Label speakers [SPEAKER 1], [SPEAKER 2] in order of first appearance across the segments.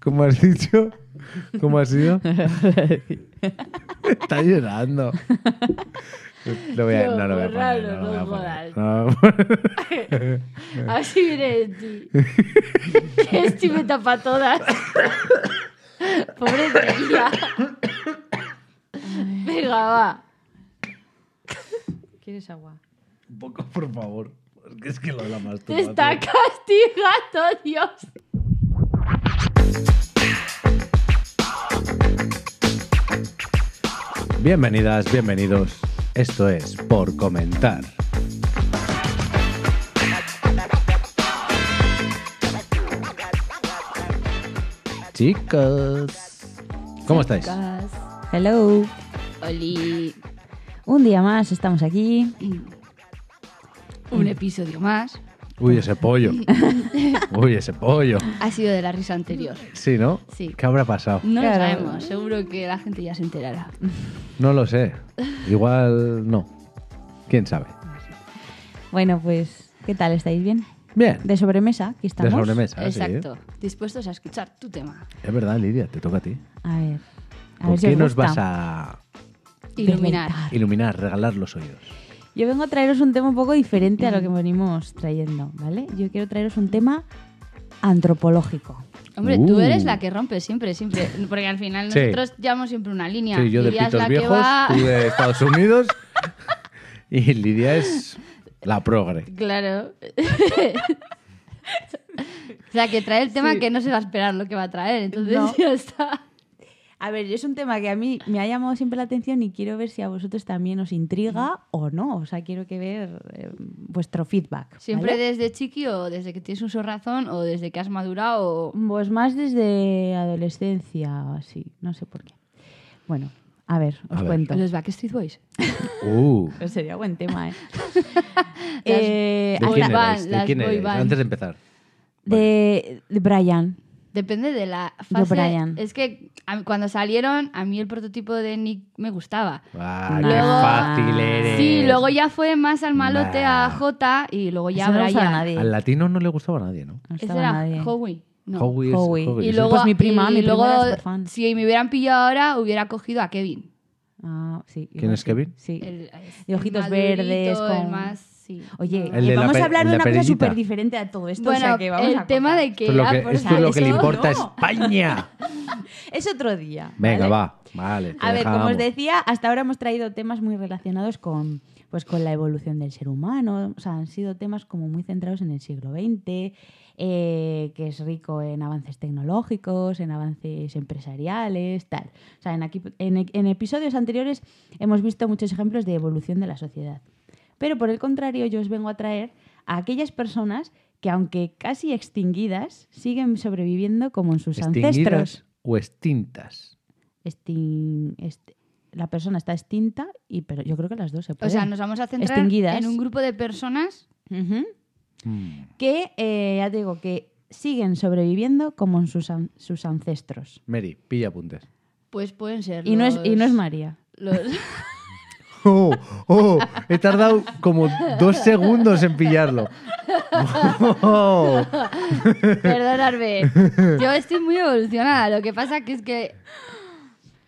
[SPEAKER 1] ¿Cómo has dicho? ¿Cómo ha sido? Está llorando. Lo voy a-
[SPEAKER 2] No,
[SPEAKER 1] no lo voy a poner.
[SPEAKER 2] borrarlo,
[SPEAKER 1] No, lo
[SPEAKER 2] no
[SPEAKER 1] voy a poner,
[SPEAKER 2] jodas.
[SPEAKER 1] no lo voy a poner.
[SPEAKER 2] Así viene Esti. Esti me tapa todas. Pobre tía. Venga, va. ¿Quieres agua?
[SPEAKER 1] Un poco, por favor. Porque es que lo de la
[SPEAKER 2] Te
[SPEAKER 1] masturbación.
[SPEAKER 2] está castigando, Dios.
[SPEAKER 1] Bienvenidas, bienvenidos. Esto es Por Comentar. Chicos, ¿cómo estáis?
[SPEAKER 3] Hello.
[SPEAKER 2] Oli,
[SPEAKER 3] Un día más estamos aquí.
[SPEAKER 2] un episodio más.
[SPEAKER 1] Uy, ese pollo. Uy, ese pollo.
[SPEAKER 2] Ha sido de la risa anterior.
[SPEAKER 1] Sí, ¿no?
[SPEAKER 2] Sí.
[SPEAKER 1] ¿Qué habrá pasado?
[SPEAKER 2] No
[SPEAKER 3] Claro.
[SPEAKER 2] lo sabemos, seguro que la gente ya se enterará.
[SPEAKER 1] No lo sé. Igual no. ¿Quién sabe?
[SPEAKER 3] Bueno, pues, ¿qué tal? ¿Estáis bien?
[SPEAKER 1] Bien.
[SPEAKER 3] De sobremesa, aquí
[SPEAKER 1] De
[SPEAKER 3] estamos.
[SPEAKER 1] sobremesa. Ah, sí.
[SPEAKER 2] Exacto, dispuestos a escuchar tu tema.
[SPEAKER 1] Es verdad, Lidia, te toca a ti.
[SPEAKER 3] A ver. A
[SPEAKER 1] ¿Con
[SPEAKER 3] ver si
[SPEAKER 1] qué
[SPEAKER 3] os
[SPEAKER 1] nos
[SPEAKER 3] gusta.
[SPEAKER 1] vas a
[SPEAKER 2] Iluminar.
[SPEAKER 3] Deleitar.
[SPEAKER 1] iluminar, regalar los oídos?
[SPEAKER 3] Yo vengo a traeros un tema un poco diferente a lo que venimos trayendo, ¿vale? Yo quiero traeros un tema antropológico.
[SPEAKER 2] Hombre, tú
[SPEAKER 1] Uh.
[SPEAKER 2] eres la que rompe siempre, siempre. Porque al final
[SPEAKER 1] Sí.
[SPEAKER 2] nosotros llevamos siempre una línea.
[SPEAKER 1] Sí, yo de
[SPEAKER 2] Lidia es
[SPEAKER 1] pitos
[SPEAKER 2] la
[SPEAKER 1] viejos,
[SPEAKER 2] que va.
[SPEAKER 1] tú de Estados Unidos y Lidia es la progre.
[SPEAKER 2] Claro. o sea, que trae el tema que no se va a esperar lo que va a traer. Entonces
[SPEAKER 3] No.
[SPEAKER 2] ya está.
[SPEAKER 3] A ver, es un tema que a mí me ha llamado siempre la atención y quiero ver si a vosotros también os intriga o no. O sea, quiero que ver eh, vuestro feedback.
[SPEAKER 2] Siempre
[SPEAKER 3] ¿vale?
[SPEAKER 2] desde chiqui o desde que tienes un sorrazón o desde que has madurado. O...
[SPEAKER 3] Pues más desde adolescencia o así, no sé por qué. Bueno, a ver, os
[SPEAKER 1] A ver.
[SPEAKER 3] cuento.
[SPEAKER 2] Los Backstreet Boys.
[SPEAKER 1] Uh,
[SPEAKER 3] Pues sería buen tema, ¿eh?
[SPEAKER 1] ¿De
[SPEAKER 3] Eh,
[SPEAKER 2] Boy
[SPEAKER 1] quién
[SPEAKER 2] band,
[SPEAKER 1] erais? ¿De
[SPEAKER 2] las
[SPEAKER 1] quién
[SPEAKER 2] boy
[SPEAKER 1] erais?
[SPEAKER 2] band.
[SPEAKER 1] Antes de empezar.
[SPEAKER 3] de, de Brian.
[SPEAKER 2] Depende de la fase.
[SPEAKER 3] Brian.
[SPEAKER 2] Es que a mí- cuando salieron, a mí el prototipo de Nick me gustaba.
[SPEAKER 1] Ah,
[SPEAKER 3] Nah.
[SPEAKER 1] qué fácil eres.
[SPEAKER 2] Sí, luego ya fue más al malote a
[SPEAKER 1] Eh. Nah.
[SPEAKER 2] Jota y luego ya a
[SPEAKER 3] Eso no
[SPEAKER 2] Brian.
[SPEAKER 3] gustaba a nadie.
[SPEAKER 1] Al latino no le gustaba a nadie, ¿no?
[SPEAKER 3] No
[SPEAKER 2] Ese
[SPEAKER 3] estaba
[SPEAKER 2] era
[SPEAKER 3] nadie.
[SPEAKER 2] Howie. No.
[SPEAKER 1] Howie es-
[SPEAKER 3] Howie.
[SPEAKER 1] Howie
[SPEAKER 2] Y
[SPEAKER 1] es-
[SPEAKER 2] luego,
[SPEAKER 3] Pues mi prima,
[SPEAKER 2] y
[SPEAKER 3] mi prima
[SPEAKER 2] luego,
[SPEAKER 3] era superfan.
[SPEAKER 2] si me hubieran pillado ahora, hubiera cogido a Kevin.
[SPEAKER 3] Ah, sí,
[SPEAKER 1] ¿Quién
[SPEAKER 3] igual
[SPEAKER 1] es
[SPEAKER 3] sí.
[SPEAKER 1] Kevin?
[SPEAKER 3] Sí.
[SPEAKER 2] El-
[SPEAKER 3] De ojitos
[SPEAKER 2] el
[SPEAKER 3] verdes,
[SPEAKER 2] madurito, el
[SPEAKER 3] con-
[SPEAKER 2] más, sí.
[SPEAKER 3] Oye, eh,
[SPEAKER 1] El de la
[SPEAKER 3] vamos
[SPEAKER 1] pe-
[SPEAKER 3] a hablar
[SPEAKER 1] el
[SPEAKER 3] de
[SPEAKER 1] de
[SPEAKER 3] una cosa
[SPEAKER 1] perillita.
[SPEAKER 3] súper diferente a todo esto.
[SPEAKER 2] bueno,
[SPEAKER 3] o sea, que vamos
[SPEAKER 2] el
[SPEAKER 3] a
[SPEAKER 2] tema
[SPEAKER 3] contar.
[SPEAKER 2] de que...
[SPEAKER 1] Esto es lo
[SPEAKER 2] ah,
[SPEAKER 1] que,
[SPEAKER 2] por
[SPEAKER 1] esto es lo que le
[SPEAKER 2] eso-
[SPEAKER 1] importa a
[SPEAKER 3] no.
[SPEAKER 1] España.
[SPEAKER 3] Es otro día.
[SPEAKER 1] Venga,
[SPEAKER 3] ¿vale?
[SPEAKER 1] va. Vale. te
[SPEAKER 3] A ver, como
[SPEAKER 1] dejamos.
[SPEAKER 3] os decía, hasta ahora hemos traído temas muy relacionados con, pues, con la evolución del ser humano. O sea, han sido temas como muy centrados en el siglo XX, eh, que es rico en avances tecnológicos, en avances empresariales, tal. O sea, en, aquí, en, en episodios anteriores hemos visto muchos ejemplos de evolución de la sociedad. Pero por el contrario, yo os vengo a traer a aquellas personas que, aunque casi extinguidas, siguen sobreviviendo como en sus ancestros.
[SPEAKER 1] ¿Extinguidas o extintas?
[SPEAKER 3] Extin- est- este, la persona está extinta y pero yo creo que las dos se
[SPEAKER 2] O
[SPEAKER 3] pueden.
[SPEAKER 2] sea, nos vamos a centrar
[SPEAKER 3] Extinguidas.
[SPEAKER 2] en un grupo de personas
[SPEAKER 3] Ujú.
[SPEAKER 1] Mm,
[SPEAKER 3] Que eh, ya te digo que siguen sobreviviendo como en sus, an- sus ancestros.
[SPEAKER 1] Mary, pilla apuntes.
[SPEAKER 2] pues pueden ser
[SPEAKER 3] Y no es y no es
[SPEAKER 2] los-
[SPEAKER 3] María.
[SPEAKER 2] los-
[SPEAKER 1] Oh, oh, he tardado como dos segundos en pillarlo. Oh.
[SPEAKER 2] Perdonadme. Yo estoy muy evolucionada. Lo que pasa que es que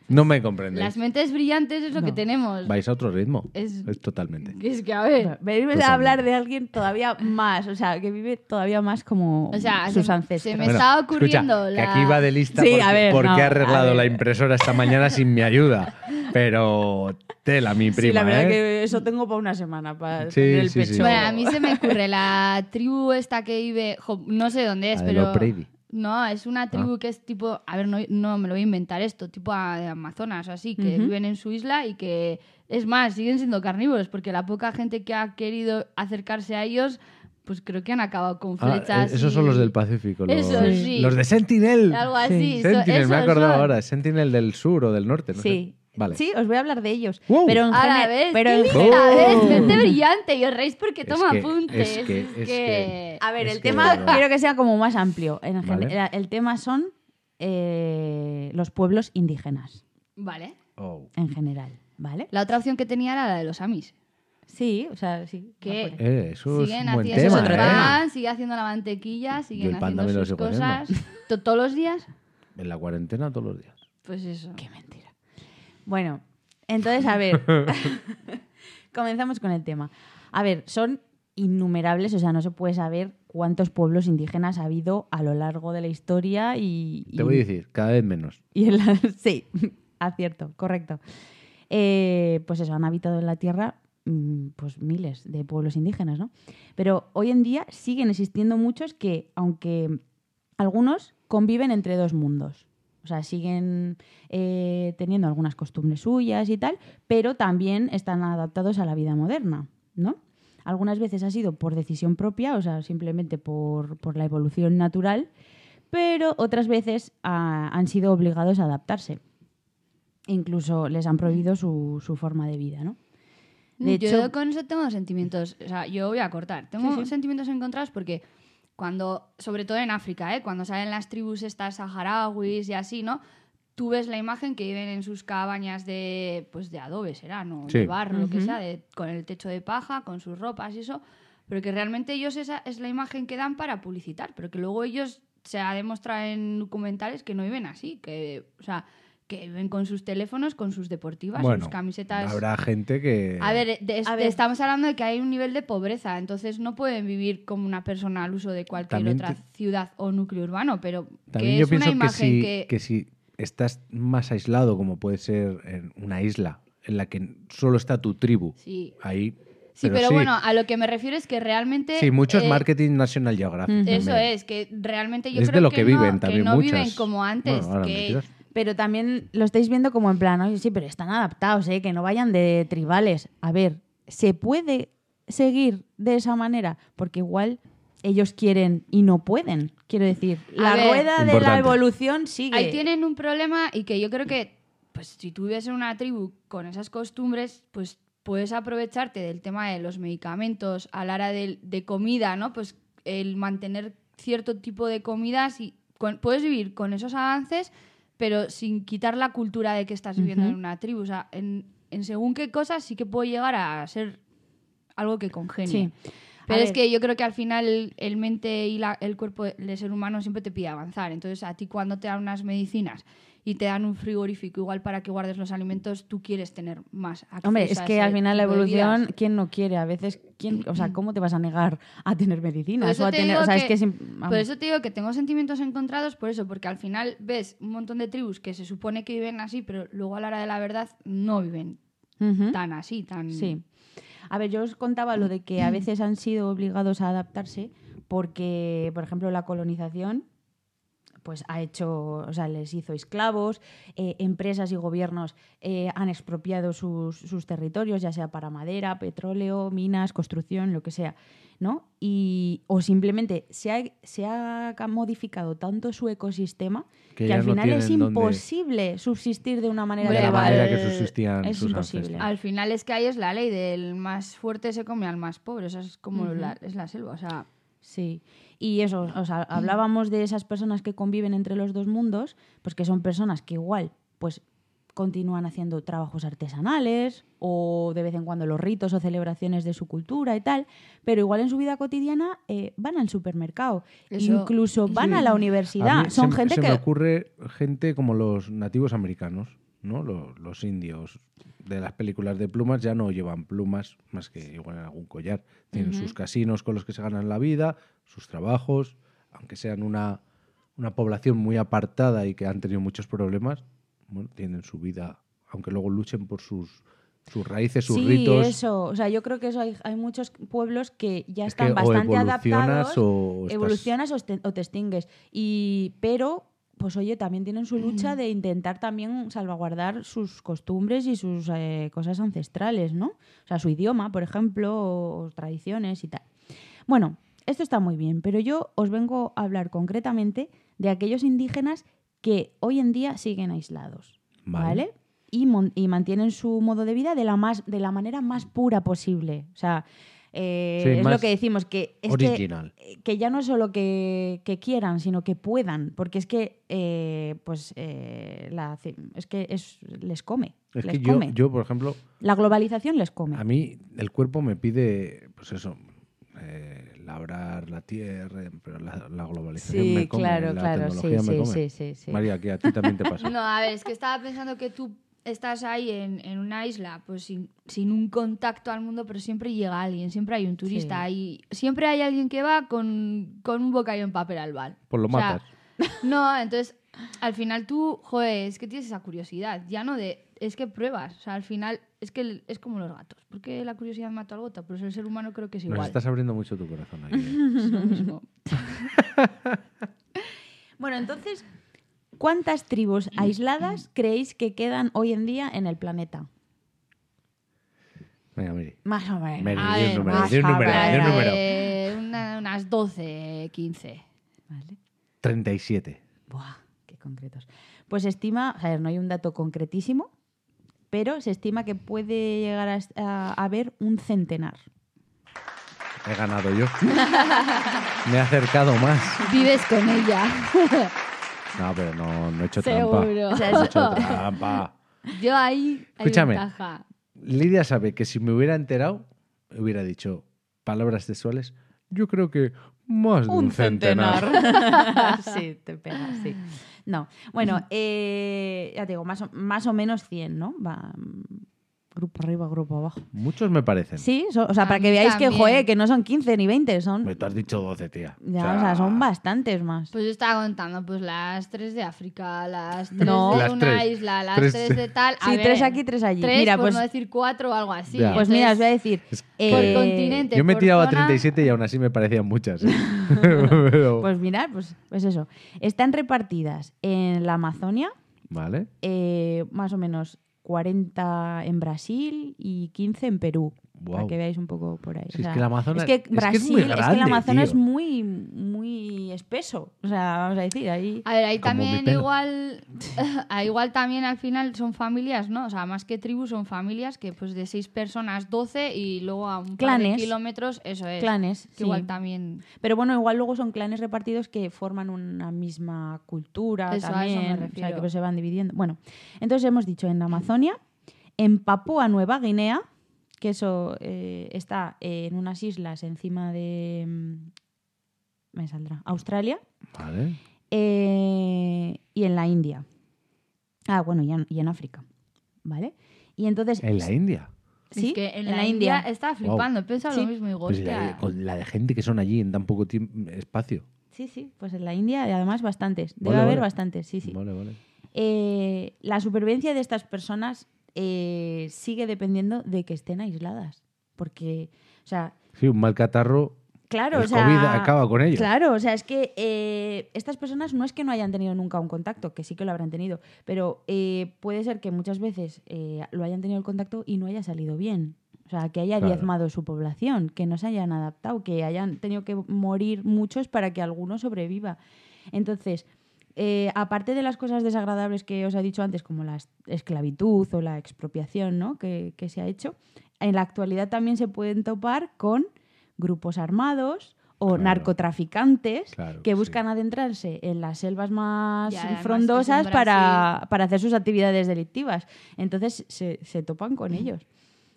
[SPEAKER 1] No me comprendes.
[SPEAKER 2] las mentes brillantes es lo que
[SPEAKER 3] No.
[SPEAKER 2] tenemos.
[SPEAKER 1] Vais a otro ritmo.
[SPEAKER 2] Es-
[SPEAKER 1] Es, totalmente.
[SPEAKER 2] Que Es que, a ver...
[SPEAKER 3] Venimos
[SPEAKER 1] Totalmente.
[SPEAKER 3] a hablar de alguien todavía más, o sea, que vive todavía más como
[SPEAKER 2] O sea,
[SPEAKER 3] sus
[SPEAKER 2] se- se
[SPEAKER 3] ancestros.
[SPEAKER 2] me- estaba ocurriendo
[SPEAKER 1] escucha, que
[SPEAKER 2] la-
[SPEAKER 1] aquí va de lista
[SPEAKER 3] Sí,
[SPEAKER 1] porque,
[SPEAKER 3] a ver,
[SPEAKER 1] porque
[SPEAKER 3] no,
[SPEAKER 1] ha arreglado
[SPEAKER 3] a ver.
[SPEAKER 1] la impresora esta mañana sin mi ayuda. Pero tela, mi prima,
[SPEAKER 3] sí, la verdad
[SPEAKER 1] ¿eh?
[SPEAKER 3] que eso tengo para una semana, para
[SPEAKER 1] Sí,
[SPEAKER 3] tener el
[SPEAKER 1] sí, sí.
[SPEAKER 3] pecho.
[SPEAKER 2] Bueno, a mí se me ocurre la tribu esta que vive, jo, no sé dónde es,
[SPEAKER 1] La de
[SPEAKER 2] pero
[SPEAKER 1] los Brady. Ah.
[SPEAKER 2] no, es una tribu que es tipo, a ver, no, no me lo voy a inventar esto, tipo a- de Amazonas o así, que viven en su isla y que es más, siguen siendo carnívoros porque la poca gente que ha querido acercarse a ellos, pues creo que han acabado con
[SPEAKER 1] Ah,
[SPEAKER 2] flechas.
[SPEAKER 1] esos
[SPEAKER 2] y-
[SPEAKER 1] son los del Pacífico. Los,
[SPEAKER 2] Eso, sí.
[SPEAKER 1] los de Sentinel.
[SPEAKER 2] Algo así. so-
[SPEAKER 1] Sentinel, me he
[SPEAKER 2] esos
[SPEAKER 1] acordado
[SPEAKER 2] son.
[SPEAKER 1] ahora. Sentinel del sur o del norte, no
[SPEAKER 3] Sí.
[SPEAKER 1] sé. Vale.
[SPEAKER 3] Sí, os voy a hablar de ellos.
[SPEAKER 1] Wow. Oh.
[SPEAKER 3] Pero en
[SPEAKER 2] Ahora
[SPEAKER 3] gene-
[SPEAKER 2] ves,
[SPEAKER 3] pero
[SPEAKER 2] qué
[SPEAKER 3] en
[SPEAKER 2] lista,
[SPEAKER 1] general-
[SPEAKER 2] ves, gente brillante y os reís porque
[SPEAKER 1] Es
[SPEAKER 2] toma
[SPEAKER 1] que-
[SPEAKER 2] apuntes.
[SPEAKER 1] es que- es que-
[SPEAKER 3] A ver,
[SPEAKER 1] Es
[SPEAKER 3] el
[SPEAKER 1] que-
[SPEAKER 3] tema quiero que sea como más amplio. En gen-
[SPEAKER 1] Vale.
[SPEAKER 3] era- El tema son eh, los pueblos indígenas
[SPEAKER 2] Vale.
[SPEAKER 1] Oh.
[SPEAKER 3] en general, ¿vale?
[SPEAKER 2] La otra opción que tenía era la de los amis.
[SPEAKER 3] Sí, o sea, sí.
[SPEAKER 2] Que-
[SPEAKER 3] no puede.
[SPEAKER 1] Eh, eso es
[SPEAKER 2] siguen
[SPEAKER 1] un buen
[SPEAKER 2] haciendo
[SPEAKER 1] tema,
[SPEAKER 2] el
[SPEAKER 1] ¿eh?
[SPEAKER 2] pan, sigue haciendo la mantequilla, siguen
[SPEAKER 1] el pan
[SPEAKER 2] haciendo
[SPEAKER 1] también lo
[SPEAKER 2] sus
[SPEAKER 1] sigo
[SPEAKER 2] cosas. To- Todos los días.
[SPEAKER 1] En la cuarentena todos los días.
[SPEAKER 2] Pues eso.
[SPEAKER 3] Qué mentira. Bueno, entonces, a ver, comenzamos con el tema. A ver, son innumerables, o sea, no se puede saber cuántos pueblos indígenas ha habido a lo largo de la historia y... y-
[SPEAKER 1] Te voy a decir, cada vez menos.
[SPEAKER 3] y en la- sí, acierto, correcto. Eh, pues eso, han habitado en la Tierra mm, pues miles de pueblos indígenas, ¿no? Pero hoy en día siguen existiendo muchos que, aunque algunos conviven entre dos mundos. O sea, siguen eh, teniendo algunas costumbres suyas y tal, pero también están adaptados a la vida moderna, ¿no? Algunas veces ha sido por decisión propia, o sea, simplemente por, por la evolución natural, pero otras veces ah, han sido obligados a adaptarse. Incluso les han prohibido su, su forma de vida, ¿no? De
[SPEAKER 2] yo
[SPEAKER 3] hecho-
[SPEAKER 2] con eso tengo sentimientos, o sea, yo voy a cortar. Tengo
[SPEAKER 3] Sí, sí.
[SPEAKER 2] sentimientos encontrados porque cuando, sobre todo en África, ¿eh? cuando salen las tribus estas saharauis y así, ¿no? Tú ves la imagen que viven en sus cabañas de, pues de adobe, será, ¿no?
[SPEAKER 1] Sí.
[SPEAKER 2] De barro, lo que
[SPEAKER 3] Ujú.
[SPEAKER 2] sea, de- con el techo de paja, con sus ropas y eso. Pero que realmente ellos esa es la imagen que dan para publicitar, pero que luego ellos se ha demostrado en documentales que no viven así, que, o sea, que viven con sus teléfonos, con sus deportivas,
[SPEAKER 1] Bueno,
[SPEAKER 2] sus camisetas.
[SPEAKER 1] habrá gente que...
[SPEAKER 2] A ver, de-
[SPEAKER 3] A
[SPEAKER 2] de-
[SPEAKER 3] ver.
[SPEAKER 2] estamos hablando de que hay un nivel de pobreza, entonces no pueden vivir como una persona al uso de cualquier
[SPEAKER 1] También
[SPEAKER 2] otra
[SPEAKER 1] te-
[SPEAKER 2] ciudad o núcleo urbano, pero
[SPEAKER 1] También
[SPEAKER 2] que
[SPEAKER 1] yo
[SPEAKER 2] es una
[SPEAKER 1] pienso que
[SPEAKER 2] imagen
[SPEAKER 1] si,
[SPEAKER 2] que...
[SPEAKER 1] que si estás más aislado, como puede ser en una isla en la que solo está tu tribu,
[SPEAKER 2] Sí,
[SPEAKER 1] ahí...
[SPEAKER 2] sí pero, bueno, a lo que me refiero es que realmente...
[SPEAKER 1] Sí, mucho es
[SPEAKER 2] eh,
[SPEAKER 1] marketing nacional geográfico.
[SPEAKER 3] Ujú.
[SPEAKER 2] Eso es, que realmente yo
[SPEAKER 1] es
[SPEAKER 2] creo
[SPEAKER 1] de lo que,
[SPEAKER 2] que, no,
[SPEAKER 1] viven
[SPEAKER 2] que
[SPEAKER 1] también
[SPEAKER 2] no
[SPEAKER 1] muchas.
[SPEAKER 2] viven como antes,
[SPEAKER 1] Bueno, ahora
[SPEAKER 2] que
[SPEAKER 1] mentiras.
[SPEAKER 3] Pero también lo estáis viendo como en plan, oye, sí, pero están adaptados, ¿eh? que no vayan de tribales. A ver, ¿se puede seguir de esa manera? Porque igual ellos quieren y no pueden. Quiero decir,
[SPEAKER 2] A
[SPEAKER 3] la
[SPEAKER 2] ver.
[SPEAKER 3] rueda de la
[SPEAKER 1] Importante.
[SPEAKER 3] evolución sigue.
[SPEAKER 2] ahí tienen un problema y que yo creo que, pues si tú vives en una tribu con esas costumbres, pues puedes aprovecharte del tema de los medicamentos a la hora del- de, comida, ¿no? Pues el mantener cierto tipo de comidas y con- puedes vivir con esos avances, pero sin quitar la cultura de que estás viviendo
[SPEAKER 3] Ujú.
[SPEAKER 2] en una tribu. O sea, en, en según qué cosas sí que puede llegar a ser algo que congenie.
[SPEAKER 3] Sí.
[SPEAKER 2] Pero
[SPEAKER 3] A
[SPEAKER 2] es
[SPEAKER 3] ver.
[SPEAKER 2] que yo creo que al final el mente y la- el cuerpo del ser humano siempre te pide avanzar. Entonces, a ti cuando te dan unas medicinas y te dan un frigorífico igual para que guardes los alimentos, tú quieres tener más acceso
[SPEAKER 3] Hombre, es
[SPEAKER 2] a
[SPEAKER 3] que
[SPEAKER 2] ese
[SPEAKER 3] al final la
[SPEAKER 2] tipo de
[SPEAKER 3] evolución,
[SPEAKER 2] vidas.
[SPEAKER 3] ¿quién no quiere? A veces, ¿quién, o sea, ¿cómo te vas a negar a tener
[SPEAKER 2] Por
[SPEAKER 3] medicinas?
[SPEAKER 2] eso
[SPEAKER 3] O, a
[SPEAKER 2] te
[SPEAKER 3] tener,
[SPEAKER 2] digo
[SPEAKER 3] o sea, es
[SPEAKER 2] que-
[SPEAKER 3] que... sin- vamos.
[SPEAKER 2] Por eso te digo que tengo sentimientos encontrados por eso, porque al final ves un montón de tribus que se supone que viven así, pero luego a la hora de la verdad no viven
[SPEAKER 3] Ujú.
[SPEAKER 2] tan así, tan...
[SPEAKER 3] ¿Mm? Sí. A ver, yo os contaba lo de que
[SPEAKER 1] Mm.
[SPEAKER 3] a veces han sido obligados a adaptarse porque, por ejemplo, la colonización pues ha hecho, o sea, les hizo esclavos, eh, empresas y gobiernos eh, han expropiado sus, sus territorios, ya sea para madera, petróleo, minas, construcción, lo que sea, ¿no? Y, o simplemente se ha, se ha ca- modificado tanto su ecosistema
[SPEAKER 1] Que
[SPEAKER 3] que,
[SPEAKER 1] ya
[SPEAKER 3] al
[SPEAKER 1] no
[SPEAKER 3] final es
[SPEAKER 1] tienen dónde-
[SPEAKER 3] imposible subsistir de una manera
[SPEAKER 1] de la
[SPEAKER 2] Hombre,
[SPEAKER 3] legal.
[SPEAKER 1] manera que
[SPEAKER 2] igual
[SPEAKER 1] subsistían
[SPEAKER 3] es
[SPEAKER 1] sus
[SPEAKER 3] imposible. Ah,
[SPEAKER 1] ancestros.
[SPEAKER 2] Al final es que ahí es la ley del más fuerte se come al más pobre, o sea, es como
[SPEAKER 3] Ujú.
[SPEAKER 2] la, es la selva, o sea...
[SPEAKER 3] Sí, y eso, o sea, hablábamos de esas personas que conviven entre los dos mundos, pues que son personas que igual, pues continúan haciendo trabajos artesanales o de vez en cuando los ritos o celebraciones de su cultura y tal, pero igual en su vida cotidiana eh, van al supermercado,
[SPEAKER 2] Eso-
[SPEAKER 3] incluso van a la
[SPEAKER 1] A
[SPEAKER 3] universidad,
[SPEAKER 1] mí
[SPEAKER 3] son
[SPEAKER 1] se, me-
[SPEAKER 3] gente
[SPEAKER 1] se
[SPEAKER 3] que...
[SPEAKER 1] me ocurre gente como los nativos americanos, ¿no? Lo- Los, indios de las películas de plumas ya no llevan plumas más que igual en algún collar. Tienen sus casinos con los que se ganan la vida, sus trabajos, aunque sean una, una población muy apartada y que han tenido muchos problemas, bueno, tienen su vida, aunque luego luchen por sus, sus raíces, sus
[SPEAKER 3] sí,
[SPEAKER 1] ritos.
[SPEAKER 3] eso, o sea, yo creo que eso hay, hay muchos pueblos que ya
[SPEAKER 1] Es
[SPEAKER 3] están
[SPEAKER 1] que o
[SPEAKER 3] bastante
[SPEAKER 1] evolucionas
[SPEAKER 3] adaptados.
[SPEAKER 1] o estás-
[SPEAKER 3] evolucionas o te, o te extingues. Y, pero, pues oye, también tienen su lucha de intentar también salvaguardar sus costumbres y sus eh, cosas ancestrales, ¿no? O sea, su idioma, por ejemplo, o, o tradiciones y tal. Bueno, esto está muy bien, pero yo os vengo a hablar concretamente de aquellos indígenas que hoy en día siguen aislados,
[SPEAKER 1] Vale.
[SPEAKER 3] ¿vale? Y, mon- y mantienen su modo de vida de la, más, de la manera más pura posible. O sea, eh,
[SPEAKER 1] Sí,
[SPEAKER 3] es lo
[SPEAKER 1] más
[SPEAKER 3] que decimos, que es que-
[SPEAKER 1] original.
[SPEAKER 3] eh, que ya no es solo que, que quieran, sino que puedan, porque es que eh, pues eh, la ci- es que es, les come.
[SPEAKER 1] Es
[SPEAKER 3] les
[SPEAKER 1] que yo,
[SPEAKER 3] come.
[SPEAKER 1] yo, por ejemplo,
[SPEAKER 3] la globalización les come.
[SPEAKER 1] A mí el cuerpo me pide, pues eso, eh, labrar la tierra, pero la, la globalización
[SPEAKER 3] Sí,
[SPEAKER 1] me come,
[SPEAKER 3] claro,
[SPEAKER 1] la
[SPEAKER 3] claro, sí,
[SPEAKER 1] tecnología me
[SPEAKER 3] sí,
[SPEAKER 1] come.
[SPEAKER 3] sí, sí, sí.
[SPEAKER 1] María, que a ti también te pasa.
[SPEAKER 2] No, a ver, es que estaba pensando que tú estás ahí en, en una isla, pues sin, sin un contacto al mundo, pero siempre llega alguien, siempre hay un turista, y siempre hay alguien que va con, con un bocadillo en papel al bar.
[SPEAKER 1] Pues lo
[SPEAKER 2] O sea,
[SPEAKER 1] matas.
[SPEAKER 2] no, entonces, al final tú, joder, es que tienes esa curiosidad, ya no de, es que pruebas, o sea, al final es que el- es como los gatos, porque la curiosidad mata al gato, pero el ser humano creo que es
[SPEAKER 1] Nos
[SPEAKER 2] igual.
[SPEAKER 1] estás abriendo mucho tu corazón ahí. ¿eh?
[SPEAKER 2] es lo mismo.
[SPEAKER 3] Bueno, entonces, ¿cuántas tribus aisladas creéis que quedan hoy en día en el planeta?
[SPEAKER 1] Venga, Miri.
[SPEAKER 3] Más o menos.
[SPEAKER 1] Mary,
[SPEAKER 2] A
[SPEAKER 1] di un
[SPEAKER 2] ver,
[SPEAKER 1] número,
[SPEAKER 3] más
[SPEAKER 1] di un número,
[SPEAKER 3] habrá.
[SPEAKER 1] di un número.
[SPEAKER 2] Eh, una- unas 12, 15.
[SPEAKER 3] Vale.
[SPEAKER 1] 37.
[SPEAKER 3] Buah, qué concretos. Pues se estima, a ver, no hay un dato concretísimo, pero se estima que puede llegar a, a- a haber un centenar.
[SPEAKER 1] He ganado yo. Me he acercado más.
[SPEAKER 2] Vives con ella.
[SPEAKER 1] No, pero no, no he hecho
[SPEAKER 2] Seguro.
[SPEAKER 1] trampa. No he hecho trampa.
[SPEAKER 2] Yo ahí. hay
[SPEAKER 1] Escúchame.
[SPEAKER 2] ventaja.
[SPEAKER 1] Lidia sabe que si me hubiera enterado, hubiera dicho palabras textuales. Yo creo que más de un, centenar.
[SPEAKER 3] sí, te pegas, sí. No, bueno, eh, ya te digo, más o, más o menos 100, ¿no? Va, mm, grupo arriba, grupo abajo.
[SPEAKER 1] Muchos me parecen.
[SPEAKER 3] Sí, so- o sea,
[SPEAKER 2] A
[SPEAKER 3] para que
[SPEAKER 2] mí
[SPEAKER 3] veáis que,
[SPEAKER 2] también.
[SPEAKER 3] joder, que no son 15 ni 20, son...
[SPEAKER 1] Me tú has dicho 12, tía.
[SPEAKER 3] Ya, o sea, son bastantes más.
[SPEAKER 2] Pues yo estaba contando, pues las tres de África, las tres
[SPEAKER 3] No.
[SPEAKER 2] de
[SPEAKER 1] Las
[SPEAKER 2] una
[SPEAKER 1] tres.
[SPEAKER 2] isla, las
[SPEAKER 1] Tres
[SPEAKER 2] tres,
[SPEAKER 1] de-
[SPEAKER 2] de tal. A
[SPEAKER 3] Sí,
[SPEAKER 2] ver,
[SPEAKER 3] tres aquí, tres allí.
[SPEAKER 2] tres,
[SPEAKER 3] Mira,
[SPEAKER 2] por
[SPEAKER 3] pues-
[SPEAKER 2] no decir cuatro o algo así.
[SPEAKER 1] Ya.
[SPEAKER 3] Pues
[SPEAKER 2] Entonces,
[SPEAKER 3] mira, os voy a decir...
[SPEAKER 1] Es que-
[SPEAKER 2] por
[SPEAKER 3] eh,
[SPEAKER 2] continente.
[SPEAKER 1] Yo me he
[SPEAKER 2] por
[SPEAKER 1] tirado a
[SPEAKER 2] zona,
[SPEAKER 1] 37 y aún así me parecían muchas. ¿eh? Pero-
[SPEAKER 3] Pues mirad, pues, pues eso. Están repartidas en la Amazonia,
[SPEAKER 1] Vale.
[SPEAKER 3] eh, más o menos 40 en Brasil y 15 en Perú. Para
[SPEAKER 1] Guau.
[SPEAKER 3] que veáis un poco por ahí.
[SPEAKER 1] Si es que el Amazonas-
[SPEAKER 3] es que
[SPEAKER 1] es que es muy
[SPEAKER 3] Brasil, es que, el
[SPEAKER 1] grande, tío.
[SPEAKER 3] Amazonas es muy, muy espeso. O sea, vamos a decir, ahí.
[SPEAKER 2] A ver, ahí
[SPEAKER 1] Como mi
[SPEAKER 2] también
[SPEAKER 1] pelo.
[SPEAKER 2] igual, ah, igual también al final son familias, ¿no? O sea, más que tribus son familias que pues de seis personas, 12 y luego a un par de
[SPEAKER 3] Clanes.
[SPEAKER 2] kilómetros, eso es.
[SPEAKER 3] Clanes,
[SPEAKER 2] Que
[SPEAKER 3] sí.
[SPEAKER 2] igual también
[SPEAKER 3] Pero bueno, igual luego son clanes repartidos que forman una misma cultura
[SPEAKER 2] Eso, a eso
[SPEAKER 3] también.
[SPEAKER 2] me
[SPEAKER 3] O sea, que
[SPEAKER 2] refiero.
[SPEAKER 3] pues se van dividiendo. Bueno, entonces hemos dicho en Amazonia, en Papúa Nueva Guinea, que eso eh, está en unas islas encima de. mm, Me saldrá. Australia.
[SPEAKER 1] Vale.
[SPEAKER 3] eh, y en la India. Ah, bueno, y en, y en África. ¿Vale? Y entonces.
[SPEAKER 1] En la India.
[SPEAKER 3] Sí,
[SPEAKER 2] Es que en, la, India, estaba flipando, he pensado
[SPEAKER 3] Sí.
[SPEAKER 2] lo mismo, digo,
[SPEAKER 1] Pues la de-
[SPEAKER 2] hostia.
[SPEAKER 1] con la de gente que son allí en tan poco tiemp- espacio.
[SPEAKER 3] Sí, sí, pues en la India, y además bastantes. Debe
[SPEAKER 1] Vale,
[SPEAKER 3] haber
[SPEAKER 1] vale.
[SPEAKER 3] bastantes, sí, sí.
[SPEAKER 1] Vale, vale.
[SPEAKER 3] eh, la supervivencia de estas personas eh, sigue dependiendo de que estén aisladas. Porque, o sea,
[SPEAKER 1] Sí, un mal catarro.
[SPEAKER 3] claro,
[SPEAKER 1] El
[SPEAKER 3] o sea,
[SPEAKER 1] COVID acaba con ellos.
[SPEAKER 3] Claro, o sea, es que eh, estas personas no es que no hayan tenido nunca un contacto, que sí que lo habrán tenido, pero eh, puede ser que muchas veces eh, lo hayan tenido el contacto y no haya salido bien. O sea, que haya
[SPEAKER 1] Claro.
[SPEAKER 3] diezmado su población, que no se hayan adaptado, que hayan tenido que morir muchos para que alguno sobreviva. Entonces, eh, aparte de las cosas desagradables que os he dicho antes, como la es- esclavitud o la expropiación ¿no? que, que se ha hecho, en la actualidad también se pueden topar con grupos armados o
[SPEAKER 1] Claro.
[SPEAKER 3] narcotraficantes
[SPEAKER 1] Claro,
[SPEAKER 3] que
[SPEAKER 1] sí.
[SPEAKER 3] buscan adentrarse en las selvas más
[SPEAKER 2] Y además que
[SPEAKER 3] frondosas
[SPEAKER 2] es en
[SPEAKER 3] para, para hacer sus actividades delictivas. Entonces se, se topan con ellos.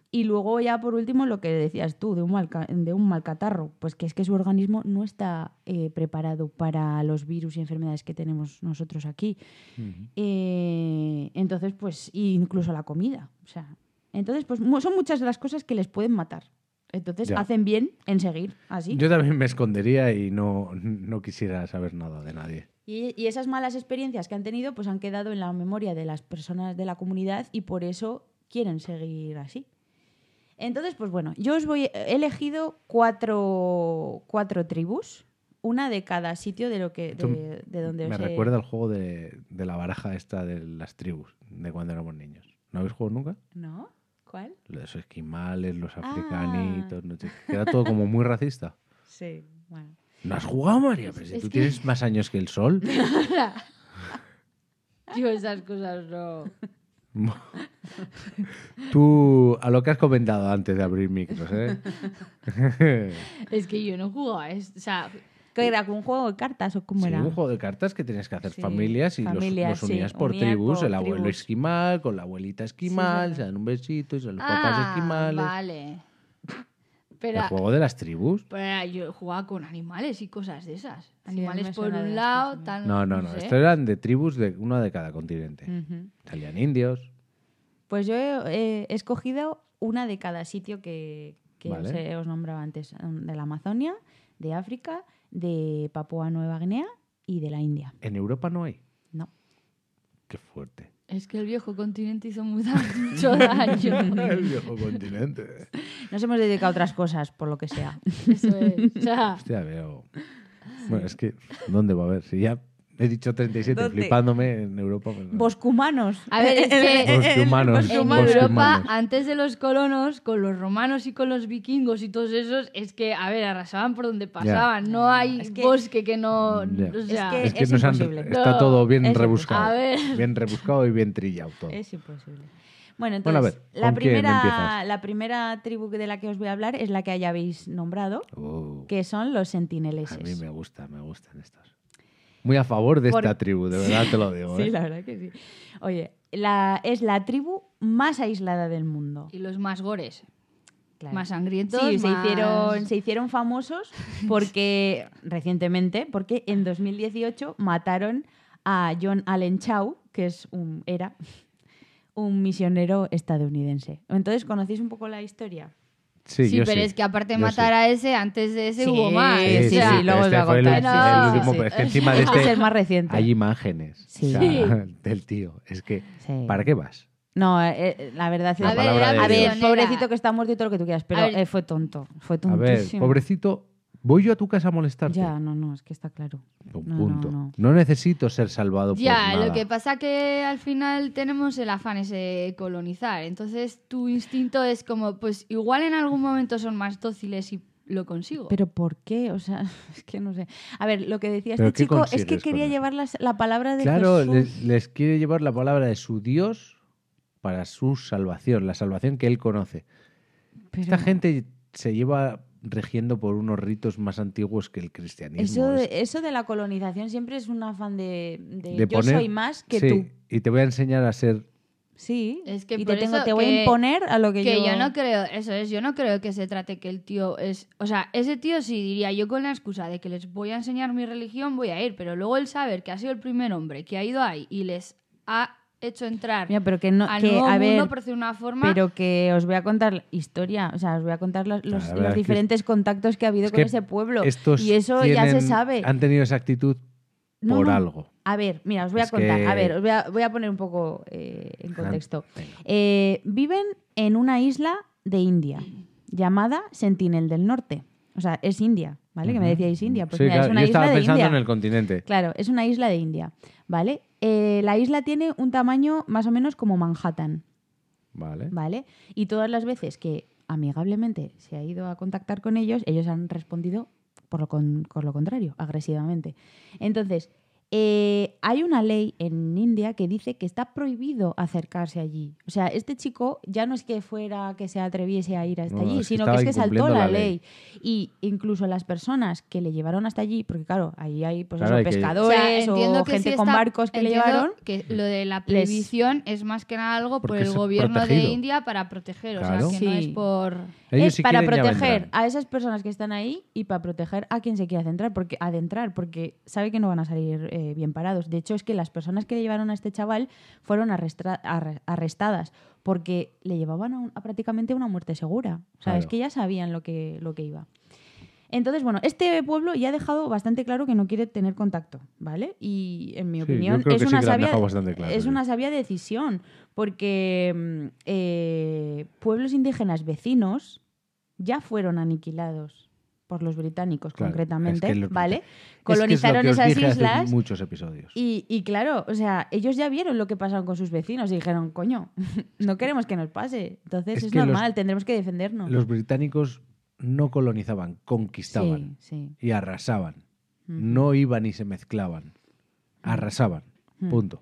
[SPEAKER 3] Y luego ya por último lo que decías tú de un mal, ca- de un mal catarro, pues que es que su organismo no está eh, preparado para los virus y enfermedades que tenemos nosotros aquí. Eh, entonces, pues, e incluso la comida. O sea, entonces, pues mu- son muchas las cosas que les pueden matar. Entonces,
[SPEAKER 1] Ya.
[SPEAKER 3] hacen bien en seguir así.
[SPEAKER 1] Yo también me escondería y no, no quisiera saber nada de nadie.
[SPEAKER 3] Y, y esas malas experiencias que han tenido, pues han quedado en la memoria de las personas de la comunidad y por eso quieren seguir así. Entonces, pues bueno, yo os voy, he elegido cuatro, cuatro tribus, una de cada sitio de lo que
[SPEAKER 1] Esto
[SPEAKER 3] de, de donde
[SPEAKER 1] me
[SPEAKER 3] os he-
[SPEAKER 1] recuerda al juego de, de la baraja esta de las tribus, de cuando éramos niños. ¿No habéis jugado nunca?
[SPEAKER 3] ¿No? ¿Cuál?
[SPEAKER 1] Los esquimales, los
[SPEAKER 3] Ah.
[SPEAKER 1] africanitos, no sé qué. Era todo como muy racista.
[SPEAKER 3] Sí, bueno.
[SPEAKER 1] ¿No has jugado, María? Pero si
[SPEAKER 2] Es
[SPEAKER 1] tú
[SPEAKER 2] que-
[SPEAKER 1] tienes más años que el sol.
[SPEAKER 2] Yo esas cosas no.
[SPEAKER 1] Tú, a lo que has comentado antes de abrir micros, ¿eh?
[SPEAKER 2] Es que yo no juego a esto. O sea,
[SPEAKER 3] ¿Qué era? ¿Un juego de cartas o cómo
[SPEAKER 1] Sí,
[SPEAKER 3] era?
[SPEAKER 1] un juego de cartas que tenías que hacer
[SPEAKER 3] Sí,
[SPEAKER 1] familias y los-
[SPEAKER 3] familias,
[SPEAKER 1] los, unías
[SPEAKER 3] sí,
[SPEAKER 1] por
[SPEAKER 3] unía
[SPEAKER 1] tribus,
[SPEAKER 3] por
[SPEAKER 1] el abuelo
[SPEAKER 3] tribus.
[SPEAKER 1] esquimal con la abuelita esquimal,
[SPEAKER 3] sí.
[SPEAKER 1] se dan un besito y se dan los papás
[SPEAKER 2] ah,
[SPEAKER 1] esquimales.
[SPEAKER 2] vale. Pero,
[SPEAKER 1] el juego de las tribus.
[SPEAKER 2] pero yo jugaba con animales y cosas de esas.
[SPEAKER 3] no
[SPEAKER 2] Animales
[SPEAKER 3] me
[SPEAKER 2] por
[SPEAKER 3] suena de
[SPEAKER 2] un
[SPEAKER 3] las
[SPEAKER 2] lado,
[SPEAKER 3] cosas.
[SPEAKER 2] tal.
[SPEAKER 1] No, no, este no.
[SPEAKER 2] sé.
[SPEAKER 1] Estos eran de tribus de una de cada continente.
[SPEAKER 3] Ujú.
[SPEAKER 1] Salían indios.
[SPEAKER 3] Pues yo he, he escogido una de cada sitio que, que
[SPEAKER 1] Vale.
[SPEAKER 3] os, he- os nombraba antes, um, de la Amazonia, de África, de Papua Nueva Guinea y de la India.
[SPEAKER 1] En Europa no hay.
[SPEAKER 3] No.
[SPEAKER 1] Qué fuerte.
[SPEAKER 2] Es que el viejo continente hizo mucho mucho daño.
[SPEAKER 1] El viejo continente.
[SPEAKER 3] Nos hemos dedicado a otras cosas, por lo que sea.
[SPEAKER 2] Eso es. O sea,
[SPEAKER 1] Hostia, veo. Bueno, es que, ¿dónde va a haber? Si ya he dicho 37
[SPEAKER 3] ¿Dónde?
[SPEAKER 1] flipándome en Europa. pues no.
[SPEAKER 3] Boscumanos.
[SPEAKER 2] A ver, es que-
[SPEAKER 1] Bosque humanos, bosque
[SPEAKER 3] Bosque
[SPEAKER 2] en
[SPEAKER 1] humanos.
[SPEAKER 2] Europa, antes de los colonos, con los romanos y con los vikingos y todos esos, es que, a ver, arrasaban por donde pasaban. No hay
[SPEAKER 3] Ah, es que-
[SPEAKER 2] bosque que no.
[SPEAKER 1] Ya.
[SPEAKER 2] O sea,
[SPEAKER 3] que-
[SPEAKER 1] Es que
[SPEAKER 3] es
[SPEAKER 1] nos han-
[SPEAKER 3] imposible.
[SPEAKER 1] está
[SPEAKER 2] No,
[SPEAKER 1] todo bien
[SPEAKER 3] es imposible.
[SPEAKER 1] rebuscado.
[SPEAKER 2] A ver.
[SPEAKER 1] Bien rebuscado y bien trillado todo.
[SPEAKER 3] Es imposible. Bueno,
[SPEAKER 1] Bueno, a
[SPEAKER 3] entonces,
[SPEAKER 1] ver,
[SPEAKER 3] la,
[SPEAKER 1] ¿con quién
[SPEAKER 3] primera,
[SPEAKER 1] empiezas?
[SPEAKER 3] la primera tribu de la que os voy a hablar es la que ya habéis nombrado,
[SPEAKER 1] Oh,
[SPEAKER 3] que son los
[SPEAKER 1] a mí
[SPEAKER 3] sentineleses.
[SPEAKER 1] me gusta, me gustan estos. Muy a favor de
[SPEAKER 3] Por-
[SPEAKER 1] esta tribu, de verdad te lo digo.
[SPEAKER 3] Sí,
[SPEAKER 1] ¿eh?
[SPEAKER 3] la verdad que sí. Oye, la, es la tribu más aislada del mundo.
[SPEAKER 2] y los más gores,
[SPEAKER 3] Claro.
[SPEAKER 2] más sangrientos.
[SPEAKER 3] Sí, se
[SPEAKER 2] más-
[SPEAKER 3] hicieron, se hicieron famosos porque recientemente, porque en 2018 mataron a John Allen Chau, que es un era un misionero estadounidense. Entonces, ¿conocéis un poco la historia?
[SPEAKER 1] Sí,
[SPEAKER 2] Sí,
[SPEAKER 1] yo
[SPEAKER 2] pero
[SPEAKER 1] sí,
[SPEAKER 2] es que aparte de
[SPEAKER 1] yo
[SPEAKER 2] matar
[SPEAKER 1] sí.
[SPEAKER 2] a ese, antes de ese
[SPEAKER 3] Sí,
[SPEAKER 2] hubo más.
[SPEAKER 3] sí,
[SPEAKER 2] o
[SPEAKER 1] Sí, sí,
[SPEAKER 2] sea,
[SPEAKER 1] sí,
[SPEAKER 3] Eh,
[SPEAKER 1] pero
[SPEAKER 3] luego os
[SPEAKER 1] este
[SPEAKER 3] voy a
[SPEAKER 1] fue el,
[SPEAKER 3] contar.
[SPEAKER 1] el
[SPEAKER 2] No, sí,
[SPEAKER 1] último,
[SPEAKER 2] sí.
[SPEAKER 1] pero es que encima de
[SPEAKER 3] Este es
[SPEAKER 1] este
[SPEAKER 3] el más reciente.
[SPEAKER 1] hay imágenes
[SPEAKER 3] Sí.
[SPEAKER 1] o sea,
[SPEAKER 2] Sí.
[SPEAKER 1] del tío. Es que,
[SPEAKER 3] Sí.
[SPEAKER 1] ¿para qué vas?
[SPEAKER 3] No, eh, eh, la verdad es
[SPEAKER 1] La palabra de
[SPEAKER 3] a ver,
[SPEAKER 1] Dios.
[SPEAKER 3] pobrecito que está muerto y todo lo que tú quieras, pero
[SPEAKER 2] A ver.
[SPEAKER 3] eh, fue tonto, fue
[SPEAKER 1] A ver,
[SPEAKER 3] tontísimo.
[SPEAKER 1] pobrecito, voy yo a tu casa a molestarte.
[SPEAKER 3] Ya, no, no, es que está claro.
[SPEAKER 1] Pum,
[SPEAKER 3] No, no,
[SPEAKER 1] punto.
[SPEAKER 3] no.
[SPEAKER 1] necesito ser salvado
[SPEAKER 2] Ya,
[SPEAKER 1] por nada.
[SPEAKER 2] lo que pasa que al final tenemos el afán ese de colonizar. Entonces tu instinto es como, pues igual en algún momento son más dóciles y lo consigo.
[SPEAKER 3] Pero ¿por qué? O sea, es que no sé. A ver, lo que decía
[SPEAKER 1] ¿Pero qué
[SPEAKER 3] este chico es que
[SPEAKER 1] consigues con
[SPEAKER 3] quería
[SPEAKER 1] eso?
[SPEAKER 3] llevar las- la palabra de
[SPEAKER 1] Claro,
[SPEAKER 3] Jesús.
[SPEAKER 1] les, les quiere llevar la palabra de su Dios para su salvación, la salvación que él conoce.
[SPEAKER 3] Pero
[SPEAKER 1] Esta gente se lleva regiendo por unos ritos más antiguos que el cristianismo.
[SPEAKER 3] Eso
[SPEAKER 1] Es-
[SPEAKER 3] de, eso de la colonización siempre es un afán de, de
[SPEAKER 1] de
[SPEAKER 3] yo
[SPEAKER 1] poner-
[SPEAKER 3] soy más que
[SPEAKER 1] Sí,
[SPEAKER 3] tú.
[SPEAKER 1] Y te voy a enseñar a ser.
[SPEAKER 3] Sí,
[SPEAKER 2] Es que
[SPEAKER 3] y te,
[SPEAKER 2] por
[SPEAKER 3] tengo,
[SPEAKER 2] eso
[SPEAKER 3] te voy a
[SPEAKER 2] que-
[SPEAKER 3] imponer a lo que,
[SPEAKER 2] que
[SPEAKER 3] yo...
[SPEAKER 2] yo no creo, eso es, yo no creo que se trate que el tío es, o sea, ese tío sí diría yo con la excusa de que les voy a enseñar mi religión, voy a ir, pero luego el saber que ha sido el primer hombre que ha ido ahí y les ha hecho entrar
[SPEAKER 3] Mira, pero que no,
[SPEAKER 2] al
[SPEAKER 3] que,
[SPEAKER 2] nuevo
[SPEAKER 3] a ver,
[SPEAKER 2] mundo por decir una forma,
[SPEAKER 3] pero que os voy a contar la historia, o sea, os voy a contar los, los-
[SPEAKER 1] La
[SPEAKER 3] los
[SPEAKER 1] verdad es que-
[SPEAKER 3] diferentes contactos que ha habido
[SPEAKER 1] Es
[SPEAKER 3] con
[SPEAKER 1] que
[SPEAKER 3] ese pueblo.
[SPEAKER 1] Estos
[SPEAKER 3] y eso ya se
[SPEAKER 1] tienen-
[SPEAKER 3] sabe.
[SPEAKER 1] Han tenido esa actitud
[SPEAKER 3] No,
[SPEAKER 1] por
[SPEAKER 3] no.
[SPEAKER 1] algo.
[SPEAKER 3] A ver, mira, os voy a
[SPEAKER 1] Es
[SPEAKER 3] contar. A
[SPEAKER 1] que-
[SPEAKER 3] ver, os voy a, voy a poner un poco eh, en
[SPEAKER 1] Ajá,
[SPEAKER 3] contexto.
[SPEAKER 1] venga.
[SPEAKER 3] Eh, viven en una isla de India llamada Sentinel del Norte. O sea, es India, ¿vale? Que me
[SPEAKER 1] Ujú.
[SPEAKER 3] decíais India. Pues
[SPEAKER 1] Sí,
[SPEAKER 3] mira,
[SPEAKER 1] claro,
[SPEAKER 3] es una
[SPEAKER 1] yo
[SPEAKER 3] isla
[SPEAKER 1] estaba
[SPEAKER 3] de
[SPEAKER 1] pensando
[SPEAKER 3] India.
[SPEAKER 1] en el continente.
[SPEAKER 3] Claro, es una isla de India, ¿vale? Eh, la isla tiene un tamaño más o menos como Manhattan,
[SPEAKER 1] Vale.
[SPEAKER 3] ¿vale? Y todas las veces que amigablemente se ha ido a contactar con ellos, ellos han respondido por lo, con- por lo contrario, agresivamente. Entonces, eh, hay una ley en India que dice que está prohibido acercarse allí. O sea, este chico ya no es que fuera que se atreviese a ir hasta
[SPEAKER 1] No,
[SPEAKER 3] allí,
[SPEAKER 1] es que
[SPEAKER 3] sino que es
[SPEAKER 1] estaba
[SPEAKER 3] que saltó
[SPEAKER 1] incumpliendo
[SPEAKER 3] la
[SPEAKER 1] la
[SPEAKER 3] ley. Y incluso las personas que le llevaron hasta allí, porque claro, ahí hay pues,
[SPEAKER 1] Claro,
[SPEAKER 3] eso,
[SPEAKER 1] hay que-
[SPEAKER 2] o sea,
[SPEAKER 3] pescadores o,
[SPEAKER 2] entiendo que
[SPEAKER 3] gente
[SPEAKER 2] sí
[SPEAKER 3] con
[SPEAKER 2] está-
[SPEAKER 3] barcos que le
[SPEAKER 2] entiendo
[SPEAKER 3] llevaron.
[SPEAKER 2] que lo de la
[SPEAKER 3] les-
[SPEAKER 2] prohibición es más que nada algo por
[SPEAKER 1] Porque
[SPEAKER 2] el
[SPEAKER 1] es
[SPEAKER 2] gobierno de
[SPEAKER 1] protegido.
[SPEAKER 2] India para proteger,
[SPEAKER 1] Claro.
[SPEAKER 2] o sea, que no
[SPEAKER 3] Sí.
[SPEAKER 2] es por
[SPEAKER 1] Ellos
[SPEAKER 3] es
[SPEAKER 1] si
[SPEAKER 3] para
[SPEAKER 1] quieren ya
[SPEAKER 3] proteger
[SPEAKER 1] vendrán.
[SPEAKER 3] a esas personas que están ahí y para proteger a quien se quiera adentrar porque, adentrar, porque sabe que no van a salir eh, bien parados. De hecho, es que las personas que le llevaron a este chaval fueron arrestra- arre- arrestadas porque le llevaban a, un- a prácticamente una muerte segura. O sea, es
[SPEAKER 1] Claro.
[SPEAKER 3] que ya sabían lo que, lo que iba. Entonces, bueno, este pueblo ya ha dejado bastante claro que no quiere tener contacto, ¿vale? Y en
[SPEAKER 1] Sí,
[SPEAKER 3] mi
[SPEAKER 1] yo
[SPEAKER 3] opinión
[SPEAKER 1] creo
[SPEAKER 3] es,
[SPEAKER 1] que sí
[SPEAKER 3] una
[SPEAKER 1] que lo han
[SPEAKER 3] sabia,
[SPEAKER 1] dejado bastante claro,
[SPEAKER 3] es
[SPEAKER 1] sí.
[SPEAKER 3] una sabia decisión, porque mm, eh, pueblos indígenas vecinos ya fueron aniquilados por los británicos
[SPEAKER 1] Claro,
[SPEAKER 3] concretamente,
[SPEAKER 1] es que los
[SPEAKER 3] ¿vale?
[SPEAKER 1] brita- es
[SPEAKER 3] Colonizaron
[SPEAKER 1] que es lo que os
[SPEAKER 3] esas
[SPEAKER 1] dije hace
[SPEAKER 3] islas
[SPEAKER 1] muchos episodios.
[SPEAKER 3] y, y claro, o sea, ellos ya vieron lo que pasaron con sus vecinos y dijeron, coño, no queremos que nos pase, entonces es,
[SPEAKER 1] Es que los-
[SPEAKER 3] normal, tendremos que defendernos.
[SPEAKER 1] Los británicos no colonizaban,
[SPEAKER 3] sí,
[SPEAKER 1] conquistaban
[SPEAKER 3] sí. Mm.
[SPEAKER 1] y arrasaban.
[SPEAKER 3] Ujú.
[SPEAKER 1] No iban y se mezclaban. Arrasaban.
[SPEAKER 3] Mm.
[SPEAKER 1] Punto.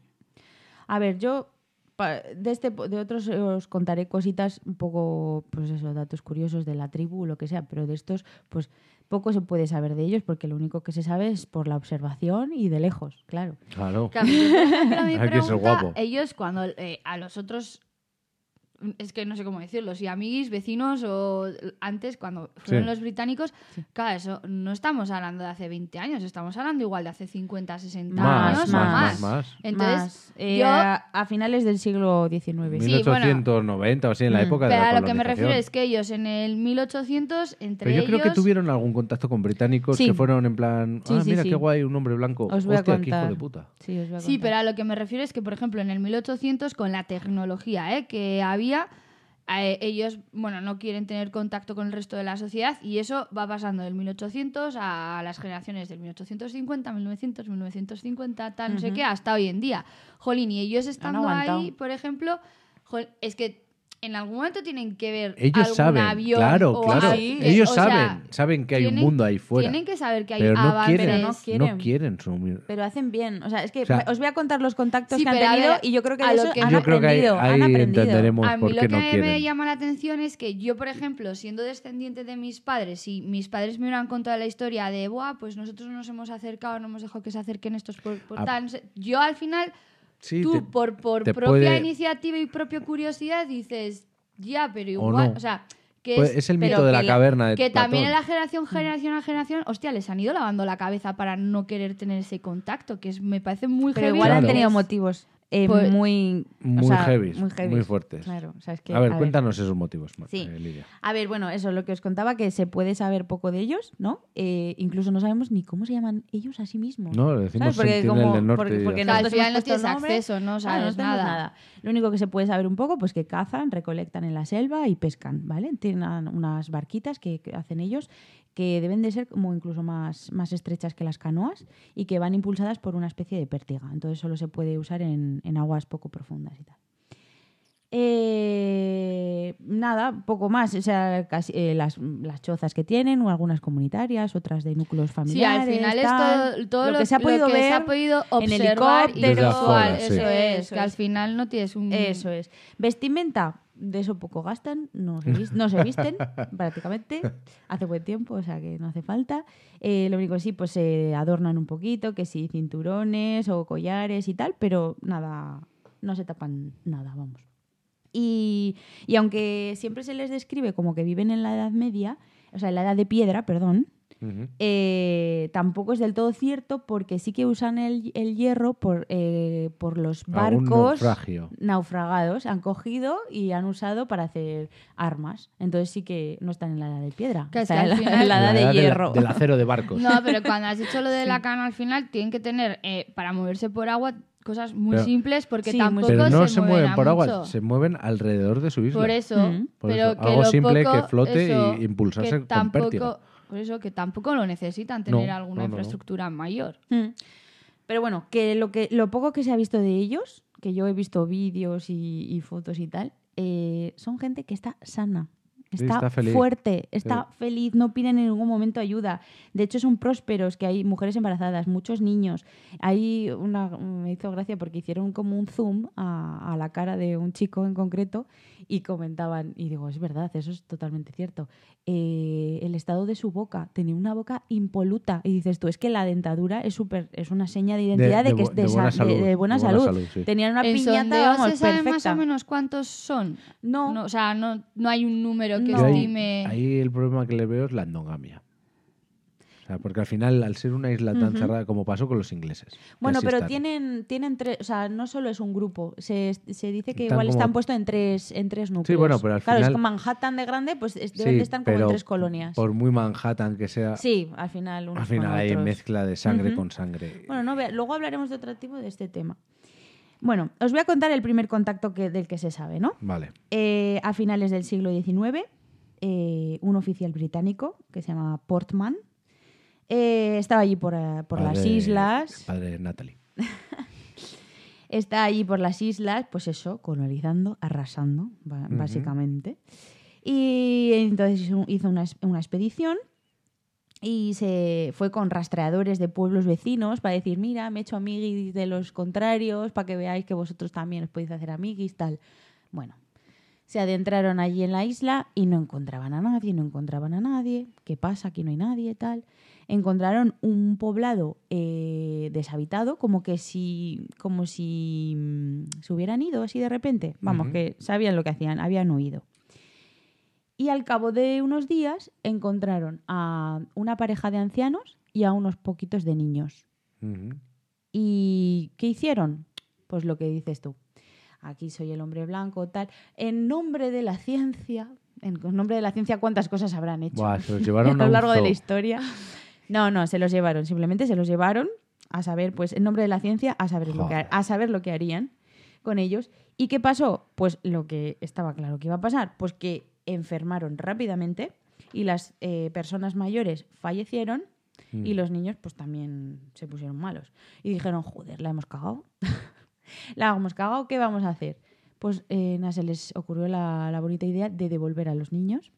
[SPEAKER 3] A ver, yo pa- de este po- de otros eh, os contaré cositas un poco, pues eso, datos curiosos de la tribu, lo que sea, pero de estos, pues poco se puede saber de ellos porque lo único que se sabe es por la observación y de lejos, claro.
[SPEAKER 1] Claro.
[SPEAKER 2] Claro, yo, por ejemplo, mi
[SPEAKER 1] Hay que ser
[SPEAKER 2] pregunta,
[SPEAKER 1] guapo.
[SPEAKER 2] Ellos cuando eh, a los otros es que no sé cómo decirlo, si amiguis, vecinos o antes cuando fueron
[SPEAKER 1] Sí.
[SPEAKER 2] los británicos, claro, eso no estamos hablando de hace 20 años, estamos hablando igual de hace 50, 60
[SPEAKER 1] Más,
[SPEAKER 2] años o
[SPEAKER 3] más,
[SPEAKER 2] más.
[SPEAKER 1] más, más.
[SPEAKER 2] Entonces,
[SPEAKER 3] Más, eh,
[SPEAKER 2] yo-
[SPEAKER 3] a, a finales del siglo XIX.
[SPEAKER 2] Sí, bueno.
[SPEAKER 1] 1890 o así, en la
[SPEAKER 3] Mm.
[SPEAKER 1] época de
[SPEAKER 2] pero
[SPEAKER 1] la
[SPEAKER 2] a lo que me
[SPEAKER 1] colonización.
[SPEAKER 2] refiero es que ellos en el 1800 entre
[SPEAKER 1] Pero yo creo
[SPEAKER 2] ellos
[SPEAKER 1] que tuvieron algún contacto con británicos
[SPEAKER 3] Sí.
[SPEAKER 1] que fueron en plan,
[SPEAKER 3] Sí,
[SPEAKER 1] ah,
[SPEAKER 3] sí,
[SPEAKER 1] mira
[SPEAKER 3] sí.
[SPEAKER 1] qué guay, un hombre blanco.
[SPEAKER 3] Os voy a
[SPEAKER 1] Hostia, qué hijo
[SPEAKER 3] contar.
[SPEAKER 1] de puta.
[SPEAKER 3] Sí, os voy a
[SPEAKER 2] Sí,
[SPEAKER 3] contar.
[SPEAKER 2] pero a lo que me refiero es que, por ejemplo, en el 1800, con la tecnología ¿eh? que había, eh, ellos bueno, no quieren tener contacto con el resto de la sociedad y eso va pasando del 1800 a las generaciones del 1850, 1900, 1950, tal, no sé
[SPEAKER 3] Ujú.
[SPEAKER 2] qué, hasta hoy en día. Jolín, y ellos estando
[SPEAKER 3] aguantado.
[SPEAKER 2] ahí, por ejemplo, jol- es que en algún momento tienen que ver
[SPEAKER 1] Ellos
[SPEAKER 2] algún
[SPEAKER 1] saben,
[SPEAKER 2] avión
[SPEAKER 1] claro,
[SPEAKER 2] o
[SPEAKER 1] claro.
[SPEAKER 2] algo
[SPEAKER 3] Sí.
[SPEAKER 2] que-
[SPEAKER 1] Ellos
[SPEAKER 2] o sea,
[SPEAKER 1] saben, saben que hay un
[SPEAKER 2] tienen-
[SPEAKER 1] mundo ahí fuera.
[SPEAKER 2] Tienen que saber que hay
[SPEAKER 1] pero no
[SPEAKER 2] avances.
[SPEAKER 1] quieren,
[SPEAKER 3] Pero no quieren.
[SPEAKER 1] no quieren sumir.
[SPEAKER 3] Pero hacen bien. O sea, es que
[SPEAKER 1] O sea,
[SPEAKER 3] os voy a contar los contactos
[SPEAKER 2] sí,
[SPEAKER 3] que han
[SPEAKER 2] pero a
[SPEAKER 3] tenido
[SPEAKER 2] ver,
[SPEAKER 3] y yo creo que
[SPEAKER 2] a
[SPEAKER 3] de
[SPEAKER 2] lo
[SPEAKER 3] eso
[SPEAKER 2] que-
[SPEAKER 3] han
[SPEAKER 1] Yo creo que ahí,
[SPEAKER 3] aprendido. han
[SPEAKER 1] ahí
[SPEAKER 3] aprendido.
[SPEAKER 1] entenderemos
[SPEAKER 2] A mí
[SPEAKER 1] por
[SPEAKER 2] lo
[SPEAKER 1] qué
[SPEAKER 2] que
[SPEAKER 1] no
[SPEAKER 2] me
[SPEAKER 1] quieren.
[SPEAKER 2] llama la atención es que yo, por ejemplo, siendo descendiente de mis padres, y mis padres me hubieran contado la historia de, Buah, pues nosotros nos hemos acercado, no hemos dejado que se acerquen estos por, por
[SPEAKER 1] Ah.
[SPEAKER 2] tal", no sé. Yo al final,
[SPEAKER 1] Sí,
[SPEAKER 2] tú
[SPEAKER 1] te-
[SPEAKER 3] pues,
[SPEAKER 2] por, por
[SPEAKER 1] te
[SPEAKER 2] propia
[SPEAKER 1] puede-
[SPEAKER 2] iniciativa y propia curiosidad dices, ya, pero
[SPEAKER 1] O
[SPEAKER 2] igual, o,
[SPEAKER 1] no.
[SPEAKER 2] sea, que
[SPEAKER 1] pues,
[SPEAKER 2] es-
[SPEAKER 1] es el Mm.
[SPEAKER 3] pero
[SPEAKER 1] mito de la
[SPEAKER 3] que-
[SPEAKER 1] caverna de
[SPEAKER 2] que también en
[SPEAKER 1] Platón.
[SPEAKER 2] la generación, generación a generación, hostia, les han ido lavando la cabeza para no querer tener ese contacto, que es- me parece muy
[SPEAKER 3] Pero
[SPEAKER 2] heavy
[SPEAKER 3] igual han
[SPEAKER 1] Claro.
[SPEAKER 2] porque
[SPEAKER 3] tenido
[SPEAKER 2] es-
[SPEAKER 3] motivos eh,
[SPEAKER 2] Pues-
[SPEAKER 3] muy, o
[SPEAKER 1] Muy
[SPEAKER 3] sea,
[SPEAKER 1] heavies,
[SPEAKER 3] muy heavies.
[SPEAKER 1] muy fuertes.
[SPEAKER 3] Claro, o sea, es que,
[SPEAKER 1] a ver, cuéntanos esos motivos, Ma-
[SPEAKER 3] Sí.
[SPEAKER 1] eh, Lidia.
[SPEAKER 3] A ver, bueno, eso, lo que os contaba, que se puede saber poco de ellos, ¿no? Eh, incluso no sabemos ni cómo se llaman ellos a sí mismos.
[SPEAKER 1] No, le decimos
[SPEAKER 3] ¿Sabes? Porque
[SPEAKER 1] Sentinel
[SPEAKER 3] como-
[SPEAKER 1] del Norte.
[SPEAKER 3] porque-
[SPEAKER 1] y ya
[SPEAKER 3] porque
[SPEAKER 1] está.
[SPEAKER 2] Claro, al
[SPEAKER 3] Nosotros
[SPEAKER 2] final
[SPEAKER 3] hemos
[SPEAKER 2] no
[SPEAKER 3] puesto el
[SPEAKER 2] tienes
[SPEAKER 3] nombre,
[SPEAKER 2] acceso, no
[SPEAKER 3] Claro, Ah, no
[SPEAKER 2] sabes
[SPEAKER 3] tenemos nada. Lo único que se puede saber un poco, pues que cazan, recolectan en la selva y pescan, ¿vale? Tienen unas barquitas que que hacen ellos que deben de ser como incluso más, más estrechas que las canoas y que van impulsadas por una especie de pértiga. Entonces solo se puede usar en, en aguas poco profundas y tal. Eh, nada, poco más. O sea, casi, eh, las, las chozas que tienen, o algunas comunitarias, otras de núcleos
[SPEAKER 2] Sí,
[SPEAKER 3] familiares.
[SPEAKER 2] al final
[SPEAKER 3] tal.
[SPEAKER 2] es todo, todo
[SPEAKER 3] lo, que se ha podido
[SPEAKER 2] que se
[SPEAKER 3] ver
[SPEAKER 2] ha podido
[SPEAKER 3] en
[SPEAKER 2] observar y
[SPEAKER 3] helicópteros.
[SPEAKER 1] Desde afuera,
[SPEAKER 2] visual,
[SPEAKER 1] sí.
[SPEAKER 2] Eso es,
[SPEAKER 3] Eso
[SPEAKER 2] que al
[SPEAKER 3] es.
[SPEAKER 2] final no tienes un...
[SPEAKER 3] Eso es. Vestimenta, de eso poco gastan, no se, vis- no se visten prácticamente, hace buen tiempo, o sea que no hace falta. Eh, lo único que sí, pues se adornan un poquito, que sí, cinturones o collares y tal, pero nada, no se tapan nada, vamos. Y, y aunque siempre se les describe como que viven en la Edad Media, o sea, en la Edad de Piedra, perdón,
[SPEAKER 1] Ujú.
[SPEAKER 3] eh, tampoco es del todo cierto porque sí que usan el, el hierro por, eh, por los
[SPEAKER 1] Algún
[SPEAKER 3] barcos
[SPEAKER 1] naufragio.
[SPEAKER 3] naufragados han cogido y han usado para hacer armas. Entonces sí que no están en la edad de piedra,
[SPEAKER 2] Que es
[SPEAKER 3] están
[SPEAKER 2] que
[SPEAKER 3] en la,
[SPEAKER 2] al final-
[SPEAKER 3] en la edad de
[SPEAKER 1] del-
[SPEAKER 3] hierro.
[SPEAKER 1] Del acero de barcos.
[SPEAKER 2] No, pero cuando has dicho lo de la cana al final, tienen que tener, eh, para moverse por agua, cosas muy
[SPEAKER 1] Pero-
[SPEAKER 2] simples porque
[SPEAKER 3] Sí, muy
[SPEAKER 2] tampoco
[SPEAKER 1] pero no se,
[SPEAKER 2] mueven
[SPEAKER 1] mueven
[SPEAKER 2] a
[SPEAKER 1] por
[SPEAKER 2] mucho.
[SPEAKER 1] agua, se mueven alrededor de su isla.
[SPEAKER 2] Por eso,
[SPEAKER 3] Mm.
[SPEAKER 1] Por
[SPEAKER 2] pero
[SPEAKER 1] eso,
[SPEAKER 2] que
[SPEAKER 1] algo
[SPEAKER 2] lo
[SPEAKER 1] simple
[SPEAKER 2] poco-
[SPEAKER 1] que flote
[SPEAKER 2] eso,
[SPEAKER 1] y impulsarse
[SPEAKER 2] que
[SPEAKER 1] con
[SPEAKER 2] tampoco,
[SPEAKER 1] pértiga.
[SPEAKER 2] Por eso que tampoco lo necesitan tener
[SPEAKER 1] No,
[SPEAKER 2] alguna
[SPEAKER 1] no, no, no.
[SPEAKER 2] infraestructura mayor.
[SPEAKER 3] Mm. Pero bueno, que lo, que lo poco que se ha visto de ellos, que yo he visto vídeos y, y fotos y tal, eh, son gente que está sana.
[SPEAKER 1] Sí,
[SPEAKER 3] Está,
[SPEAKER 1] está feliz.
[SPEAKER 3] fuerte, está feliz, no piden en ningún momento ayuda. De hecho, son prósperos, que hay mujeres embarazadas, muchos niños. Hay una, me hizo gracia porque hicieron como un zoom a, a la cara de un chico en concreto y comentaban, y digo, es verdad, eso es totalmente cierto. Eh, el estado de su boca, tenía una boca impoluta. Y dices tú, es que la dentadura es, súper es una seña de identidad de,
[SPEAKER 1] de
[SPEAKER 3] que
[SPEAKER 1] bu-
[SPEAKER 3] es de,
[SPEAKER 1] de
[SPEAKER 3] sa-
[SPEAKER 1] buena
[SPEAKER 3] de-
[SPEAKER 1] salud,
[SPEAKER 3] de buena
[SPEAKER 1] de buena
[SPEAKER 3] salud.
[SPEAKER 1] salud, sí.
[SPEAKER 3] Tenían una
[SPEAKER 2] en
[SPEAKER 3] piñata,
[SPEAKER 2] sondeo
[SPEAKER 3] vamos,
[SPEAKER 2] se sabe más
[SPEAKER 3] perfecta.
[SPEAKER 2] o menos cuántos son.
[SPEAKER 3] No,
[SPEAKER 2] No, o sea, no, no hay un número que
[SPEAKER 3] No.
[SPEAKER 1] Yo ahí-
[SPEAKER 2] estime.
[SPEAKER 1] Ahí el problema que le veo es la endogamia. O sea, porque al final, al ser una isla tan cerrada como pasó con los ingleses. que
[SPEAKER 3] bueno,
[SPEAKER 1] así
[SPEAKER 3] pero
[SPEAKER 1] están.
[SPEAKER 3] tienen, tienen tres, o sea, no solo es un grupo, se, se dice que
[SPEAKER 1] Están
[SPEAKER 3] igual
[SPEAKER 1] como-
[SPEAKER 3] están puestos en tres, en tres núcleos.
[SPEAKER 1] bueno, pero al
[SPEAKER 3] claro, es
[SPEAKER 1] final-
[SPEAKER 3] que Manhattan de grande, pues es-
[SPEAKER 1] Sí,
[SPEAKER 3] deben de estar como en
[SPEAKER 1] pero
[SPEAKER 3] tres colonias.
[SPEAKER 1] Por muy Manhattan que sea,
[SPEAKER 3] Sí, al final unos
[SPEAKER 1] al final
[SPEAKER 3] con
[SPEAKER 1] hay
[SPEAKER 3] otros.
[SPEAKER 1] mezcla de sangre
[SPEAKER 3] Ujú.
[SPEAKER 1] con sangre.
[SPEAKER 3] Bueno, no, vea- luego hablaremos de otro tipo de este tema. Bueno, os voy a contar el primer contacto que, del que se sabe, ¿no?
[SPEAKER 1] Vale.
[SPEAKER 3] Eh, a finales del siglo XIX, eh, un oficial británico que se llama Portman eh, estaba allí por, eh, por las
[SPEAKER 1] Padre-
[SPEAKER 3] islas.
[SPEAKER 1] Padre de Natalie.
[SPEAKER 3] Está allí por las islas, pues eso, colonizando, arrasando, ba-
[SPEAKER 1] Ujú.
[SPEAKER 3] básicamente. Y entonces hizo- hizo una, ex- una expedición y se fue con rastreadores de pueblos vecinos para decir, mira, me he hecho amiguis de los contrarios, para que veáis que vosotros también os podéis hacer amiguis, tal. Bueno, se adentraron allí en la isla y no encontraban a nadie, no encontraban a nadie. ¿Qué pasa? Aquí no hay nadie, tal. Encontraron un poblado eh, deshabitado, como que si, como si mm, se hubieran ido así de repente. Vamos,
[SPEAKER 1] Ujú.
[SPEAKER 3] que sabían lo que hacían, habían huido. Y al cabo de unos días encontraron a una pareja de ancianos y a unos poquitos de niños.
[SPEAKER 1] Ujú.
[SPEAKER 3] ¿Y qué hicieron? Pues lo que dices tú. Aquí soy el hombre blanco, tal. En nombre de la ciencia, en nombre de la ciencia, ¿cuántas cosas habrán hecho
[SPEAKER 1] Buah, se los
[SPEAKER 3] a
[SPEAKER 1] llevaron a
[SPEAKER 3] lo
[SPEAKER 1] un
[SPEAKER 3] largo de la
[SPEAKER 1] zoo.
[SPEAKER 3] historia? No, no, se los llevaron. Simplemente se los llevaron a saber, pues, en nombre de la ciencia, a saber, lo que,
[SPEAKER 1] Joder.
[SPEAKER 3] a saber lo que harían con ellos. ¿Y qué pasó? Pues lo que estaba claro que iba a pasar, pues que enfermaron rápidamente y las eh, personas mayores fallecieron y
[SPEAKER 1] Mm.
[SPEAKER 3] los niños pues también se pusieron malos. Y dijeron, joder, la hemos cagado. la hemos cagado, ¿qué vamos a hacer? Pues eh, nada, se les ocurrió la, la bonita idea de devolver a los niños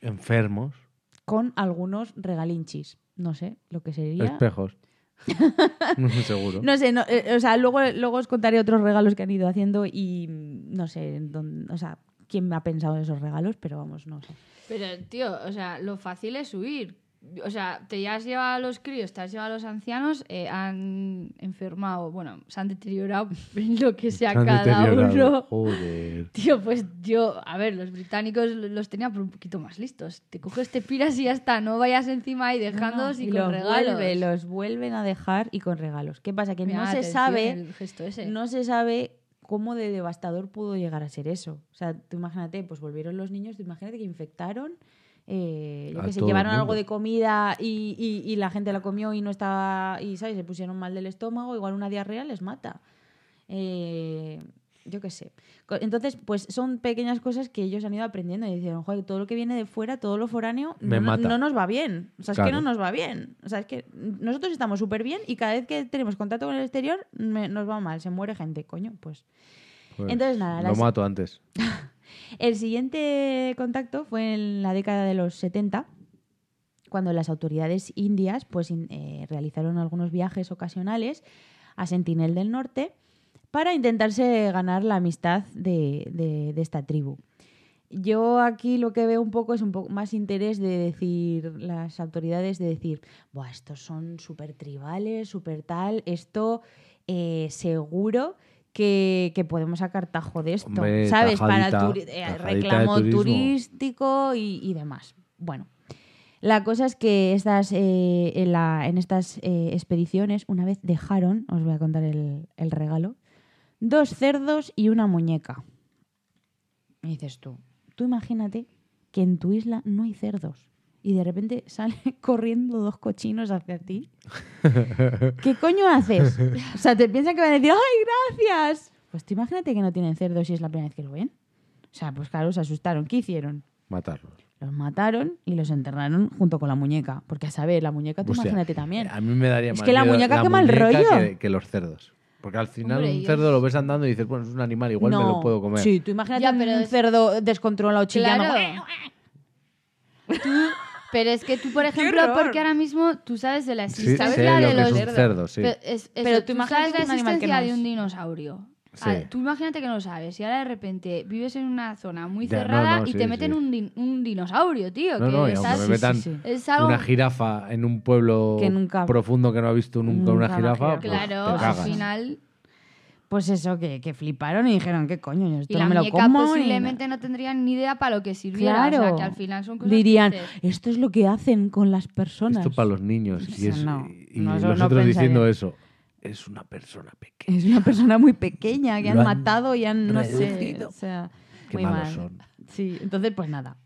[SPEAKER 1] Enfermos.
[SPEAKER 3] con algunos regalinchis. No sé lo que sería.
[SPEAKER 1] Espejos. Seguro.
[SPEAKER 3] No sé, no, eh, o sea, luego, luego os contaré otros regalos que han ido haciendo y mm, no sé, en dónde- o sea, quién me ha pensado en esos regalos, pero vamos, no sé.
[SPEAKER 2] Pero, tío, o sea, lo fácil es huir. O sea, te has llevado a los críos, te has llevado a los ancianos, eh, han enfermado, bueno, se han deteriorado en lo que sea
[SPEAKER 1] Se han
[SPEAKER 2] cada
[SPEAKER 1] deteriorado.
[SPEAKER 2] uno.
[SPEAKER 1] Joder.
[SPEAKER 2] Tío, pues yo, a ver, los británicos los tenía por un poquito más listos. Te coges, te piras y ya está, no vayas encima ahí dejándolos y, con
[SPEAKER 3] los
[SPEAKER 2] regalos.
[SPEAKER 3] vuelve- los vuelven a dejar y con regalos. ¿Qué pasa? Que
[SPEAKER 2] Me
[SPEAKER 3] no
[SPEAKER 2] llama la
[SPEAKER 3] se
[SPEAKER 2] atención eh.
[SPEAKER 3] sabe.
[SPEAKER 2] el gesto ese.
[SPEAKER 3] No se sabe cómo de devastador pudo llegar a ser eso. O sea, tú imagínate, pues volvieron los niños, tú imagínate que infectaron, eh, yo
[SPEAKER 1] A
[SPEAKER 3] que sé,
[SPEAKER 1] todo el
[SPEAKER 3] llevaron algo
[SPEAKER 1] mundo.
[SPEAKER 3] de comida y, y- y la gente la comió y no estaba, y ¿sabes? Se pusieron mal del estómago, igual una diarrea les mata. Eh, yo qué sé. Co- Entonces, pues son pequeñas cosas que ellos han ido aprendiendo y dicen, joder, todo lo que viene de fuera, todo lo foráneo,
[SPEAKER 1] Me
[SPEAKER 3] no, no-
[SPEAKER 1] mata.
[SPEAKER 3] no nos va bien. O sea, es que
[SPEAKER 1] Claro.
[SPEAKER 3] no nos va bien. O sea, es que nosotros estamos súper bien y cada vez que tenemos contacto con el exterior me- nos va mal, se muere gente, coño. Pues
[SPEAKER 1] Pues,
[SPEAKER 3] Entonces, nada,
[SPEAKER 1] Lo
[SPEAKER 3] las-
[SPEAKER 1] mato antes.
[SPEAKER 3] el siguiente contacto fue en la década de los 70, cuando las autoridades indias pues, in- eh, realizaron algunos viajes ocasionales a Sentinel del Norte para intentarse ganar la amistad de, de- de esta tribu. Yo aquí lo que veo un poco es un poco más interés de decir, las autoridades de decir, Buah, estos son súper tribales, súper tal, esto eh, seguro que, que podemos sacar tajo de esto,
[SPEAKER 1] Hombre,
[SPEAKER 3] ¿sabes? Para
[SPEAKER 1] tajadita,
[SPEAKER 3] turi- eh,
[SPEAKER 1] tajadita de
[SPEAKER 3] reclamo
[SPEAKER 1] turismo.
[SPEAKER 3] turístico y, y demás. Bueno, la cosa es que estas, eh, en, la- en estas eh, expediciones una vez dejaron, os voy a contar el, el regalo, dos cerdos y una muñeca. Y dices tú, tú imagínate que en tu isla no hay cerdos y de repente salen corriendo dos cochinos hacia ti. ¿Qué coño haces? O sea, te piensan que van a decir, ¡ay, gracias! Pues tú imagínate que no tienen cerdos y es la primera vez que lo ven. O sea, pues claro, se asustaron. ¿Qué hicieron?
[SPEAKER 1] Matarlos.
[SPEAKER 3] Los mataron y los enterraron junto con la muñeca. Porque a saber, la muñeca tú
[SPEAKER 1] Hostia, eh,
[SPEAKER 3] imagínate también.
[SPEAKER 1] A mí me daría
[SPEAKER 3] Es
[SPEAKER 1] más
[SPEAKER 3] que la
[SPEAKER 1] miedo
[SPEAKER 3] muñeca quema el rollo.
[SPEAKER 1] Que, que los cerdos. Porque al final
[SPEAKER 2] Hombre,
[SPEAKER 1] un
[SPEAKER 2] yo-
[SPEAKER 1] cerdo lo ves andando y dices, bueno, es un animal, igual me
[SPEAKER 3] No.
[SPEAKER 1] lo puedo comer.
[SPEAKER 3] Sí, tú imagínate
[SPEAKER 2] Ya, pero
[SPEAKER 3] un
[SPEAKER 2] es-
[SPEAKER 3] cerdo descontrolado chillando.
[SPEAKER 2] Claro. Tú- pero es que tú, por ejemplo,
[SPEAKER 3] horror!
[SPEAKER 2] porque ahora mismo tú sabes de la
[SPEAKER 1] Sí,
[SPEAKER 2] existencia
[SPEAKER 1] sé
[SPEAKER 2] de
[SPEAKER 1] lo que es
[SPEAKER 2] los
[SPEAKER 1] un cerdo, sí.
[SPEAKER 2] Pero, es- eso,
[SPEAKER 3] Pero tú
[SPEAKER 2] tú,
[SPEAKER 3] imagínate
[SPEAKER 2] sabes
[SPEAKER 3] que
[SPEAKER 2] la
[SPEAKER 3] es un animal que
[SPEAKER 2] existencia
[SPEAKER 3] no
[SPEAKER 2] de
[SPEAKER 3] es.
[SPEAKER 2] un dinosaurio.
[SPEAKER 1] Sí.
[SPEAKER 2] Ah, tú imagínate que no lo sabes y ahora de repente vives en una zona muy
[SPEAKER 1] Ya, no,
[SPEAKER 2] cerrada
[SPEAKER 1] no,
[SPEAKER 2] y
[SPEAKER 1] sí,
[SPEAKER 2] te meten
[SPEAKER 1] sí.
[SPEAKER 2] un, din- un dinosaurio, tío.
[SPEAKER 1] No,
[SPEAKER 2] que
[SPEAKER 1] no, y
[SPEAKER 2] estás-
[SPEAKER 1] aunque me
[SPEAKER 3] Sí, sí,
[SPEAKER 1] metan
[SPEAKER 3] sí.
[SPEAKER 2] Es algo...
[SPEAKER 1] una jirafa en un pueblo
[SPEAKER 3] Que nunca-
[SPEAKER 1] profundo que no ha visto nunca,
[SPEAKER 3] Nunca
[SPEAKER 1] una
[SPEAKER 3] una
[SPEAKER 1] jirafa,
[SPEAKER 3] jirafa.
[SPEAKER 1] pues,
[SPEAKER 2] Claro,
[SPEAKER 1] te
[SPEAKER 2] al
[SPEAKER 1] cagas.
[SPEAKER 2] final...
[SPEAKER 3] Pues eso, que, que fliparon y dijeron, ¿qué coño? Yo Esto
[SPEAKER 2] Y la
[SPEAKER 3] no me lo
[SPEAKER 2] muñeca
[SPEAKER 3] como. y-
[SPEAKER 2] posiblemente no tendrían ni idea para lo que sirviera.
[SPEAKER 3] Claro.
[SPEAKER 2] O sea, que al final son cosas que
[SPEAKER 3] Dirían,
[SPEAKER 2] dices,
[SPEAKER 3] esto es lo que hacen con las personas.
[SPEAKER 1] Esto para los niños. Y,
[SPEAKER 3] Eso
[SPEAKER 1] es,
[SPEAKER 3] no,
[SPEAKER 1] y
[SPEAKER 3] no, eso no
[SPEAKER 1] nosotros diciendo
[SPEAKER 3] pensaría.
[SPEAKER 1] eso. Es una persona pequeña.
[SPEAKER 3] Es una persona muy pequeña que
[SPEAKER 1] Lo
[SPEAKER 3] han,
[SPEAKER 1] han
[SPEAKER 3] matado y han, no sé,
[SPEAKER 1] reducido.
[SPEAKER 3] o sea,
[SPEAKER 1] Qué
[SPEAKER 3] muy
[SPEAKER 1] malos
[SPEAKER 3] mal.
[SPEAKER 1] son.
[SPEAKER 3] Sí, entonces pues nada.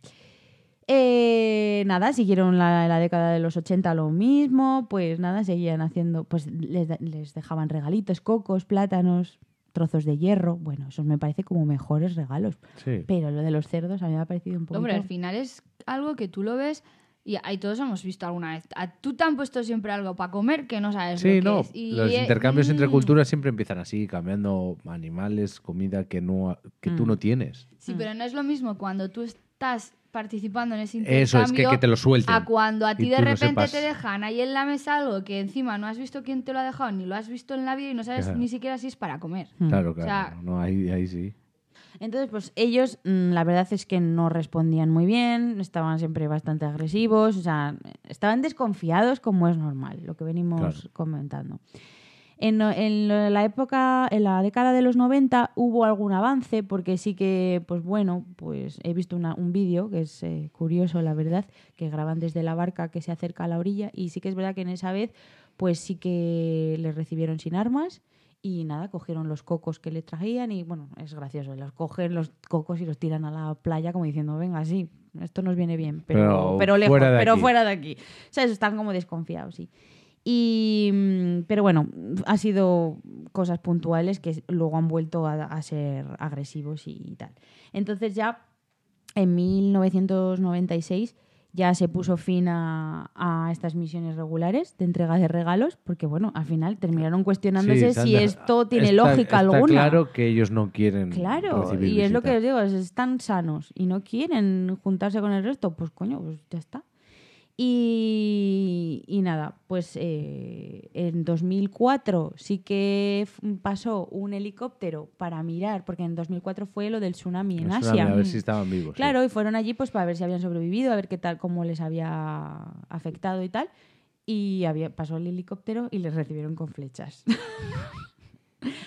[SPEAKER 3] Eh, nada, siguieron la, la década de los 80 lo mismo, pues nada, seguían haciendo, pues les, da- les dejaban regalitos, cocos, plátanos, trozos de hierro, bueno, esos me parece como mejores regalos,
[SPEAKER 1] Sí.
[SPEAKER 3] pero lo de los cerdos a mí me ha parecido un poco...
[SPEAKER 2] Hombre, al final es algo que tú lo ves y ahí todos hemos visto alguna vez. A- tú te han puesto siempre algo para comer que no sabes lo
[SPEAKER 1] Sí,
[SPEAKER 2] que
[SPEAKER 1] no.
[SPEAKER 2] es. Y,
[SPEAKER 1] Los
[SPEAKER 2] eh,
[SPEAKER 1] intercambios entre
[SPEAKER 2] mm,
[SPEAKER 1] culturas siempre empiezan así, cambiando animales, comida que, no, que tú
[SPEAKER 3] Mm.
[SPEAKER 1] no tienes.
[SPEAKER 2] Sí, pero no es lo mismo cuando tú estás participando en ese intercambio
[SPEAKER 1] Eso es que, que te lo suelten.
[SPEAKER 2] a cuando a ti
[SPEAKER 1] y
[SPEAKER 2] de
[SPEAKER 1] tú no
[SPEAKER 2] repente
[SPEAKER 1] sepas.
[SPEAKER 2] te dejan ahí en la mesa algo que encima no has visto quién te lo ha dejado ni lo has visto en la vida y no sabes
[SPEAKER 1] Claro.
[SPEAKER 2] ni siquiera si es para comer.
[SPEAKER 3] Mm.
[SPEAKER 1] Claro, claro.
[SPEAKER 2] sea-
[SPEAKER 1] no, ahí, ahí sí.
[SPEAKER 3] Entonces, pues ellos, mm, la verdad es que no respondían muy bien, estaban siempre bastante agresivos, o sea, estaban desconfiados como es normal, lo que venimos
[SPEAKER 1] Claro.
[SPEAKER 3] comentando. En, no- en lo- la época, en la década de los 90 hubo algún avance, porque sí que, pues bueno, pues he visto una- un vídeo que es eh, curioso, la verdad, que graban desde la barca que se acerca a la orilla, y sí que es verdad que en esa vez, pues sí que les recibieron sin armas, y nada, cogieron los cocos que le traían, y bueno, es gracioso, los cogen los cocos y los tiran a la playa como diciendo, venga, sí, esto nos viene bien, pero,
[SPEAKER 1] Pero
[SPEAKER 3] pero lejos,
[SPEAKER 1] fuera de
[SPEAKER 3] pero
[SPEAKER 1] aquí.
[SPEAKER 3] fuera de aquí. O sea, están como desconfiados, sí. Y, mm, pero bueno, ha sido cosas puntuales que luego han vuelto a, a ser agresivos y tal. Entonces ya en 1996 ya se puso fin a, a estas misiones regulares de entrega de regalos, porque bueno, al final terminaron cuestionándose
[SPEAKER 1] Sí,
[SPEAKER 3] si
[SPEAKER 1] Sandra,
[SPEAKER 3] esto tiene
[SPEAKER 1] está-
[SPEAKER 3] lógica
[SPEAKER 1] está
[SPEAKER 3] alguna.
[SPEAKER 1] Claro que ellos no quieren.
[SPEAKER 3] Claro, y
[SPEAKER 1] recibir
[SPEAKER 3] es lo
[SPEAKER 1] visita.
[SPEAKER 3] que os digo, es- están sanos y no quieren juntarse con el resto, pues coño, pues ya está. Y, y nada, pues eh, en 2004 sí que f- pasó un helicóptero para mirar, porque en 2004 fue lo del tsunami en
[SPEAKER 1] Nos
[SPEAKER 3] Asia.
[SPEAKER 1] suena, A ver si estaban vivos. sí.
[SPEAKER 3] "Ah, mm". Claro, y fueron allí pues para ver si habían sobrevivido, a ver qué tal, cómo les había afectado y tal. Y había, pasó el helicóptero y les recibieron con flechas.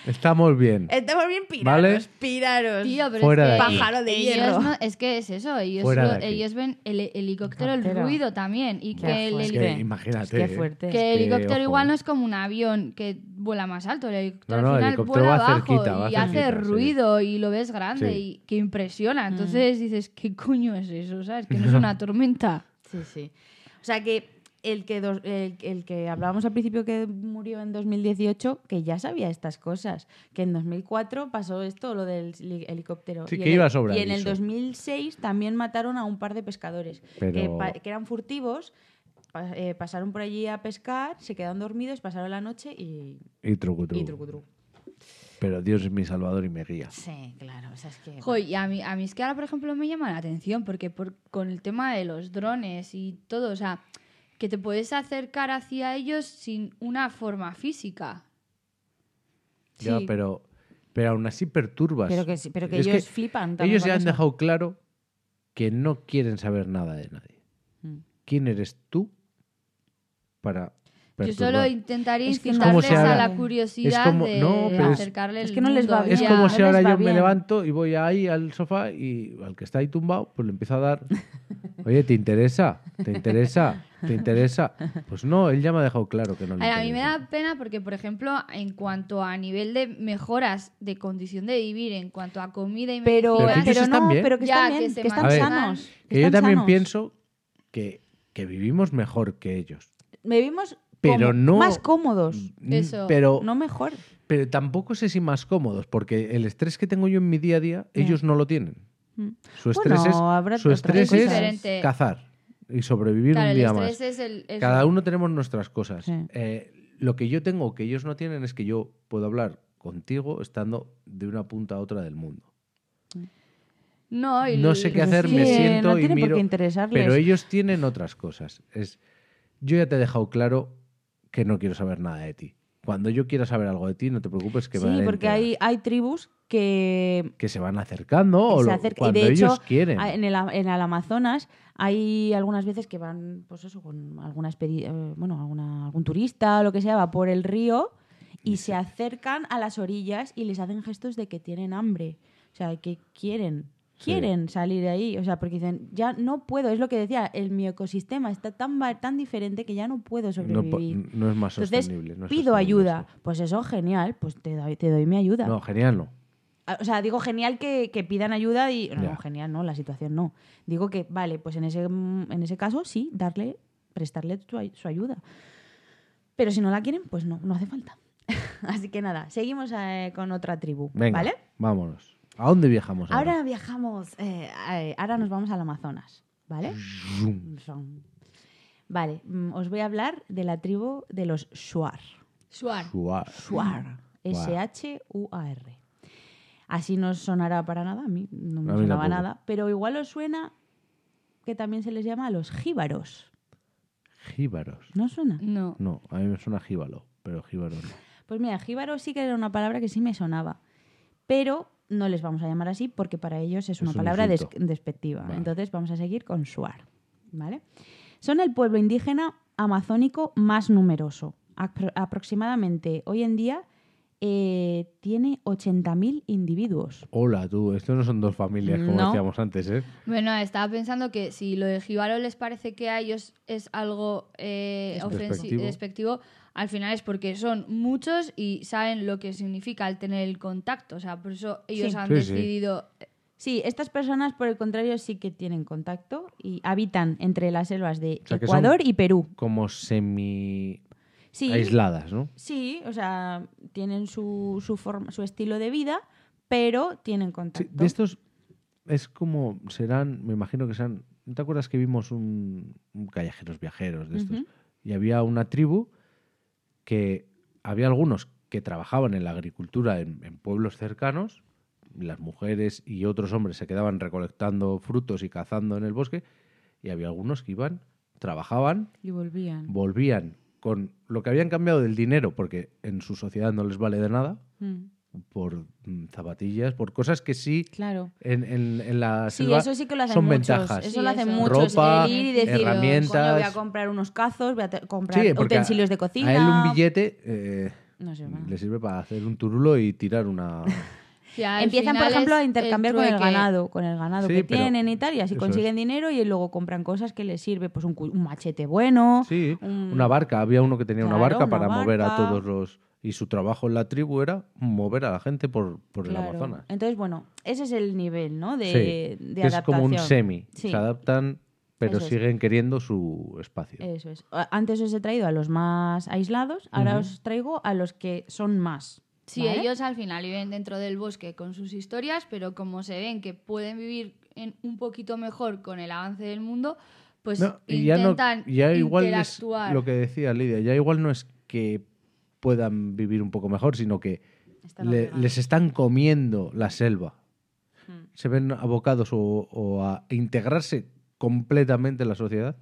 [SPEAKER 1] Estamos bien.
[SPEAKER 3] Estamos bien piraros,
[SPEAKER 1] ¿Vale?
[SPEAKER 3] piraros.
[SPEAKER 2] Tío, pero
[SPEAKER 1] Fuera
[SPEAKER 2] es
[SPEAKER 1] de
[SPEAKER 2] que
[SPEAKER 1] aquí.
[SPEAKER 3] Pájaro de
[SPEAKER 2] ellos
[SPEAKER 3] hierro.
[SPEAKER 2] no- es que es eso, ellos,
[SPEAKER 1] Fuera
[SPEAKER 2] lo-
[SPEAKER 1] de aquí.
[SPEAKER 2] ellos ven el el helicóptero, el
[SPEAKER 3] Helicóptero.
[SPEAKER 2] ruido también. Y
[SPEAKER 3] Ya
[SPEAKER 2] que el,
[SPEAKER 3] fue.
[SPEAKER 1] Es
[SPEAKER 2] heli-
[SPEAKER 1] que
[SPEAKER 3] Fuerte.
[SPEAKER 1] imagínate.
[SPEAKER 3] Qué
[SPEAKER 1] ¿eh?
[SPEAKER 3] fuerte.
[SPEAKER 2] que el
[SPEAKER 1] Es que,
[SPEAKER 2] helicóptero
[SPEAKER 1] ojo.
[SPEAKER 2] igual no es como un avión que vuela más alto, el helicóptero
[SPEAKER 1] No, no,
[SPEAKER 2] al
[SPEAKER 1] el
[SPEAKER 2] final
[SPEAKER 1] helicóptero
[SPEAKER 2] vuela
[SPEAKER 1] va
[SPEAKER 2] abajo
[SPEAKER 1] cerquita, va
[SPEAKER 2] y hace
[SPEAKER 1] cerquita, sí.
[SPEAKER 2] ruido y lo ves grande
[SPEAKER 1] Sí.
[SPEAKER 2] y que impresiona.
[SPEAKER 3] Mm.
[SPEAKER 2] Entonces dices, ¿qué coño es eso? ¿Sabes? Que no es una tormenta.
[SPEAKER 3] Sí, sí. O sea que el que, dos- el, el que hablábamos al principio que murió en 2018, que ya sabía estas cosas, que en 2004 pasó esto, lo del heli- helicóptero.
[SPEAKER 1] Sí,
[SPEAKER 3] Y
[SPEAKER 1] que
[SPEAKER 3] en
[SPEAKER 1] iba
[SPEAKER 3] el-
[SPEAKER 1] sobre
[SPEAKER 3] Y en el
[SPEAKER 1] aviso.
[SPEAKER 3] 2006 también mataron a un par de pescadores, que,
[SPEAKER 1] Pero-
[SPEAKER 3] pa- que eran furtivos, pa- eh, pasaron por allí a pescar, se quedaron dormidos, pasaron la noche y...
[SPEAKER 1] Y truco,
[SPEAKER 3] Y
[SPEAKER 1] truco.
[SPEAKER 3] trucu, trucu.
[SPEAKER 1] Pero Dios es mi salvador y me guía.
[SPEAKER 3] Sí, claro, o sea, es que...
[SPEAKER 2] Jo, y a mí, a mí es que ahora, por ejemplo, me llama la atención porque por- con el tema de los drones y todo, o sea, que te puedes acercar hacia ellos sin una forma física.
[SPEAKER 1] Ya,
[SPEAKER 2] Sí.
[SPEAKER 1] pero, pero aún así perturbas.
[SPEAKER 3] Pero que, sí- pero que
[SPEAKER 1] Es
[SPEAKER 3] ellos flipan también.
[SPEAKER 1] Ellos
[SPEAKER 3] con
[SPEAKER 1] ya han
[SPEAKER 3] eso.
[SPEAKER 1] dejado claro que no quieren saber nada de nadie.
[SPEAKER 3] Mm.
[SPEAKER 1] ¿Quién eres tú para
[SPEAKER 2] Yo solo
[SPEAKER 1] perturbar?
[SPEAKER 2] intentaría
[SPEAKER 3] Es que no-
[SPEAKER 1] como
[SPEAKER 2] incitarles
[SPEAKER 1] si
[SPEAKER 2] a
[SPEAKER 1] ahora-
[SPEAKER 2] la curiosidad
[SPEAKER 1] es como-
[SPEAKER 2] de
[SPEAKER 1] no, pero es-
[SPEAKER 2] acercarle
[SPEAKER 3] Es
[SPEAKER 2] el
[SPEAKER 3] que no les va
[SPEAKER 2] mundo
[SPEAKER 1] Es
[SPEAKER 2] y
[SPEAKER 3] Ya,
[SPEAKER 1] como
[SPEAKER 3] no
[SPEAKER 1] si
[SPEAKER 3] les
[SPEAKER 1] ahora
[SPEAKER 3] va
[SPEAKER 1] yo me
[SPEAKER 3] bien.
[SPEAKER 1] levanto y voy ahí al sofá y al que está ahí tumbado, pues le empiezo a dar. Oye, ¿te interesa? ¿Te interesa? ¿Te interesa? Pues no, él ya me ha dejado claro que no le
[SPEAKER 2] A, ver, a mí me
[SPEAKER 1] interesa.
[SPEAKER 2] da pena porque, por ejemplo, en cuanto a nivel de mejoras de condición de vivir, en cuanto a comida y
[SPEAKER 3] Pero,
[SPEAKER 1] Pero
[SPEAKER 2] medicinas,
[SPEAKER 1] que ellos
[SPEAKER 3] pero
[SPEAKER 1] están
[SPEAKER 3] no,
[SPEAKER 1] bien.
[SPEAKER 3] pero que
[SPEAKER 2] Ya,
[SPEAKER 3] están
[SPEAKER 2] que
[SPEAKER 3] bien,
[SPEAKER 2] se
[SPEAKER 3] que están
[SPEAKER 1] mantengan.
[SPEAKER 3] sanos.
[SPEAKER 1] Que
[SPEAKER 3] están
[SPEAKER 1] yo también
[SPEAKER 3] sanos.
[SPEAKER 1] pienso que, que vivimos mejor que ellos.
[SPEAKER 3] Vivimos
[SPEAKER 1] Pero
[SPEAKER 3] como-
[SPEAKER 1] no-
[SPEAKER 3] más cómodos,
[SPEAKER 1] Mm,
[SPEAKER 2] Eso.
[SPEAKER 1] Pero,
[SPEAKER 3] Pues no mejor.
[SPEAKER 1] pero tampoco sé si más cómodos, porque el estrés que tengo yo en mi día a día, ellos no lo tienen.
[SPEAKER 3] Mm.
[SPEAKER 1] Su estrés
[SPEAKER 3] Bueno, habrá
[SPEAKER 1] es, su
[SPEAKER 3] otras
[SPEAKER 1] estrés
[SPEAKER 2] cosas.
[SPEAKER 1] es
[SPEAKER 2] Diferente.
[SPEAKER 1] cazar y sobrevivir
[SPEAKER 2] claro,
[SPEAKER 1] un
[SPEAKER 2] el
[SPEAKER 1] día
[SPEAKER 2] estrés
[SPEAKER 1] más.
[SPEAKER 2] es el... es-
[SPEAKER 1] Cada uno tenemos nuestras cosas.
[SPEAKER 3] Sí.
[SPEAKER 1] Eh, lo que yo tengo que ellos no tienen es que yo puedo hablar contigo estando de una punta a otra del mundo.
[SPEAKER 2] No, y-
[SPEAKER 1] No sé qué
[SPEAKER 3] Pero
[SPEAKER 1] hacer,
[SPEAKER 3] sí,
[SPEAKER 1] me
[SPEAKER 3] eh,
[SPEAKER 1] siento
[SPEAKER 3] no
[SPEAKER 1] y
[SPEAKER 3] tiene por qué
[SPEAKER 1] miro.
[SPEAKER 3] interesarles.
[SPEAKER 1] pero ellos tienen otras cosas. Es, yo ya te he dejado claro que no quiero saber nada de ti. Cuando yo quiera saber algo de ti, no te preocupes que me
[SPEAKER 3] sí,
[SPEAKER 1] haré
[SPEAKER 3] porque
[SPEAKER 1] enterar.
[SPEAKER 3] hay, hay tribus que
[SPEAKER 1] que se van acercando o
[SPEAKER 3] se
[SPEAKER 1] lo-
[SPEAKER 3] acercan-
[SPEAKER 1] cuando
[SPEAKER 3] y de
[SPEAKER 1] ellos
[SPEAKER 3] hecho,
[SPEAKER 1] quieren.
[SPEAKER 3] a- Ah, En el, a- en el Amazonas hay algunas veces que van, pues eso, con alguna expedi- eh, bueno, alguna- algún turista o lo que sea, va por el río y se acercan a las orillas y les hacen gestos de que tienen hambre, o sea, que quieren.
[SPEAKER 1] Sí.
[SPEAKER 3] Quieren salir de ahí, o sea, porque dicen, ya no puedo, es lo que decía, el, mi ecosistema está tan, va- tan diferente que ya no puedo
[SPEAKER 1] no, po-
[SPEAKER 3] sobrevivir.
[SPEAKER 1] no es más
[SPEAKER 3] Entonces,
[SPEAKER 1] sostenible. no es
[SPEAKER 3] pido
[SPEAKER 1] sostenible
[SPEAKER 3] ayuda.
[SPEAKER 1] esto.
[SPEAKER 3] Pues eso, genial, pues te doy, te doy mi ayuda.
[SPEAKER 1] No, genial, no.
[SPEAKER 3] Ah, O sea, digo genial que, que pidan ayuda y... No,
[SPEAKER 1] Ya.
[SPEAKER 3] genial, no, la situación no. Digo que, vale, pues en ese, mm, en ese caso sí, darle, prestarle tu ay- su ayuda. Pero si no la quieren, pues no, no hace falta. Así que nada, seguimos eh, con otra tribu,
[SPEAKER 1] Venga,
[SPEAKER 3] ¿vale?
[SPEAKER 1] vámonos. ¿A dónde viajamos ahora?
[SPEAKER 3] Ahora viajamos, eh, a- ahora nos vamos al Amazonas, ¿vale?
[SPEAKER 1] Zoom.
[SPEAKER 3] Rum. Vale, mm, os voy a hablar de la tribu de los Shuar.
[SPEAKER 2] Suar.
[SPEAKER 1] Guau.
[SPEAKER 3] Shuar.
[SPEAKER 1] Guau.
[SPEAKER 3] S-H-U-A-R. Así no os sonará para nada, a mí no me
[SPEAKER 1] A mí
[SPEAKER 3] sonaba
[SPEAKER 1] tampoco.
[SPEAKER 3] nada, pero igual os suena que también se les llama a los jíbaros.
[SPEAKER 1] Jíbaros.
[SPEAKER 3] ¿No os suena?
[SPEAKER 2] No.
[SPEAKER 1] No, a mí me suena jíbalo, pero jíbaro no.
[SPEAKER 3] Pues mira, jíbaro sí que era una palabra que sí me sonaba, pero no les vamos a llamar así porque para ellos es,
[SPEAKER 1] Es
[SPEAKER 3] una
[SPEAKER 1] un
[SPEAKER 3] palabra des-
[SPEAKER 1] insulto.
[SPEAKER 3] despectiva.
[SPEAKER 1] Vale.
[SPEAKER 3] Entonces vamos a seguir con Suar. ¿vale? Son el pueblo indígena amazónico más numeroso. Apro- aproximadamente hoy en día eh, tiene 80.000 individuos.
[SPEAKER 1] Hola, tú, esto no son dos familias como
[SPEAKER 3] No.
[SPEAKER 1] decíamos antes, ¿eh?
[SPEAKER 2] Bueno, estaba pensando que si lo de Jíbaro les parece que a ellos es algo eh, ofensi-
[SPEAKER 1] Despectivo.
[SPEAKER 2] despectivo, al final es porque son muchos y saben lo que significa el tener el contacto. O sea, por eso ellos
[SPEAKER 3] Sí.
[SPEAKER 2] han
[SPEAKER 1] Sí, sí.
[SPEAKER 2] decidido.
[SPEAKER 3] Sí, estas personas, por el contrario, sí que tienen contacto y habitan entre las selvas de
[SPEAKER 1] O sea, que son-
[SPEAKER 3] Ecuador y Perú.
[SPEAKER 1] Como semi
[SPEAKER 3] Sí,
[SPEAKER 1] aisladas, ¿no?
[SPEAKER 3] sí, o sea, tienen su, su, forma- su estilo de vida, pero tienen
[SPEAKER 1] Sí,
[SPEAKER 3] contacto.
[SPEAKER 1] de estos es como serán, me imagino que serán. ¿No te acuerdas que vimos un, un callejeros viajeros de estos?
[SPEAKER 3] Ujú.
[SPEAKER 1] Y había una tribu que había algunos que trabajaban en la agricultura en, en pueblos cercanos. Las mujeres y otros hombres se quedaban recolectando frutos y cazando en el bosque. Y había algunos que iban, trabajaban,
[SPEAKER 3] Y volvían.
[SPEAKER 1] volvían con lo que habían cambiado del dinero, porque en su sociedad no les vale de nada,
[SPEAKER 3] Mm,
[SPEAKER 1] por mm, zapatillas, por cosas que sí
[SPEAKER 3] claro.
[SPEAKER 1] en, en- en la
[SPEAKER 3] Sí,
[SPEAKER 1] selva
[SPEAKER 3] eso sí que lo hacen
[SPEAKER 1] son
[SPEAKER 3] muchos.
[SPEAKER 1] ventajas.
[SPEAKER 3] Eso
[SPEAKER 2] Sí,
[SPEAKER 3] lo hacen
[SPEAKER 2] eso.
[SPEAKER 3] muchos.
[SPEAKER 1] Ropa,
[SPEAKER 3] el ir y decir,
[SPEAKER 1] herramientas.
[SPEAKER 3] "Coño, voy a comprar unos cazos, voy a te- comprar
[SPEAKER 1] Sí, porque a-
[SPEAKER 3] utensilios de cocina.
[SPEAKER 1] A él un billete eh,
[SPEAKER 3] No sé, bueno.
[SPEAKER 1] le sirve para hacer un turulo y tirar una...
[SPEAKER 2] que al
[SPEAKER 3] Empiezan, por
[SPEAKER 2] final
[SPEAKER 3] ejemplo,
[SPEAKER 2] es
[SPEAKER 3] a intercambiar con el
[SPEAKER 2] trueque.
[SPEAKER 3] ganado, con el ganado
[SPEAKER 1] Sí,
[SPEAKER 3] que
[SPEAKER 1] pero
[SPEAKER 3] tienen y tal, y así
[SPEAKER 1] eso
[SPEAKER 3] consiguen dinero y luego compran cosas que les sirve, pues un, cu- un machete bueno.
[SPEAKER 1] Sí,
[SPEAKER 3] un-
[SPEAKER 1] una barca. Había uno que tenía una
[SPEAKER 3] Mm. Claro,
[SPEAKER 1] barca
[SPEAKER 3] una
[SPEAKER 1] para mover a
[SPEAKER 3] barca.
[SPEAKER 1] todos los... Y su trabajo en la tribu era mover a la gente por, por el
[SPEAKER 3] Claro.
[SPEAKER 1] Amazonas.
[SPEAKER 3] Entonces, bueno, ese es el nivel, ¿no? De,
[SPEAKER 1] Sí,
[SPEAKER 3] de
[SPEAKER 1] que es como un
[SPEAKER 3] adaptación.
[SPEAKER 1] semi.
[SPEAKER 3] Sí.
[SPEAKER 1] Se adaptan, pero
[SPEAKER 3] Eso Eh, es.
[SPEAKER 1] siguen queriendo su espacio.
[SPEAKER 3] Eso es. A- Antes os he traído a los más aislados, ahora
[SPEAKER 1] Ujú.
[SPEAKER 3] os traigo a los que son más.
[SPEAKER 2] Sí,
[SPEAKER 3] ¿vale?
[SPEAKER 2] ellos al final viven dentro del bosque con sus historias, pero como se ven que pueden vivir en un poquito mejor con el avance del mundo, pues
[SPEAKER 1] No, y ya, no,
[SPEAKER 2] intentan
[SPEAKER 1] ya igual es
[SPEAKER 2] interactuar.
[SPEAKER 1] lo que decía Lidia, ya igual no es que puedan vivir un poco mejor, sino que
[SPEAKER 3] Están
[SPEAKER 1] le-
[SPEAKER 3] obligados.
[SPEAKER 1] les están comiendo la selva.
[SPEAKER 2] Hmm.
[SPEAKER 3] Mm.
[SPEAKER 1] Se ven abocados o, o a integrarse completamente en la sociedad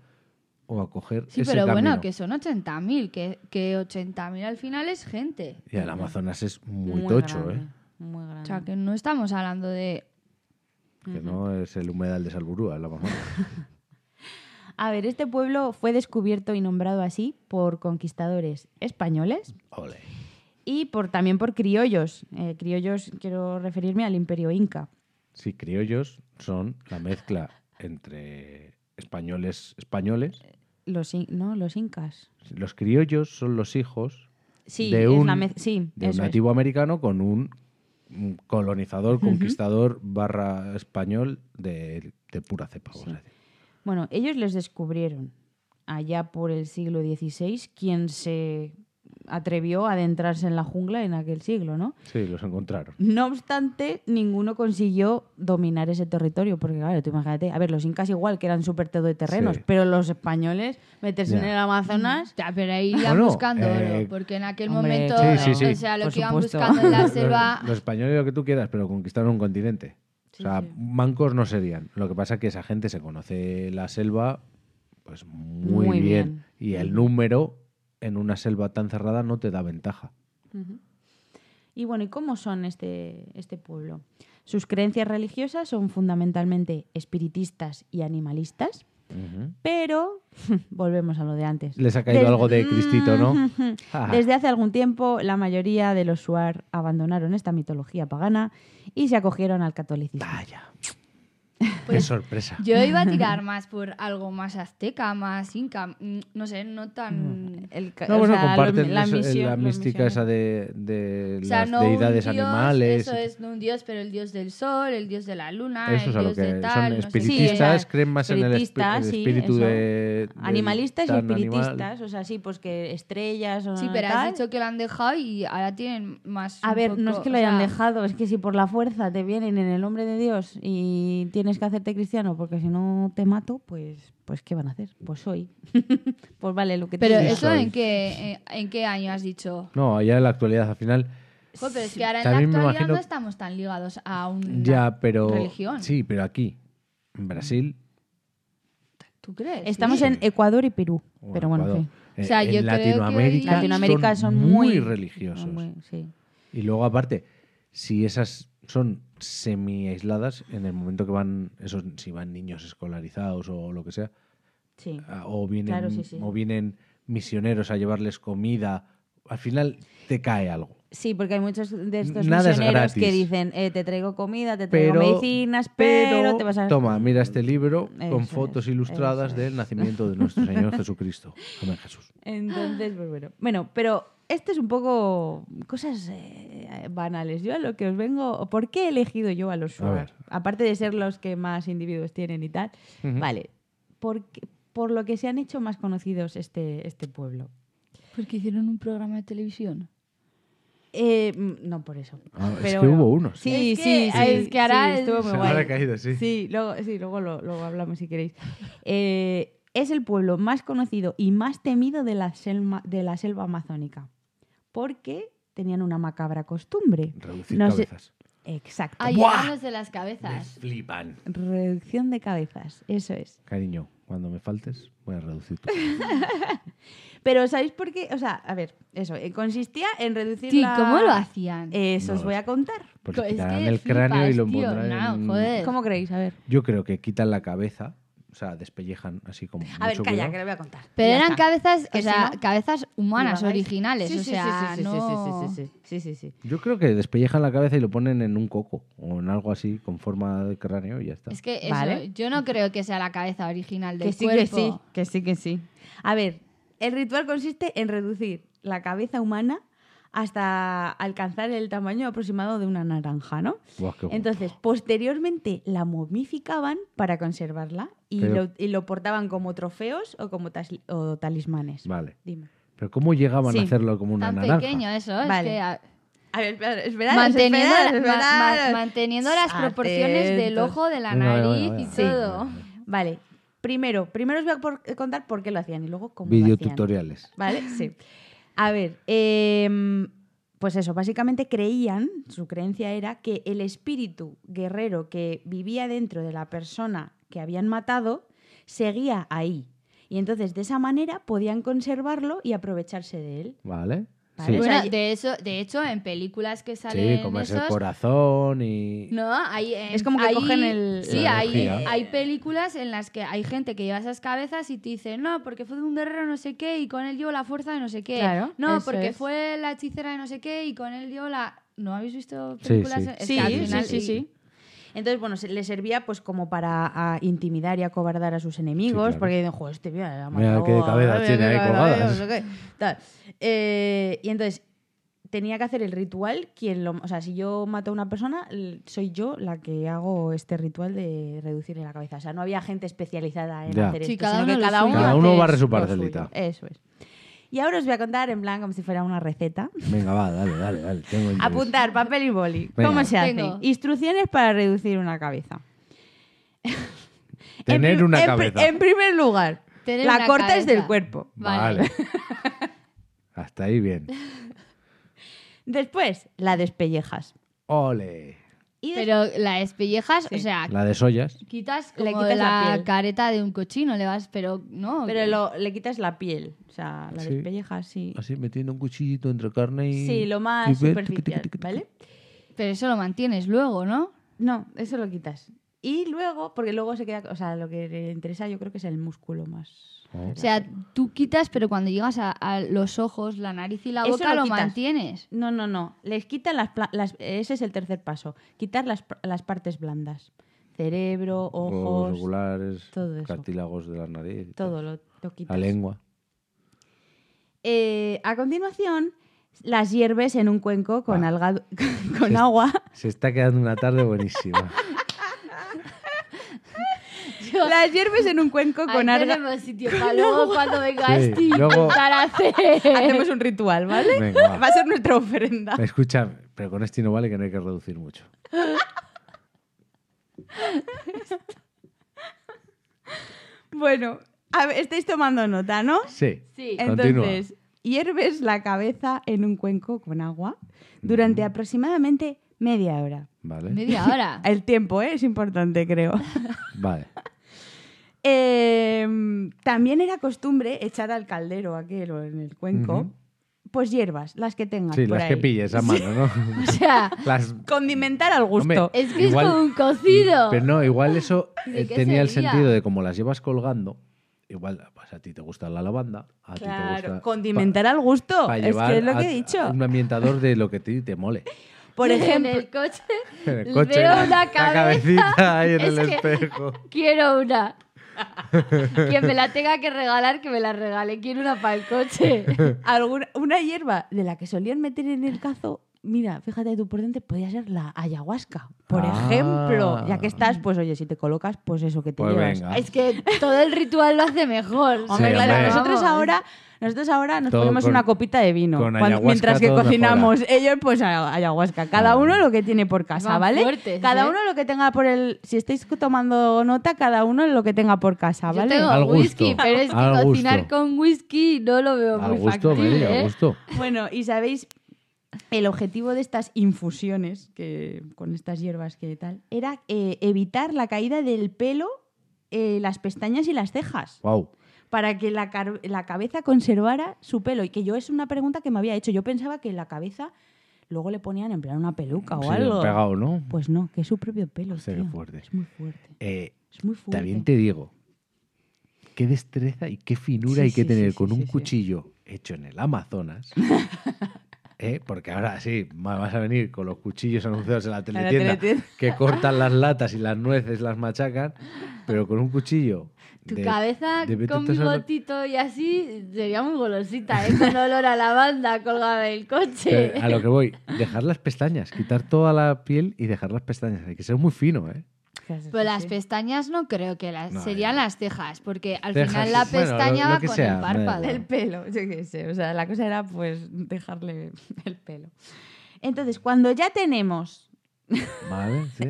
[SPEAKER 1] o a coger
[SPEAKER 2] Sí,
[SPEAKER 1] ese
[SPEAKER 2] pero bueno,
[SPEAKER 1] camino.
[SPEAKER 2] que son 80.000, que, que 80.000 al final es gente.
[SPEAKER 1] Y el Amazonas es muy, tocho,
[SPEAKER 3] grande,
[SPEAKER 1] ¿eh?
[SPEAKER 3] Muy grande.
[SPEAKER 2] O sea, que no estamos hablando de...
[SPEAKER 1] Que no es el humedal de Salburúa, el Amazonas.
[SPEAKER 3] A ver, este pueblo fue descubierto y nombrado así por conquistadores españoles
[SPEAKER 1] Ole.
[SPEAKER 3] y por, también por criollos. Eh, criollos, quiero referirme al imperio inca.
[SPEAKER 1] Sí, criollos son la mezcla entre españoles españoles.
[SPEAKER 3] Los, in- ¿no? Los incas.
[SPEAKER 1] Los criollos son los hijos
[SPEAKER 3] Sí,
[SPEAKER 1] De
[SPEAKER 3] es
[SPEAKER 1] un-
[SPEAKER 3] la mez- sí,
[SPEAKER 1] de un
[SPEAKER 3] eso es.
[SPEAKER 1] nativo americano con un un colonizador, conquistador barra español de, de pura cepa. vamos a decir.
[SPEAKER 3] Bueno, ellos les descubrieron allá por el siglo XVI quien se atrevió a adentrarse en la jungla en aquel siglo, ¿no?
[SPEAKER 1] Sí, los encontraron.
[SPEAKER 3] No obstante, ninguno consiguió dominar ese territorio, porque claro, tú imagínate, a ver, los incas igual que eran súper todoterrenos,
[SPEAKER 1] Sí.
[SPEAKER 3] pero los españoles meterse
[SPEAKER 1] Ya.
[SPEAKER 3] en el Amazonas,
[SPEAKER 2] Ya, pero ahí iban
[SPEAKER 1] Bueno,
[SPEAKER 2] buscando
[SPEAKER 1] eh,
[SPEAKER 2] oro, porque en aquel
[SPEAKER 3] hombre,
[SPEAKER 2] momento,
[SPEAKER 1] Sí, sí, sí.
[SPEAKER 2] o sea, lo
[SPEAKER 3] por
[SPEAKER 2] que iban
[SPEAKER 3] supuesto.
[SPEAKER 2] buscando en la
[SPEAKER 1] Los,
[SPEAKER 2] selva...
[SPEAKER 1] los españoles lo que tú quieras, pero conquistaron un continente.
[SPEAKER 3] Sí,
[SPEAKER 1] o sea,
[SPEAKER 3] sí.
[SPEAKER 1] mancos no serían. Lo que pasa es que esa gente se conoce la selva pues muy,
[SPEAKER 3] Muy
[SPEAKER 1] bien.
[SPEAKER 3] bien.
[SPEAKER 1] Y el número en una selva tan cerrada no te da ventaja.
[SPEAKER 3] Y bueno, ¿y cómo son este, este pueblo? Sus creencias religiosas son fundamentalmente espiritistas y animalistas,
[SPEAKER 1] Ujú.
[SPEAKER 3] pero volvemos a lo de antes.
[SPEAKER 1] Les ha caído
[SPEAKER 3] Desde-
[SPEAKER 1] algo de Cristito, ¿no?
[SPEAKER 3] Mm,
[SPEAKER 1] Ah.
[SPEAKER 3] Desde hace algún tiempo, la mayoría de los Suar abandonaron esta mitología pagana y se acogieron al catolicismo.
[SPEAKER 1] Vaya. Qué
[SPEAKER 2] Pues-
[SPEAKER 1] sorpresa.
[SPEAKER 2] Yo iba a tirar más por algo más azteca, más inca, mm, no sé, no tan...
[SPEAKER 3] El ca-
[SPEAKER 1] Mm. No,
[SPEAKER 3] o
[SPEAKER 1] bueno,
[SPEAKER 3] sea, los-
[SPEAKER 1] comparten
[SPEAKER 3] la
[SPEAKER 1] eso, eh,
[SPEAKER 3] misión-
[SPEAKER 1] la
[SPEAKER 3] los
[SPEAKER 1] mística
[SPEAKER 3] misioneros.
[SPEAKER 1] esa de, de
[SPEAKER 2] O sea,
[SPEAKER 1] las
[SPEAKER 2] no un
[SPEAKER 1] deidades
[SPEAKER 2] dios,
[SPEAKER 1] animales.
[SPEAKER 2] Eso es, no un dios, pero el dios del sol, el dios de la luna,
[SPEAKER 1] Eso es a
[SPEAKER 2] el
[SPEAKER 1] lo
[SPEAKER 2] dios
[SPEAKER 1] que
[SPEAKER 2] de
[SPEAKER 1] son
[SPEAKER 2] tal... no sé qué.
[SPEAKER 1] espiritistas,
[SPEAKER 3] Sí, o sea,
[SPEAKER 1] creen más en el, espi- el
[SPEAKER 3] espiritistas, sí,
[SPEAKER 1] espíritu
[SPEAKER 3] eso.
[SPEAKER 1] de, del
[SPEAKER 3] Animalistas y
[SPEAKER 1] tan animal.
[SPEAKER 3] espiritistas, o sea, sí, pues que estrellas o
[SPEAKER 2] Sí, pero has
[SPEAKER 3] tal.
[SPEAKER 2] dicho que lo han dejado y ahora tienen más.
[SPEAKER 3] A
[SPEAKER 2] un
[SPEAKER 3] ver, no es
[SPEAKER 2] poco,
[SPEAKER 3] que lo
[SPEAKER 2] o sea,
[SPEAKER 3] hayan dejado, es que si por la fuerza te vienen en el nombre de Dios y tienes que hacerte cristiano porque si no te mato, pues, pues ¿qué van a hacer? Pues soy. pues vale, lo que te
[SPEAKER 2] Pero
[SPEAKER 1] Sí,
[SPEAKER 3] diga.
[SPEAKER 2] eso
[SPEAKER 1] soy.
[SPEAKER 2] en qué, en, en qué año has dicho.
[SPEAKER 1] No, allá en la actualidad, al final,
[SPEAKER 2] Jo, pero es que ahora en
[SPEAKER 1] También me
[SPEAKER 2] la actualidad
[SPEAKER 1] imagino-
[SPEAKER 2] no estamos tan ligados a un.
[SPEAKER 1] ya, pero.
[SPEAKER 2] Religión.
[SPEAKER 1] Sí, pero aquí, en Brasil.
[SPEAKER 2] ¿Tú crees?
[SPEAKER 3] Estamos
[SPEAKER 2] Sí.
[SPEAKER 3] en Ecuador y Perú,
[SPEAKER 1] o en
[SPEAKER 3] pero bueno, en
[SPEAKER 1] Ecuador,
[SPEAKER 3] fin.
[SPEAKER 1] eh,
[SPEAKER 2] O sea,
[SPEAKER 1] en
[SPEAKER 2] yo creo que hoy-
[SPEAKER 1] Latinoamérica,
[SPEAKER 3] Latinoamérica son muy-
[SPEAKER 1] religiosos.
[SPEAKER 3] Muy- sí.
[SPEAKER 1] Y luego, aparte, si esas son semi aisladas en el momento que van, esos, si van niños escolarizados o lo que sea,
[SPEAKER 3] Sí.
[SPEAKER 1] a- ah, o vienen,
[SPEAKER 3] Claro, sí, sí.
[SPEAKER 1] o vienen misioneros a llevarles comida, al final te cae algo.
[SPEAKER 3] Sí, porque hay muchos de estos
[SPEAKER 1] Nada es
[SPEAKER 3] misioneros que
[SPEAKER 1] gratis.
[SPEAKER 3] dicen, eh, te traigo comida, te traigo medicinas, pero, te vas a...
[SPEAKER 1] Toma, mira este libro
[SPEAKER 3] Eso
[SPEAKER 1] con
[SPEAKER 3] es,
[SPEAKER 1] fotos
[SPEAKER 3] eso
[SPEAKER 1] ilustradas
[SPEAKER 3] es.
[SPEAKER 1] del nacimiento de nuestro Señor Jesucristo. Amén, Jesús.
[SPEAKER 3] Entonces, pues bueno. Bueno, pero esto es un poco cosas eh, banales. Yo a lo que os vengo... ¿Por qué he elegido yo a los
[SPEAKER 1] A ver.
[SPEAKER 3] suegros? Aparte de ser los que más individuos tienen y tal.
[SPEAKER 1] Ujú.
[SPEAKER 3] Vale. Porque, por lo que se han hecho más conocidos este, este pueblo.
[SPEAKER 2] Porque hicieron un programa de televisión.
[SPEAKER 3] Eh, mm, no por eso.
[SPEAKER 1] Ah, es
[SPEAKER 3] Pero
[SPEAKER 1] que
[SPEAKER 3] bueno.
[SPEAKER 1] hubo uno.
[SPEAKER 3] Sí,
[SPEAKER 2] Es
[SPEAKER 3] sí,
[SPEAKER 2] que-
[SPEAKER 3] sí,
[SPEAKER 2] es que ahora
[SPEAKER 3] sí,
[SPEAKER 2] es-
[SPEAKER 3] estuvo muy
[SPEAKER 1] Se
[SPEAKER 3] guay.
[SPEAKER 1] habrá caído, sí.
[SPEAKER 3] Sí, luego, sí, luego lo, luego hablamos si queréis. Eh, es el pueblo más conocido y más temido de la, selma- de la selva amazónica. Porque tenían una macabra costumbre.
[SPEAKER 1] Reducir
[SPEAKER 3] No sé-
[SPEAKER 1] cabezas.
[SPEAKER 3] Exacto.
[SPEAKER 2] Ay,
[SPEAKER 1] ¡Buah!
[SPEAKER 2] llevarlos de las
[SPEAKER 1] Me
[SPEAKER 2] cabezas.
[SPEAKER 1] flipan.
[SPEAKER 3] Reducción de cabezas, eso es.
[SPEAKER 1] Cariño, cuando me faltes, voy a reducir tu
[SPEAKER 3] Pero ¿sabéis por qué? O sea, a ver, eso, eh, consistía en reducir
[SPEAKER 2] Sí,
[SPEAKER 3] la-
[SPEAKER 2] ¿cómo lo hacían?
[SPEAKER 3] Eso
[SPEAKER 1] No
[SPEAKER 3] os
[SPEAKER 1] lo
[SPEAKER 3] voy
[SPEAKER 1] sé.
[SPEAKER 3] a contar.
[SPEAKER 1] Pues le
[SPEAKER 2] Es
[SPEAKER 1] quitarán
[SPEAKER 2] que
[SPEAKER 1] el cráneo y
[SPEAKER 2] flipas,
[SPEAKER 1] lo
[SPEAKER 2] tío,
[SPEAKER 1] pondrán
[SPEAKER 2] no,
[SPEAKER 1] en-
[SPEAKER 2] joder.
[SPEAKER 3] ¿Cómo creéis? A ver.
[SPEAKER 1] Yo creo que quitan la cabeza, o sea, despellejan así como
[SPEAKER 3] A ver,
[SPEAKER 1] mucho
[SPEAKER 3] calla,
[SPEAKER 1] cuidado.
[SPEAKER 3] que lo voy a contar.
[SPEAKER 2] Pero
[SPEAKER 3] Ya
[SPEAKER 2] eran
[SPEAKER 3] está.
[SPEAKER 2] cabezas,
[SPEAKER 3] Que
[SPEAKER 2] o
[SPEAKER 3] si
[SPEAKER 2] sea,
[SPEAKER 3] no,
[SPEAKER 2] cabezas humanas,
[SPEAKER 3] divagáis.
[SPEAKER 2] originales,
[SPEAKER 3] Sí,
[SPEAKER 2] o
[SPEAKER 3] sí,
[SPEAKER 2] sea,
[SPEAKER 3] sí, sí, sí,
[SPEAKER 2] no...
[SPEAKER 3] sí, sí, sí, sí, sí, sí.
[SPEAKER 1] Yo creo que despellejan la cabeza y lo ponen en un coco o en algo así con forma de cráneo y ya está.
[SPEAKER 2] Es que eso,
[SPEAKER 3] Vale.
[SPEAKER 2] yo no creo que sea la cabeza original del
[SPEAKER 3] Que sí,
[SPEAKER 2] cuerpo.
[SPEAKER 3] que sí, que sí, que sí. A ver, el ritual consiste en reducir la cabeza humana hasta alcanzar el tamaño aproximado de una naranja, ¿no?
[SPEAKER 1] Buah, qué guapo.
[SPEAKER 3] Entonces, posteriormente la momificaban para conservarla y,
[SPEAKER 1] Pero-
[SPEAKER 3] lo, y lo portaban como trofeos o como tas- o talismanes.
[SPEAKER 1] Vale.
[SPEAKER 3] Dime.
[SPEAKER 1] Pero ¿cómo llegaban
[SPEAKER 3] Sí.
[SPEAKER 1] a hacerlo como una
[SPEAKER 2] Tan
[SPEAKER 1] naranja?
[SPEAKER 2] pequeño ¿eh? eso,
[SPEAKER 3] Vale.
[SPEAKER 2] es que... a-
[SPEAKER 3] A ver, espera, esperad,
[SPEAKER 2] Manteniendo,
[SPEAKER 3] esperad,
[SPEAKER 2] la- ma-
[SPEAKER 3] esperad.
[SPEAKER 2] ma- manteniendo las proporciones del
[SPEAKER 3] Atentos.
[SPEAKER 2] ojo, de la
[SPEAKER 1] Venga, venga,
[SPEAKER 2] nariz
[SPEAKER 1] venga,
[SPEAKER 2] y
[SPEAKER 1] venga,
[SPEAKER 2] todo.
[SPEAKER 1] venga, venga.
[SPEAKER 3] Vale, primero, primero os voy a por- contar por qué lo hacían y luego cómo lo hacían.
[SPEAKER 1] Videotutoriales.
[SPEAKER 3] ¿Vale? Sí. A ver, em, pues eso, básicamente creían, su creencia era que el espíritu guerrero que vivía dentro de la persona que habían matado seguía ahí. Y entonces de esa manera podían conservarlo y aprovecharse de él.
[SPEAKER 1] ¿Vale?
[SPEAKER 3] Vale.
[SPEAKER 1] Sí.
[SPEAKER 3] O sea,
[SPEAKER 2] Bueno,
[SPEAKER 3] y-
[SPEAKER 2] de, eso, de hecho, en películas que salen
[SPEAKER 1] Sí, comerse el
[SPEAKER 2] esos,
[SPEAKER 1] corazón y...
[SPEAKER 2] No, hay, eh,
[SPEAKER 3] Es como que
[SPEAKER 2] hay-
[SPEAKER 3] cogen el-
[SPEAKER 2] Sí,
[SPEAKER 1] La
[SPEAKER 2] hay,
[SPEAKER 1] energía.
[SPEAKER 2] hay películas en las que hay gente que lleva esas cabezas y te dice, no, porque fue de un guerrero no sé qué y con él llevo la fuerza de no sé qué.
[SPEAKER 3] Claro,
[SPEAKER 2] no,
[SPEAKER 3] eso
[SPEAKER 2] porque
[SPEAKER 3] es.
[SPEAKER 2] fue la hechicera de no sé qué y con él llevo la... ¿No habéis visto
[SPEAKER 1] Sí,
[SPEAKER 2] películas?
[SPEAKER 1] sí.
[SPEAKER 2] Es que al final-
[SPEAKER 1] sí, sí.
[SPEAKER 3] Entonces, bueno, se- le servía pues como para ah, intimidar y acobardar a sus enemigos,
[SPEAKER 1] claro.
[SPEAKER 3] porque dicen, joder, este mira, la
[SPEAKER 1] Mira qué cabeza tiene ahí colgadas".
[SPEAKER 3] Eh, y entonces tenía que hacer el ritual quien lo, o sea, si yo mato a una persona, l- soy yo la que hago este ritual de reducirle la cabeza. O sea, no había gente especializada en
[SPEAKER 1] Ya.
[SPEAKER 3] hacer
[SPEAKER 2] Sí,
[SPEAKER 3] esto,
[SPEAKER 2] cada
[SPEAKER 3] sino
[SPEAKER 2] uno
[SPEAKER 3] que
[SPEAKER 2] lo
[SPEAKER 3] cada
[SPEAKER 2] suyo.
[SPEAKER 3] uno,
[SPEAKER 1] Cada uno
[SPEAKER 3] hace
[SPEAKER 1] barre su
[SPEAKER 3] lo
[SPEAKER 1] parcelita.
[SPEAKER 3] suyo. Eso es. Y ahora os voy a contar en plan como si fuera una receta.
[SPEAKER 1] Venga, va, dale, dale, dale. Tengo interés.
[SPEAKER 3] Apuntar, papel y boli.
[SPEAKER 1] Venga.
[SPEAKER 3] ¿Cómo se hace?
[SPEAKER 2] Tengo.
[SPEAKER 3] Instrucciones para reducir una cabeza. En
[SPEAKER 1] Tener
[SPEAKER 3] prim-
[SPEAKER 1] una
[SPEAKER 3] en pri-
[SPEAKER 1] cabeza.
[SPEAKER 3] En primer lugar,
[SPEAKER 2] Tener
[SPEAKER 3] la
[SPEAKER 2] una
[SPEAKER 3] corta es del
[SPEAKER 2] cabeza.
[SPEAKER 3] cuerpo.
[SPEAKER 2] Vale.
[SPEAKER 1] Vale. Hasta ahí bien.
[SPEAKER 3] Después, la despellejas.
[SPEAKER 1] Ole.
[SPEAKER 3] Y des-
[SPEAKER 2] Pero la despellejas,
[SPEAKER 3] Sí.
[SPEAKER 2] o sea,
[SPEAKER 1] La de soyas.
[SPEAKER 2] quitas
[SPEAKER 3] Le
[SPEAKER 2] como
[SPEAKER 3] quitas la
[SPEAKER 2] la,
[SPEAKER 3] piel.
[SPEAKER 2] careta de un cochino, le vas, pero no.
[SPEAKER 3] pero lo- le quitas la piel. O sea, la
[SPEAKER 1] Sí.
[SPEAKER 3] despellejas, sí.
[SPEAKER 1] Así metiendo un cuchillito entre carne y...
[SPEAKER 3] Sí, lo
[SPEAKER 1] y
[SPEAKER 3] más
[SPEAKER 1] ver,
[SPEAKER 3] superficial,
[SPEAKER 1] tiqui, tiqui, tiqui,
[SPEAKER 3] ¿vale?
[SPEAKER 2] Pero eso lo mantienes luego, ¿no?
[SPEAKER 3] No, eso lo quitas. Y luego, porque luego se queda, o sea, lo que le interesa yo creo que es el músculo más.
[SPEAKER 1] Oh.
[SPEAKER 2] O sea, tú quitas, pero cuando llegas a, a los ojos, la nariz y la
[SPEAKER 3] Eso
[SPEAKER 2] boca
[SPEAKER 3] lo
[SPEAKER 2] lo,
[SPEAKER 3] quitas.
[SPEAKER 2] mantienes.
[SPEAKER 3] No, no, no. Les quitan las, pla- las- Ese es el tercer paso. Quitar las, pr- las partes blandas. Cerebro,
[SPEAKER 1] Ojos,
[SPEAKER 3] ojos,
[SPEAKER 1] oculares,
[SPEAKER 3] todo eso.
[SPEAKER 1] cartílagos de la nariz. y
[SPEAKER 3] todo lo, lo quitas.
[SPEAKER 1] pues. La lengua.
[SPEAKER 3] Eh, a continuación, las hierves en un cuenco con,
[SPEAKER 1] Ah.
[SPEAKER 3] alga, con agua.
[SPEAKER 1] Se está quedando una tarde buenísima.
[SPEAKER 3] Las hierves en un cuenco con
[SPEAKER 2] Ahí
[SPEAKER 3] alga.
[SPEAKER 2] tenemos sitio para luego cuando venga
[SPEAKER 1] Sí,
[SPEAKER 2] Steve
[SPEAKER 1] luego-
[SPEAKER 2] para hacer.
[SPEAKER 3] Hacemos un ritual, ¿vale?
[SPEAKER 1] Venga,
[SPEAKER 3] Va
[SPEAKER 1] va.
[SPEAKER 3] a ser nuestra ofrenda.
[SPEAKER 1] Escúchame, pero con este no vale que no hay que reducir mucho.
[SPEAKER 3] Bueno, a ver, estáis tomando nota, ¿no?
[SPEAKER 1] Sí.
[SPEAKER 2] Sí.
[SPEAKER 1] Continúa.
[SPEAKER 3] Entonces, hierves la cabeza en un cuenco con agua durante aproximadamente media hora.
[SPEAKER 1] Vale.
[SPEAKER 2] Media hora.
[SPEAKER 3] El tiempo ¿eh? es importante, creo.
[SPEAKER 1] Vale.
[SPEAKER 3] Em, Eh, también era costumbre echar al caldero aquel o en el cuenco
[SPEAKER 1] Ujú.
[SPEAKER 3] Pues hierbas, las que tengas.
[SPEAKER 1] Sí,
[SPEAKER 3] por
[SPEAKER 1] las
[SPEAKER 3] ahí.
[SPEAKER 1] que pilles a mano, ¿no?
[SPEAKER 2] O sea,
[SPEAKER 1] Las...
[SPEAKER 3] Condimentar al gusto.
[SPEAKER 1] Hombre,
[SPEAKER 2] es que
[SPEAKER 1] Igual-
[SPEAKER 2] es como un cocido.
[SPEAKER 1] Pero no, igual eso
[SPEAKER 2] ¿De
[SPEAKER 1] eh,
[SPEAKER 2] qué
[SPEAKER 1] tenía el
[SPEAKER 2] sería?
[SPEAKER 1] sentido de como las llevas colgando, igual pues a ti te gusta la lavanda, a ti te
[SPEAKER 3] Eh, claro,
[SPEAKER 1] gusta...
[SPEAKER 3] condimentar al gusto.
[SPEAKER 1] pa- pa
[SPEAKER 3] es que es lo
[SPEAKER 1] a-
[SPEAKER 3] que he dicho.
[SPEAKER 1] a un ambientador de lo que te, te mole.
[SPEAKER 3] Por ejemplo,
[SPEAKER 2] en el coche
[SPEAKER 1] En el
[SPEAKER 2] Le
[SPEAKER 1] coche,
[SPEAKER 2] veo
[SPEAKER 1] la,
[SPEAKER 2] una
[SPEAKER 1] la
[SPEAKER 2] cabeza.
[SPEAKER 1] cabecita ahí en
[SPEAKER 2] Es
[SPEAKER 1] el
[SPEAKER 2] que-
[SPEAKER 1] espejo.
[SPEAKER 2] quiero una. Quien me la tenga que regalar, que me la regale. Quiero una para el coche.
[SPEAKER 3] alguna, una hierba de la que solían meter en el cazo, mira, fíjate tú por dentro, podría ser la ayahuasca, por
[SPEAKER 1] Ah.
[SPEAKER 3] ejemplo. Ya que estás, pues oye, si te colocas, pues eso que te
[SPEAKER 1] Pues
[SPEAKER 3] llevas.
[SPEAKER 1] venga.
[SPEAKER 2] Es que todo el ritual lo hace mejor.
[SPEAKER 3] Hombre,
[SPEAKER 1] Sí,
[SPEAKER 3] claro,
[SPEAKER 1] hombre.
[SPEAKER 3] nosotros
[SPEAKER 2] Vamos.
[SPEAKER 3] ahora, nosotros ahora nos
[SPEAKER 1] Todo
[SPEAKER 3] ponemos
[SPEAKER 1] con-
[SPEAKER 3] una copita de vino.
[SPEAKER 1] con
[SPEAKER 3] cuando-
[SPEAKER 1] ayahuasca
[SPEAKER 3] mientras que
[SPEAKER 1] todo mejora.
[SPEAKER 3] cocinamos ellos, pues a- ayahuasca. Cada
[SPEAKER 1] Claro.
[SPEAKER 3] uno lo que tiene por casa,
[SPEAKER 2] Van
[SPEAKER 3] ¿vale?
[SPEAKER 2] fuertes,
[SPEAKER 3] cada
[SPEAKER 2] ¿eh?
[SPEAKER 3] uno lo que tenga por el. Si estáis tomando nota, cada uno lo que tenga por casa,
[SPEAKER 2] Yo
[SPEAKER 3] ¿vale?
[SPEAKER 2] tengo
[SPEAKER 1] Al gusto,
[SPEAKER 2] whisky, pero es que
[SPEAKER 1] al
[SPEAKER 2] cocinar
[SPEAKER 1] gusto.
[SPEAKER 2] con whisky no lo veo
[SPEAKER 1] Al
[SPEAKER 2] muy
[SPEAKER 1] gusto,
[SPEAKER 2] factible.
[SPEAKER 1] Meli,
[SPEAKER 2] ¿eh?
[SPEAKER 1] al gusto.
[SPEAKER 3] Bueno, y sabéis, el objetivo de estas infusiones, que con estas hierbas que tal, era eh, evitar la caída del pelo, eh, las pestañas y las cejas,
[SPEAKER 1] Wow.
[SPEAKER 3] para que la, car- la cabeza conservara su pelo. Y que yo es una pregunta que me había hecho. Yo pensaba que la cabeza luego le ponían en plan una peluca o
[SPEAKER 1] Sí,
[SPEAKER 3] algo.
[SPEAKER 1] pegado, ¿no?
[SPEAKER 3] Pues no, que es su propio pelo.
[SPEAKER 1] Hostia, qué
[SPEAKER 3] tío.
[SPEAKER 1] fuerte.
[SPEAKER 3] Es muy fuerte.
[SPEAKER 1] Eh,
[SPEAKER 3] Es muy fuerte.
[SPEAKER 1] También te digo, qué destreza y qué finura
[SPEAKER 3] Sí,
[SPEAKER 1] hay que
[SPEAKER 3] sí,
[SPEAKER 1] tener
[SPEAKER 3] sí,
[SPEAKER 1] con
[SPEAKER 3] sí,
[SPEAKER 1] un
[SPEAKER 3] sí, sí.
[SPEAKER 1] cuchillo hecho en el Amazonas. ¿eh? Porque ahora sí, ma- vas a venir con los cuchillos anunciados en la teletienda
[SPEAKER 3] teletienda.
[SPEAKER 1] que cortan las latas y las nueces, las machacan, pero con un cuchillo.
[SPEAKER 2] Tu
[SPEAKER 1] de-
[SPEAKER 2] cabeza
[SPEAKER 1] de vete
[SPEAKER 2] con
[SPEAKER 1] tú a saber-
[SPEAKER 2] bigotito y así sería muy golosita, ¿eh? con olor a lavanda colgada del coche.
[SPEAKER 1] Pero A lo que voy, dejar las pestañas, quitar toda la piel y dejar las pestañas. Hay que ser muy fino, ¿eh?
[SPEAKER 3] Pues
[SPEAKER 2] Pero Pues las pestañas no creo que las
[SPEAKER 1] No,
[SPEAKER 2] serían
[SPEAKER 1] ya.
[SPEAKER 2] las cejas, porque al
[SPEAKER 1] Cejas,
[SPEAKER 2] final la
[SPEAKER 1] bueno, lo-
[SPEAKER 2] pestaña
[SPEAKER 1] lo
[SPEAKER 2] va
[SPEAKER 1] que
[SPEAKER 2] con
[SPEAKER 1] sea,
[SPEAKER 2] el
[SPEAKER 1] me da
[SPEAKER 2] párpado.
[SPEAKER 1] igual.
[SPEAKER 3] El pelo, yo qué sé. O sea, la cosa era pues dejarle el pelo. Entonces, cuando ya tenemos
[SPEAKER 1] Vale, sí.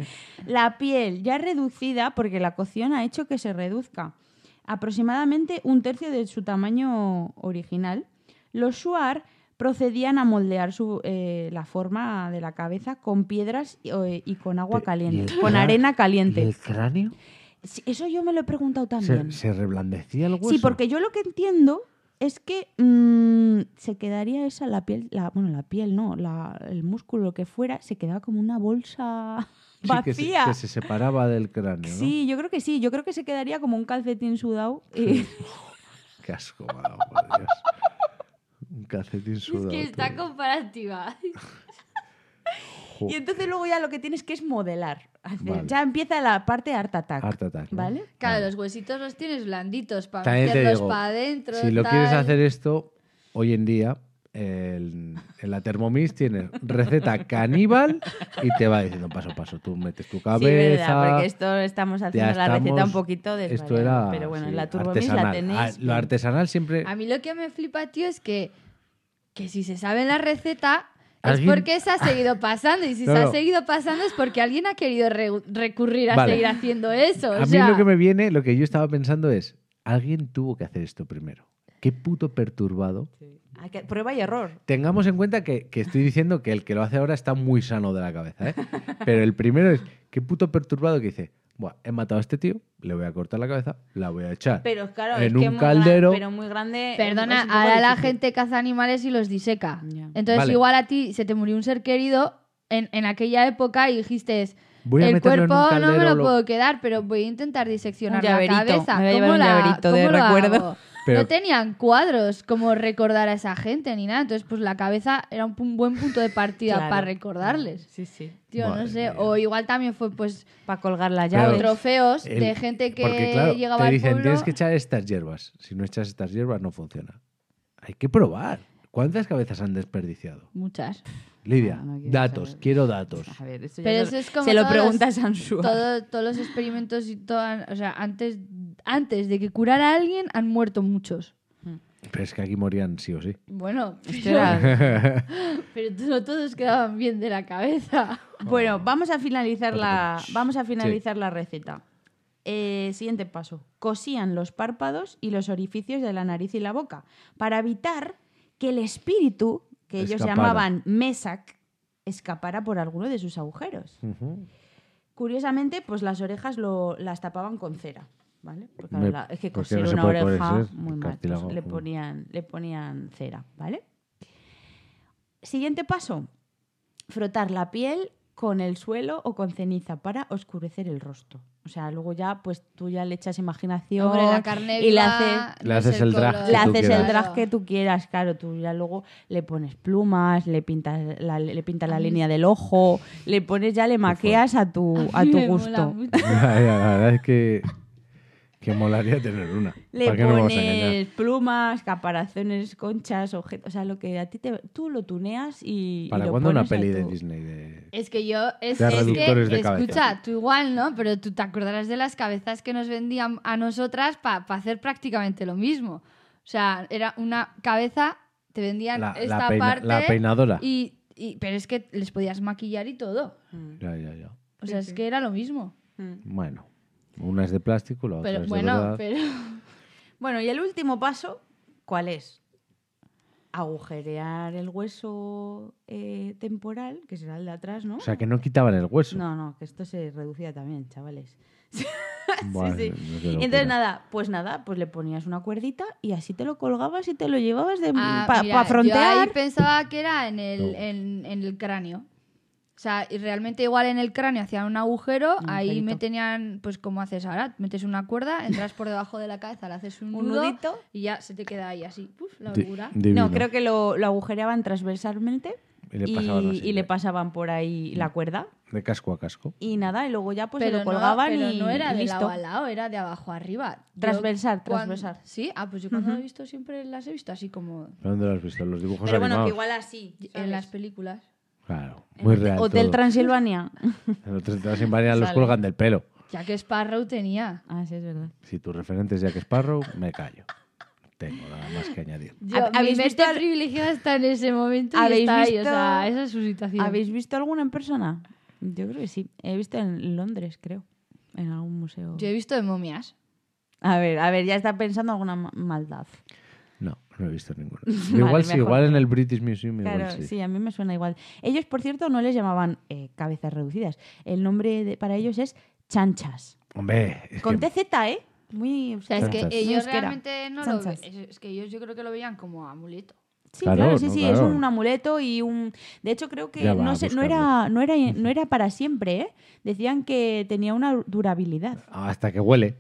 [SPEAKER 3] la piel ya reducida, porque la cocción ha hecho que se reduzca aproximadamente un tercio de su tamaño original, los Shuar procedían a moldear su, eh, la forma de la cabeza con piedras y, o- y con agua
[SPEAKER 1] Pe- y
[SPEAKER 3] caliente,
[SPEAKER 1] el
[SPEAKER 3] con
[SPEAKER 1] crá-
[SPEAKER 3] arena
[SPEAKER 1] ¿Y
[SPEAKER 3] caliente.
[SPEAKER 1] el cráneo?
[SPEAKER 3] Sí, Eso yo me lo he preguntado
[SPEAKER 1] ¿Se,
[SPEAKER 3] también.
[SPEAKER 1] se reblandecía el hueso?
[SPEAKER 3] Sí, porque yo lo que entiendo es que mm, se quedaría esa la piel, la, bueno, la piel no, la- el músculo, lo que fuera, se quedaba como una bolsa
[SPEAKER 1] Sí,
[SPEAKER 3] vacía.
[SPEAKER 1] que se- que se separaba del cráneo, ¿no?
[SPEAKER 3] Sí, yo creo que sí, yo creo que se quedaría como un calcetín sudado. y-
[SPEAKER 1] Qué asco, me ha dado, por Dios. Un calcetín
[SPEAKER 2] Es
[SPEAKER 1] sudado.
[SPEAKER 2] que está
[SPEAKER 1] tío.
[SPEAKER 2] comparativa.
[SPEAKER 1] Jo,
[SPEAKER 3] y entonces luego ya lo que tienes que es modelar. hacer-
[SPEAKER 1] Vale.
[SPEAKER 3] Ya empieza la parte art attack.
[SPEAKER 1] Heart attack, ¿no?
[SPEAKER 3] ¿Vale?
[SPEAKER 2] Claro,
[SPEAKER 1] Vale.
[SPEAKER 2] los huesitos los tienes blanditos para
[SPEAKER 1] Ah. También te
[SPEAKER 2] meterlos
[SPEAKER 1] digo,
[SPEAKER 2] para adentro.
[SPEAKER 1] Si lo quieres
[SPEAKER 2] tal.
[SPEAKER 1] hacer esto, hoy en día, el- en la Thermomix tienes receta caníbal y te va diciendo paso a paso. Tú metes tu
[SPEAKER 3] Sí, verdad,
[SPEAKER 1] cabeza.
[SPEAKER 3] porque esto estamos haciendo
[SPEAKER 1] ya
[SPEAKER 3] la receta
[SPEAKER 1] estamos-
[SPEAKER 3] un poquito de
[SPEAKER 1] Esto era.
[SPEAKER 3] pero bueno,
[SPEAKER 1] sí,
[SPEAKER 3] la turbomis la
[SPEAKER 1] artesanal.
[SPEAKER 3] tenéis.
[SPEAKER 1] Ah, Lo artesanal siempre.
[SPEAKER 2] A mí lo que me flipa, tío, es que, que si se sabe la receta es
[SPEAKER 1] Alguien-
[SPEAKER 2] porque se ha seguido pasando. Y si
[SPEAKER 1] No,
[SPEAKER 2] se ha
[SPEAKER 1] no.
[SPEAKER 2] seguido pasando es porque alguien ha querido re- recurrir a
[SPEAKER 1] Vale.
[SPEAKER 2] seguir haciendo eso. o
[SPEAKER 1] A mí
[SPEAKER 2] sea,
[SPEAKER 1] lo que me viene, lo que yo estaba pensando es: alguien tuvo que hacer esto primero. Qué puto perturbado
[SPEAKER 3] Sí. Hay que- Prueba y error.
[SPEAKER 1] Tengamos en cuenta que, que estoy diciendo que el que lo hace ahora está muy sano de la cabeza, ¿eh? Pero el primero es, qué puto perturbado que dice, Buah, he matado a este tío, le voy a cortar la cabeza, la voy a echar.
[SPEAKER 3] Pero claro,
[SPEAKER 1] En
[SPEAKER 3] es
[SPEAKER 1] un
[SPEAKER 3] que muy gran-
[SPEAKER 1] caldero.
[SPEAKER 3] pero muy grande.
[SPEAKER 2] eh, Perdona,
[SPEAKER 3] es un poco
[SPEAKER 2] ahora la
[SPEAKER 3] difícil.
[SPEAKER 2] gente caza animales y los diseca.
[SPEAKER 3] Ya.
[SPEAKER 2] Entonces,
[SPEAKER 1] Vale.
[SPEAKER 2] igual a ti se te murió un ser querido en, en aquella época y dijiste,
[SPEAKER 1] Voy a
[SPEAKER 2] el
[SPEAKER 1] meterlo
[SPEAKER 2] cuerpo
[SPEAKER 1] en un
[SPEAKER 2] no me
[SPEAKER 1] caldero,
[SPEAKER 2] lo,
[SPEAKER 1] lo-
[SPEAKER 2] puedo quedar, pero voy a intentar diseccionar
[SPEAKER 3] Un
[SPEAKER 2] la
[SPEAKER 3] llaverito,
[SPEAKER 2] cabeza.
[SPEAKER 3] me voy a llevar
[SPEAKER 2] ¿Cómo
[SPEAKER 3] un
[SPEAKER 2] la-
[SPEAKER 3] llaverito de
[SPEAKER 2] cómo lo
[SPEAKER 3] recuerdo.
[SPEAKER 2] hago?
[SPEAKER 1] Pero-
[SPEAKER 2] No tenían cuadros como recordar a esa gente ni nada. Entonces, pues la cabeza era un pu- buen punto de partida
[SPEAKER 3] Claro.
[SPEAKER 2] para recordarles.
[SPEAKER 3] Sí, sí.
[SPEAKER 2] Tío, no
[SPEAKER 1] Madre
[SPEAKER 2] sé.
[SPEAKER 1] mía.
[SPEAKER 2] O igual también fue, pues,
[SPEAKER 3] Para colgar la
[SPEAKER 1] Pero-
[SPEAKER 3] llave.
[SPEAKER 2] trofeos
[SPEAKER 1] El-
[SPEAKER 2] de gente que
[SPEAKER 1] Porque claro,
[SPEAKER 2] llegaba
[SPEAKER 1] te
[SPEAKER 2] al
[SPEAKER 1] dicen,
[SPEAKER 2] pueblo.
[SPEAKER 1] tienes que echar estas hierbas. Si no echas estas hierbas no funciona. Hay que probar. ¿Cuántas cabezas han desperdiciado?
[SPEAKER 2] Muchas.
[SPEAKER 1] Lidia,
[SPEAKER 3] Ah, no quiero
[SPEAKER 1] datos,
[SPEAKER 3] saber.
[SPEAKER 1] quiero datos.
[SPEAKER 3] A ver, eso ya
[SPEAKER 2] Pero
[SPEAKER 3] se
[SPEAKER 2] eso
[SPEAKER 3] lo-
[SPEAKER 2] es como
[SPEAKER 3] se lo
[SPEAKER 2] todos los-
[SPEAKER 3] preguntas a Ansua.
[SPEAKER 2] Todo- todos los experimentos y todas, o sea, antes, antes de que curara a alguien han muerto muchos.
[SPEAKER 1] Pero es que aquí morían sí o sí.
[SPEAKER 2] Bueno,
[SPEAKER 3] Esto
[SPEAKER 2] pero,
[SPEAKER 3] era-
[SPEAKER 2] pero no todos quedaban bien de la cabeza.
[SPEAKER 3] Bueno, vamos a finalizar la, vamos a finalizar la receta. Eh, siguiente paso. Cosían los párpados y los orificios de la nariz y la boca para evitar que el espíritu, que ellos
[SPEAKER 1] Escapara.
[SPEAKER 3] llamaban mesak, escapara por alguno de sus agujeros.
[SPEAKER 1] Ujú.
[SPEAKER 3] Curiosamente, pues las orejas lo, las tapaban con cera, ¿vale? Porque
[SPEAKER 1] Me-
[SPEAKER 3] la- es que
[SPEAKER 1] porque
[SPEAKER 3] coser
[SPEAKER 1] no se
[SPEAKER 3] una
[SPEAKER 1] puede
[SPEAKER 3] oreja
[SPEAKER 1] coser,
[SPEAKER 3] muy
[SPEAKER 1] el
[SPEAKER 3] mal, pues
[SPEAKER 1] cartílago,
[SPEAKER 3] le
[SPEAKER 1] mm.
[SPEAKER 3] ponían, le ponían cera, ¿vale? Siguiente paso, frotar la piel con el suelo o con ceniza para oscurecer el rostro. O sea, luego ya, pues tú ya le echas imaginación
[SPEAKER 2] Hombre, la carne
[SPEAKER 3] y le haces,
[SPEAKER 1] Le haces el drag que
[SPEAKER 3] le
[SPEAKER 1] tú
[SPEAKER 3] haces el
[SPEAKER 1] quieras.
[SPEAKER 3] drag que tú quieras, claro, tú ya luego le pones plumas, le pintas la, le pintas la línea del ojo, le pones ya, le maqueas a tu, a tu gusto.
[SPEAKER 1] Ya, ya, la verdad es que, que molaría tener una.
[SPEAKER 3] Le
[SPEAKER 1] ¿Para qué nos vamos a engañar?
[SPEAKER 3] pones plumas, caparazones, conchas, objetos, o sea, lo que a ti te... Tú lo tuneas y... y
[SPEAKER 1] ¿Para
[SPEAKER 3] lo
[SPEAKER 1] cuándo una
[SPEAKER 3] pones a
[SPEAKER 1] peli de
[SPEAKER 3] tu-
[SPEAKER 1] Disney? De...
[SPEAKER 2] Es que yo, es,
[SPEAKER 1] De
[SPEAKER 2] es
[SPEAKER 1] reductores
[SPEAKER 2] que,
[SPEAKER 1] de cabeza.
[SPEAKER 2] escucha, tú igual, ¿no? Pero tú te acordarás de las cabezas que nos vendían a nosotras para hacer prácticamente lo mismo. O sea, era una cabeza, te vendían
[SPEAKER 1] La, la
[SPEAKER 2] esta
[SPEAKER 1] peina-
[SPEAKER 2] parte
[SPEAKER 1] la peinadora.
[SPEAKER 2] y, y- pero es que les podías maquillar y todo.
[SPEAKER 3] Mm,
[SPEAKER 1] Ya, ya, ya.
[SPEAKER 2] O sea, es que era lo mismo.
[SPEAKER 1] Bueno, una es de plástico, la otra
[SPEAKER 2] Pero
[SPEAKER 1] Pues es de
[SPEAKER 2] bueno,
[SPEAKER 1] verdad.
[SPEAKER 2] pero
[SPEAKER 3] Bueno, y el último paso, ¿cuál es? Agujerear el hueso eh, temporal, que será el de atrás, ¿no?
[SPEAKER 1] O sea, que no quitaban el hueso.
[SPEAKER 3] No, no, que esto se reducía también, chavales.
[SPEAKER 1] Buah,
[SPEAKER 3] sí.
[SPEAKER 1] no te lo
[SPEAKER 3] Y
[SPEAKER 1] creo.
[SPEAKER 3] entonces nada, pues nada, pues le ponías una cuerdita y así te lo colgabas y te lo llevabas de
[SPEAKER 2] Ah,
[SPEAKER 3] para
[SPEAKER 2] mira, Yo ahí
[SPEAKER 3] frontear.
[SPEAKER 2] pensaba que era en el,
[SPEAKER 1] No.
[SPEAKER 2] en, en el cráneo. O sea, y realmente igual en el cráneo hacían un agujero,
[SPEAKER 3] Un
[SPEAKER 2] ahí
[SPEAKER 3] agujerito.
[SPEAKER 2] me tenían, pues como haces ahora, metes una cuerda, entras por debajo de la cabeza, le haces un,
[SPEAKER 3] Un
[SPEAKER 2] nudo
[SPEAKER 3] nudito.
[SPEAKER 2] y ya se te queda ahí así, puf, la
[SPEAKER 1] Di-
[SPEAKER 2] holgura.
[SPEAKER 1] divino.
[SPEAKER 3] No, creo que lo, lo agujereaban transversalmente
[SPEAKER 1] Y le
[SPEAKER 3] y,
[SPEAKER 1] pasaban así, ¿eh? Mm.
[SPEAKER 3] y le
[SPEAKER 1] de-
[SPEAKER 3] pasaban por ahí la cuerda.
[SPEAKER 1] De casco a casco.
[SPEAKER 3] Y nada, y luego ya pues se
[SPEAKER 2] pero
[SPEAKER 3] lo colgaban
[SPEAKER 2] no, pero
[SPEAKER 3] y,
[SPEAKER 2] no era
[SPEAKER 3] y
[SPEAKER 2] de
[SPEAKER 3] listo.
[SPEAKER 2] lado a lado, era de abajo a arriba. Yo
[SPEAKER 3] Transversal,
[SPEAKER 2] cuan-
[SPEAKER 3] transversal.
[SPEAKER 2] Sí, ah, pues yo cuando lo he visto siempre las he visto así como
[SPEAKER 1] ¿Pero ¿Dónde lo has visto? En Los dibujos
[SPEAKER 3] Pero bueno,
[SPEAKER 1] animados.
[SPEAKER 3] que igual así.
[SPEAKER 2] en
[SPEAKER 3] ¿sabes?
[SPEAKER 2] las películas.
[SPEAKER 1] Claro, muy real.
[SPEAKER 3] Hotel
[SPEAKER 1] todo.
[SPEAKER 3] Transilvania.
[SPEAKER 1] En Hotel Transilvania los
[SPEAKER 3] Sale.
[SPEAKER 1] cuelgan del pelo.
[SPEAKER 2] Ya que Sparrow tenía.
[SPEAKER 3] ah, sí, es verdad.
[SPEAKER 1] Si tu referente es Jack Sparrow, me callo. No Tengo nada más que añadir.
[SPEAKER 2] Yo,
[SPEAKER 3] ¿Hab- habéis
[SPEAKER 2] mi mente
[SPEAKER 3] visto al-
[SPEAKER 2] privilegiada está en ese momento y
[SPEAKER 3] ¿Habéis
[SPEAKER 2] está ahí, o
[SPEAKER 3] visto-
[SPEAKER 2] sea, esa es su situación.
[SPEAKER 3] ¿Habéis visto alguna en persona? Yo creo que sí. He visto en Londres, creo. En algún museo.
[SPEAKER 2] Yo he visto de momias.
[SPEAKER 3] A ver, a ver, ya está pensando alguna ma- maldad.
[SPEAKER 1] No, no he visto ninguno.
[SPEAKER 3] Vale,
[SPEAKER 1] igual sí,
[SPEAKER 3] mejor.
[SPEAKER 1] igual en el British Museum. Igual
[SPEAKER 3] Claro,
[SPEAKER 1] sí.
[SPEAKER 3] sí. a mí me suena igual. Ellos, por cierto, no les llamaban eh, cabezas reducidas. El nombre de- para ellos es chanchas.
[SPEAKER 1] Hombre, es
[SPEAKER 3] Con
[SPEAKER 1] que
[SPEAKER 3] TZ, ¿eh? Muy.
[SPEAKER 2] O sea, es que
[SPEAKER 1] Chanchas.
[SPEAKER 2] ellos
[SPEAKER 3] Euskera.
[SPEAKER 2] realmente no lo
[SPEAKER 3] Chanchas.
[SPEAKER 2] es, es que ellos yo creo que lo veían como amuleto.
[SPEAKER 3] Sí,
[SPEAKER 1] Claro,
[SPEAKER 3] claro, sí,
[SPEAKER 1] no,
[SPEAKER 3] sí,
[SPEAKER 1] claro.
[SPEAKER 3] es un amuleto y un... De hecho, creo que
[SPEAKER 1] Ya va,
[SPEAKER 3] no, sé, no, era, no, era, no era para siempre, ¿eh? Decían que tenía una durabilidad.
[SPEAKER 1] hasta que huele.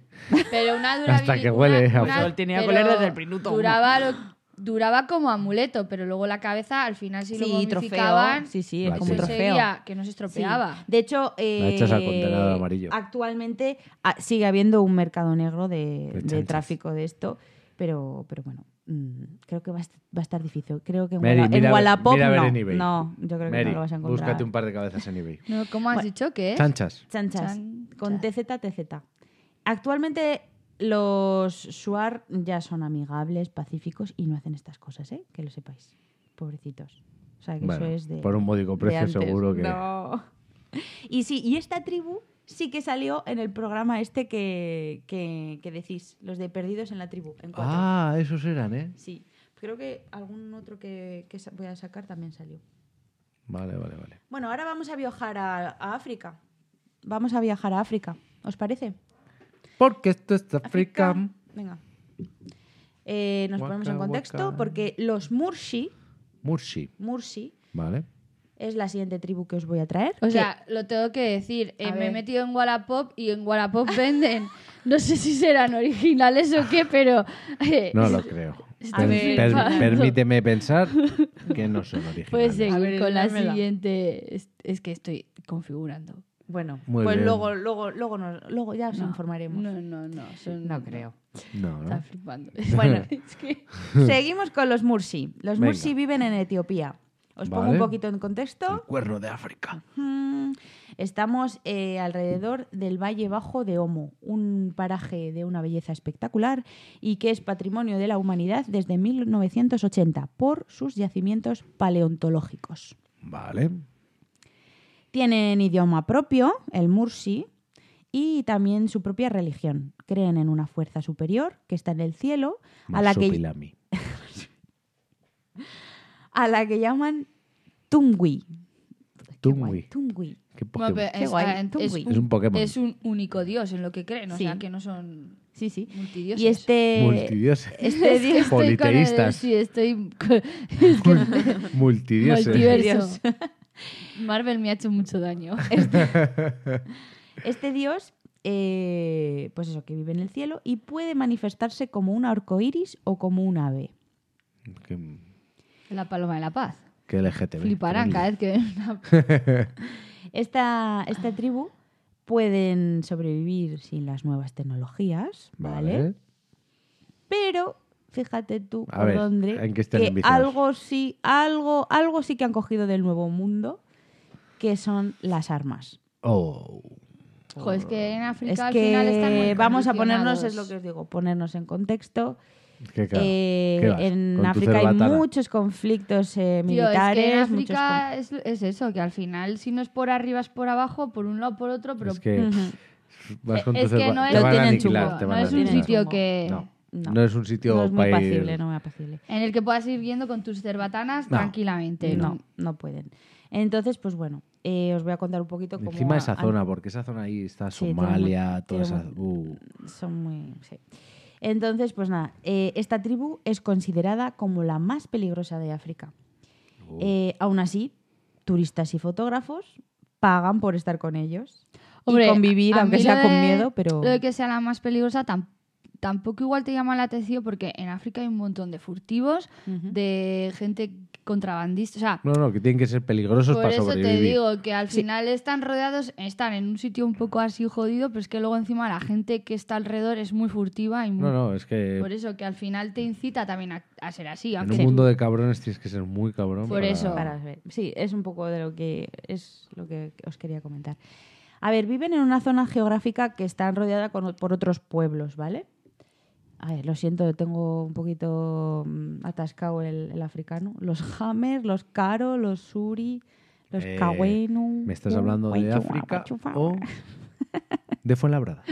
[SPEAKER 2] Pero una durabilidad.
[SPEAKER 1] Hasta que huele,
[SPEAKER 2] una-
[SPEAKER 1] a
[SPEAKER 2] una-
[SPEAKER 1] sol.
[SPEAKER 3] Tenía que
[SPEAKER 2] pero
[SPEAKER 3] oler desde el minuto uno.
[SPEAKER 2] Duraba, lo- duraba como amuleto, pero luego la cabeza al final sí, lo momificaban.
[SPEAKER 3] Sí, sí, es
[SPEAKER 1] Vale.
[SPEAKER 3] como un
[SPEAKER 2] pues
[SPEAKER 3] trofeo.
[SPEAKER 2] seguía, que no se
[SPEAKER 3] Sí.
[SPEAKER 2] estropeaba.
[SPEAKER 3] De hecho, eh,
[SPEAKER 1] echas al contenedor amarillo.
[SPEAKER 3] actualmente ah, sigue habiendo un mercado negro de,
[SPEAKER 1] De
[SPEAKER 3] de
[SPEAKER 1] chanchas.
[SPEAKER 3] tráfico de esto, pero, pero bueno, mm, creo que va a, est- va a estar difícil. Creo que en,
[SPEAKER 1] Mary,
[SPEAKER 3] Walla- en
[SPEAKER 1] mira a ver-
[SPEAKER 3] Wallapop
[SPEAKER 1] mira a ver en
[SPEAKER 3] no.
[SPEAKER 1] eBay.
[SPEAKER 3] No, yo creo que
[SPEAKER 1] Mary,
[SPEAKER 3] no lo vas a encontrar.
[SPEAKER 1] búscate un par de cabezas en eBay.
[SPEAKER 2] No, ¿Cómo has
[SPEAKER 3] Bueno,
[SPEAKER 2] dicho que es?
[SPEAKER 1] Chanchas.
[SPEAKER 3] Chanchas.
[SPEAKER 2] Chan-
[SPEAKER 3] Con
[SPEAKER 2] chan.
[SPEAKER 3] TZ, TZ. Actualmente los Suar ya son amigables, pacíficos y no hacen estas cosas, ¿eh? Que lo sepáis. Pobrecitos. O sea, que
[SPEAKER 1] Bueno,
[SPEAKER 3] eso es de.
[SPEAKER 1] por un módico
[SPEAKER 3] de
[SPEAKER 1] precio
[SPEAKER 3] antes.
[SPEAKER 1] seguro que-
[SPEAKER 3] No. Y sí, y esta tribu sí que salió en el programa este que, que, que decís, los de Perdidos en la tribu, en cuatro.
[SPEAKER 1] Ah, esos eran, ¿eh?
[SPEAKER 3] Sí. Creo que algún otro que, que sa- voy a sacar también salió.
[SPEAKER 1] Vale, vale, vale.
[SPEAKER 3] Bueno, ahora vamos a viajar a, a África. Vamos a viajar a África. ¿Os parece?
[SPEAKER 1] Porque esto es África.
[SPEAKER 3] Venga. Eh, nos
[SPEAKER 1] Waka,
[SPEAKER 3] ponemos en contexto
[SPEAKER 1] waka.
[SPEAKER 3] porque los Mursi,
[SPEAKER 1] Mursi,
[SPEAKER 3] Mursi
[SPEAKER 1] ¿vale?
[SPEAKER 3] es la siguiente tribu que os voy a traer.
[SPEAKER 2] O
[SPEAKER 3] que-
[SPEAKER 2] sea, lo tengo que decir. eh,
[SPEAKER 3] A
[SPEAKER 2] me he
[SPEAKER 3] ver.
[SPEAKER 2] metido en Wallapop y en Wallapop venden. No sé si serán originales o qué, pero. eh,
[SPEAKER 1] No lo creo.
[SPEAKER 2] Estoy
[SPEAKER 1] Per-
[SPEAKER 2] flipando.
[SPEAKER 1] per- permíteme pensar que no son originales.
[SPEAKER 2] Puedes
[SPEAKER 3] A
[SPEAKER 2] seguir
[SPEAKER 3] ver,
[SPEAKER 2] con la
[SPEAKER 3] enséñamela.
[SPEAKER 2] siguiente. Es, es que estoy configurando.
[SPEAKER 3] bueno,
[SPEAKER 1] Muy
[SPEAKER 3] pues
[SPEAKER 1] bien.
[SPEAKER 3] luego, luego, luego, nos- luego ya os informaremos.
[SPEAKER 2] No, no, no. son-
[SPEAKER 3] No creo.
[SPEAKER 1] No,
[SPEAKER 2] Está
[SPEAKER 1] ¿no?
[SPEAKER 2] flipando.
[SPEAKER 3] Bueno.
[SPEAKER 2] es que.
[SPEAKER 3] Seguimos con los Mursi. Los
[SPEAKER 1] Venga.
[SPEAKER 3] Mursi viven en Etiopía. Os pongo
[SPEAKER 1] Vale.
[SPEAKER 3] un poquito en contexto.
[SPEAKER 1] El cuerno de África.
[SPEAKER 3] Mm, Estamos eh, alrededor del Valle Bajo de Homo, un paraje de una belleza espectacular y que es patrimonio de la humanidad desde 1980 por sus yacimientos paleontológicos.
[SPEAKER 1] Vale.
[SPEAKER 3] Tienen idioma propio, el Mursi, y también su propia religión. Creen en una fuerza superior que está en el cielo, a la que,
[SPEAKER 1] Marsupilami.
[SPEAKER 3] a la que llaman Tungui. Qué guay, eh,
[SPEAKER 1] Tungui.
[SPEAKER 3] Tungui.
[SPEAKER 1] Qué Pokémon.
[SPEAKER 3] Qué guay. Tungui.
[SPEAKER 1] Es un Pokémon.
[SPEAKER 2] es un único dios en lo que creen. O
[SPEAKER 3] Sí.
[SPEAKER 2] sea, que no son.
[SPEAKER 3] Sí, sí.
[SPEAKER 2] Multidioses.
[SPEAKER 3] Y este,
[SPEAKER 1] Multidioses.
[SPEAKER 3] este
[SPEAKER 2] Es que
[SPEAKER 3] dios
[SPEAKER 2] estoy con el-
[SPEAKER 1] Politeístas.
[SPEAKER 2] sí, estoy. con- es que
[SPEAKER 1] Multidioses.
[SPEAKER 2] Multiver-
[SPEAKER 3] Dios.
[SPEAKER 2] Marvel me ha hecho mucho daño.
[SPEAKER 3] Este dios, eh, pues eso, que vive en el cielo y puede manifestarse como un arcoíris o como un ave.
[SPEAKER 1] que,
[SPEAKER 2] La paloma de la paz.
[SPEAKER 1] que LGTB.
[SPEAKER 2] Fliparán cada vez que ven una.
[SPEAKER 3] Esta,
[SPEAKER 1] Ah.
[SPEAKER 3] esta tribu pueden sobrevivir sin las nuevas tecnologías, ¿vale?
[SPEAKER 1] Vale.
[SPEAKER 3] Pero fíjate tú
[SPEAKER 1] A
[SPEAKER 3] por
[SPEAKER 1] ver,
[SPEAKER 3] dónde,
[SPEAKER 1] ¿en qué están enviciados?
[SPEAKER 3] algo sí, algo, algo sí que han cogido del nuevo mundo, que son las armas.
[SPEAKER 1] Oh.
[SPEAKER 2] Joder, es que en África
[SPEAKER 3] es
[SPEAKER 2] al
[SPEAKER 3] que
[SPEAKER 2] final están muy
[SPEAKER 3] vamos a ponernos,
[SPEAKER 2] condicionados.
[SPEAKER 3] es lo que os digo, ponernos en contexto.
[SPEAKER 1] Es que claro,
[SPEAKER 3] Eh,
[SPEAKER 1] ¿qué vas?
[SPEAKER 3] en
[SPEAKER 1] Con tu
[SPEAKER 3] África hay
[SPEAKER 1] cerbatana.
[SPEAKER 3] muchos conflictos eh,
[SPEAKER 2] Tío, es
[SPEAKER 3] militares.
[SPEAKER 2] que en
[SPEAKER 3] muchos
[SPEAKER 2] África es, es eso, que al final si no es por arriba es por abajo, por un lado por otro, pero eh,
[SPEAKER 1] Es que
[SPEAKER 3] Ujú.
[SPEAKER 1] vas con tu
[SPEAKER 2] es que no
[SPEAKER 1] cerba-
[SPEAKER 2] es-
[SPEAKER 1] te
[SPEAKER 3] Lo
[SPEAKER 1] van a
[SPEAKER 3] tienen
[SPEAKER 1] aniquilar,
[SPEAKER 3] chungo,
[SPEAKER 1] te
[SPEAKER 2] no
[SPEAKER 1] van a
[SPEAKER 2] es un
[SPEAKER 1] aniquilar.
[SPEAKER 2] sitio
[SPEAKER 3] chungo.
[SPEAKER 2] que
[SPEAKER 1] No.
[SPEAKER 3] No.
[SPEAKER 1] No es un sitio
[SPEAKER 3] no es muy
[SPEAKER 1] para ir-
[SPEAKER 3] apacible, no muy apacible.
[SPEAKER 2] en el que puedas ir viendo con tus cerbatanas
[SPEAKER 1] No.
[SPEAKER 2] tranquilamente.
[SPEAKER 3] No, no pueden. Entonces, pues bueno, eh, os voy a contar un poquito cómo...
[SPEAKER 1] Encima de esa
[SPEAKER 3] han-
[SPEAKER 1] zona, porque esa zona ahí está
[SPEAKER 3] Sí, tiene
[SPEAKER 1] Somalia,
[SPEAKER 3] mu-
[SPEAKER 1] toda
[SPEAKER 3] tiene
[SPEAKER 1] esa.
[SPEAKER 3] mu-
[SPEAKER 1] uh,
[SPEAKER 3] Son muy... sí. Entonces, pues nada, eh, esta tribu es considerada como la más peligrosa de África.
[SPEAKER 1] uh.
[SPEAKER 3] Eh, aún así, turistas y fotógrafos pagan por estar con ellos
[SPEAKER 2] Hombre,
[SPEAKER 3] y convivir,
[SPEAKER 2] a
[SPEAKER 3] aunque
[SPEAKER 2] mí
[SPEAKER 3] sea
[SPEAKER 2] lo
[SPEAKER 3] con
[SPEAKER 2] de-
[SPEAKER 3] miedo, pero...
[SPEAKER 2] Lo de que sea la más peligrosa tam- tampoco igual te llama la atención porque en África hay un montón de furtivos,
[SPEAKER 3] Ujú.
[SPEAKER 2] de gente contrabandista, o sea,
[SPEAKER 1] No, no, que tienen que ser peligrosos
[SPEAKER 2] Por
[SPEAKER 1] para
[SPEAKER 2] eso
[SPEAKER 1] sobrevivir.
[SPEAKER 2] te digo que al
[SPEAKER 3] Sí.
[SPEAKER 2] final están rodeados, están en un sitio un poco así jodido, pero es que luego encima la gente que está alrededor es muy furtiva y muy...
[SPEAKER 1] No, no, es que
[SPEAKER 2] Por eso que al final te incita también a, a ser así.
[SPEAKER 1] en
[SPEAKER 2] aunque
[SPEAKER 1] un
[SPEAKER 2] tú-
[SPEAKER 1] mundo de cabrones tienes que ser muy cabrón.
[SPEAKER 2] Por
[SPEAKER 1] para-
[SPEAKER 2] eso.
[SPEAKER 3] para ver. Sí, es un poco de lo que es lo que os quería comentar. A ver, viven en una zona geográfica que está rodeada con- por otros pueblos, ¿vale? A ver, lo siento, tengo un poquito mm, atascado el, el africano. Los Hammer, los Karo, los Suri, los
[SPEAKER 1] Eh,
[SPEAKER 3] Kawenu.
[SPEAKER 1] ¿Me estás hablando de
[SPEAKER 3] Guaychua,
[SPEAKER 1] África
[SPEAKER 3] guaychufa.
[SPEAKER 1] o de Fuenlabrada?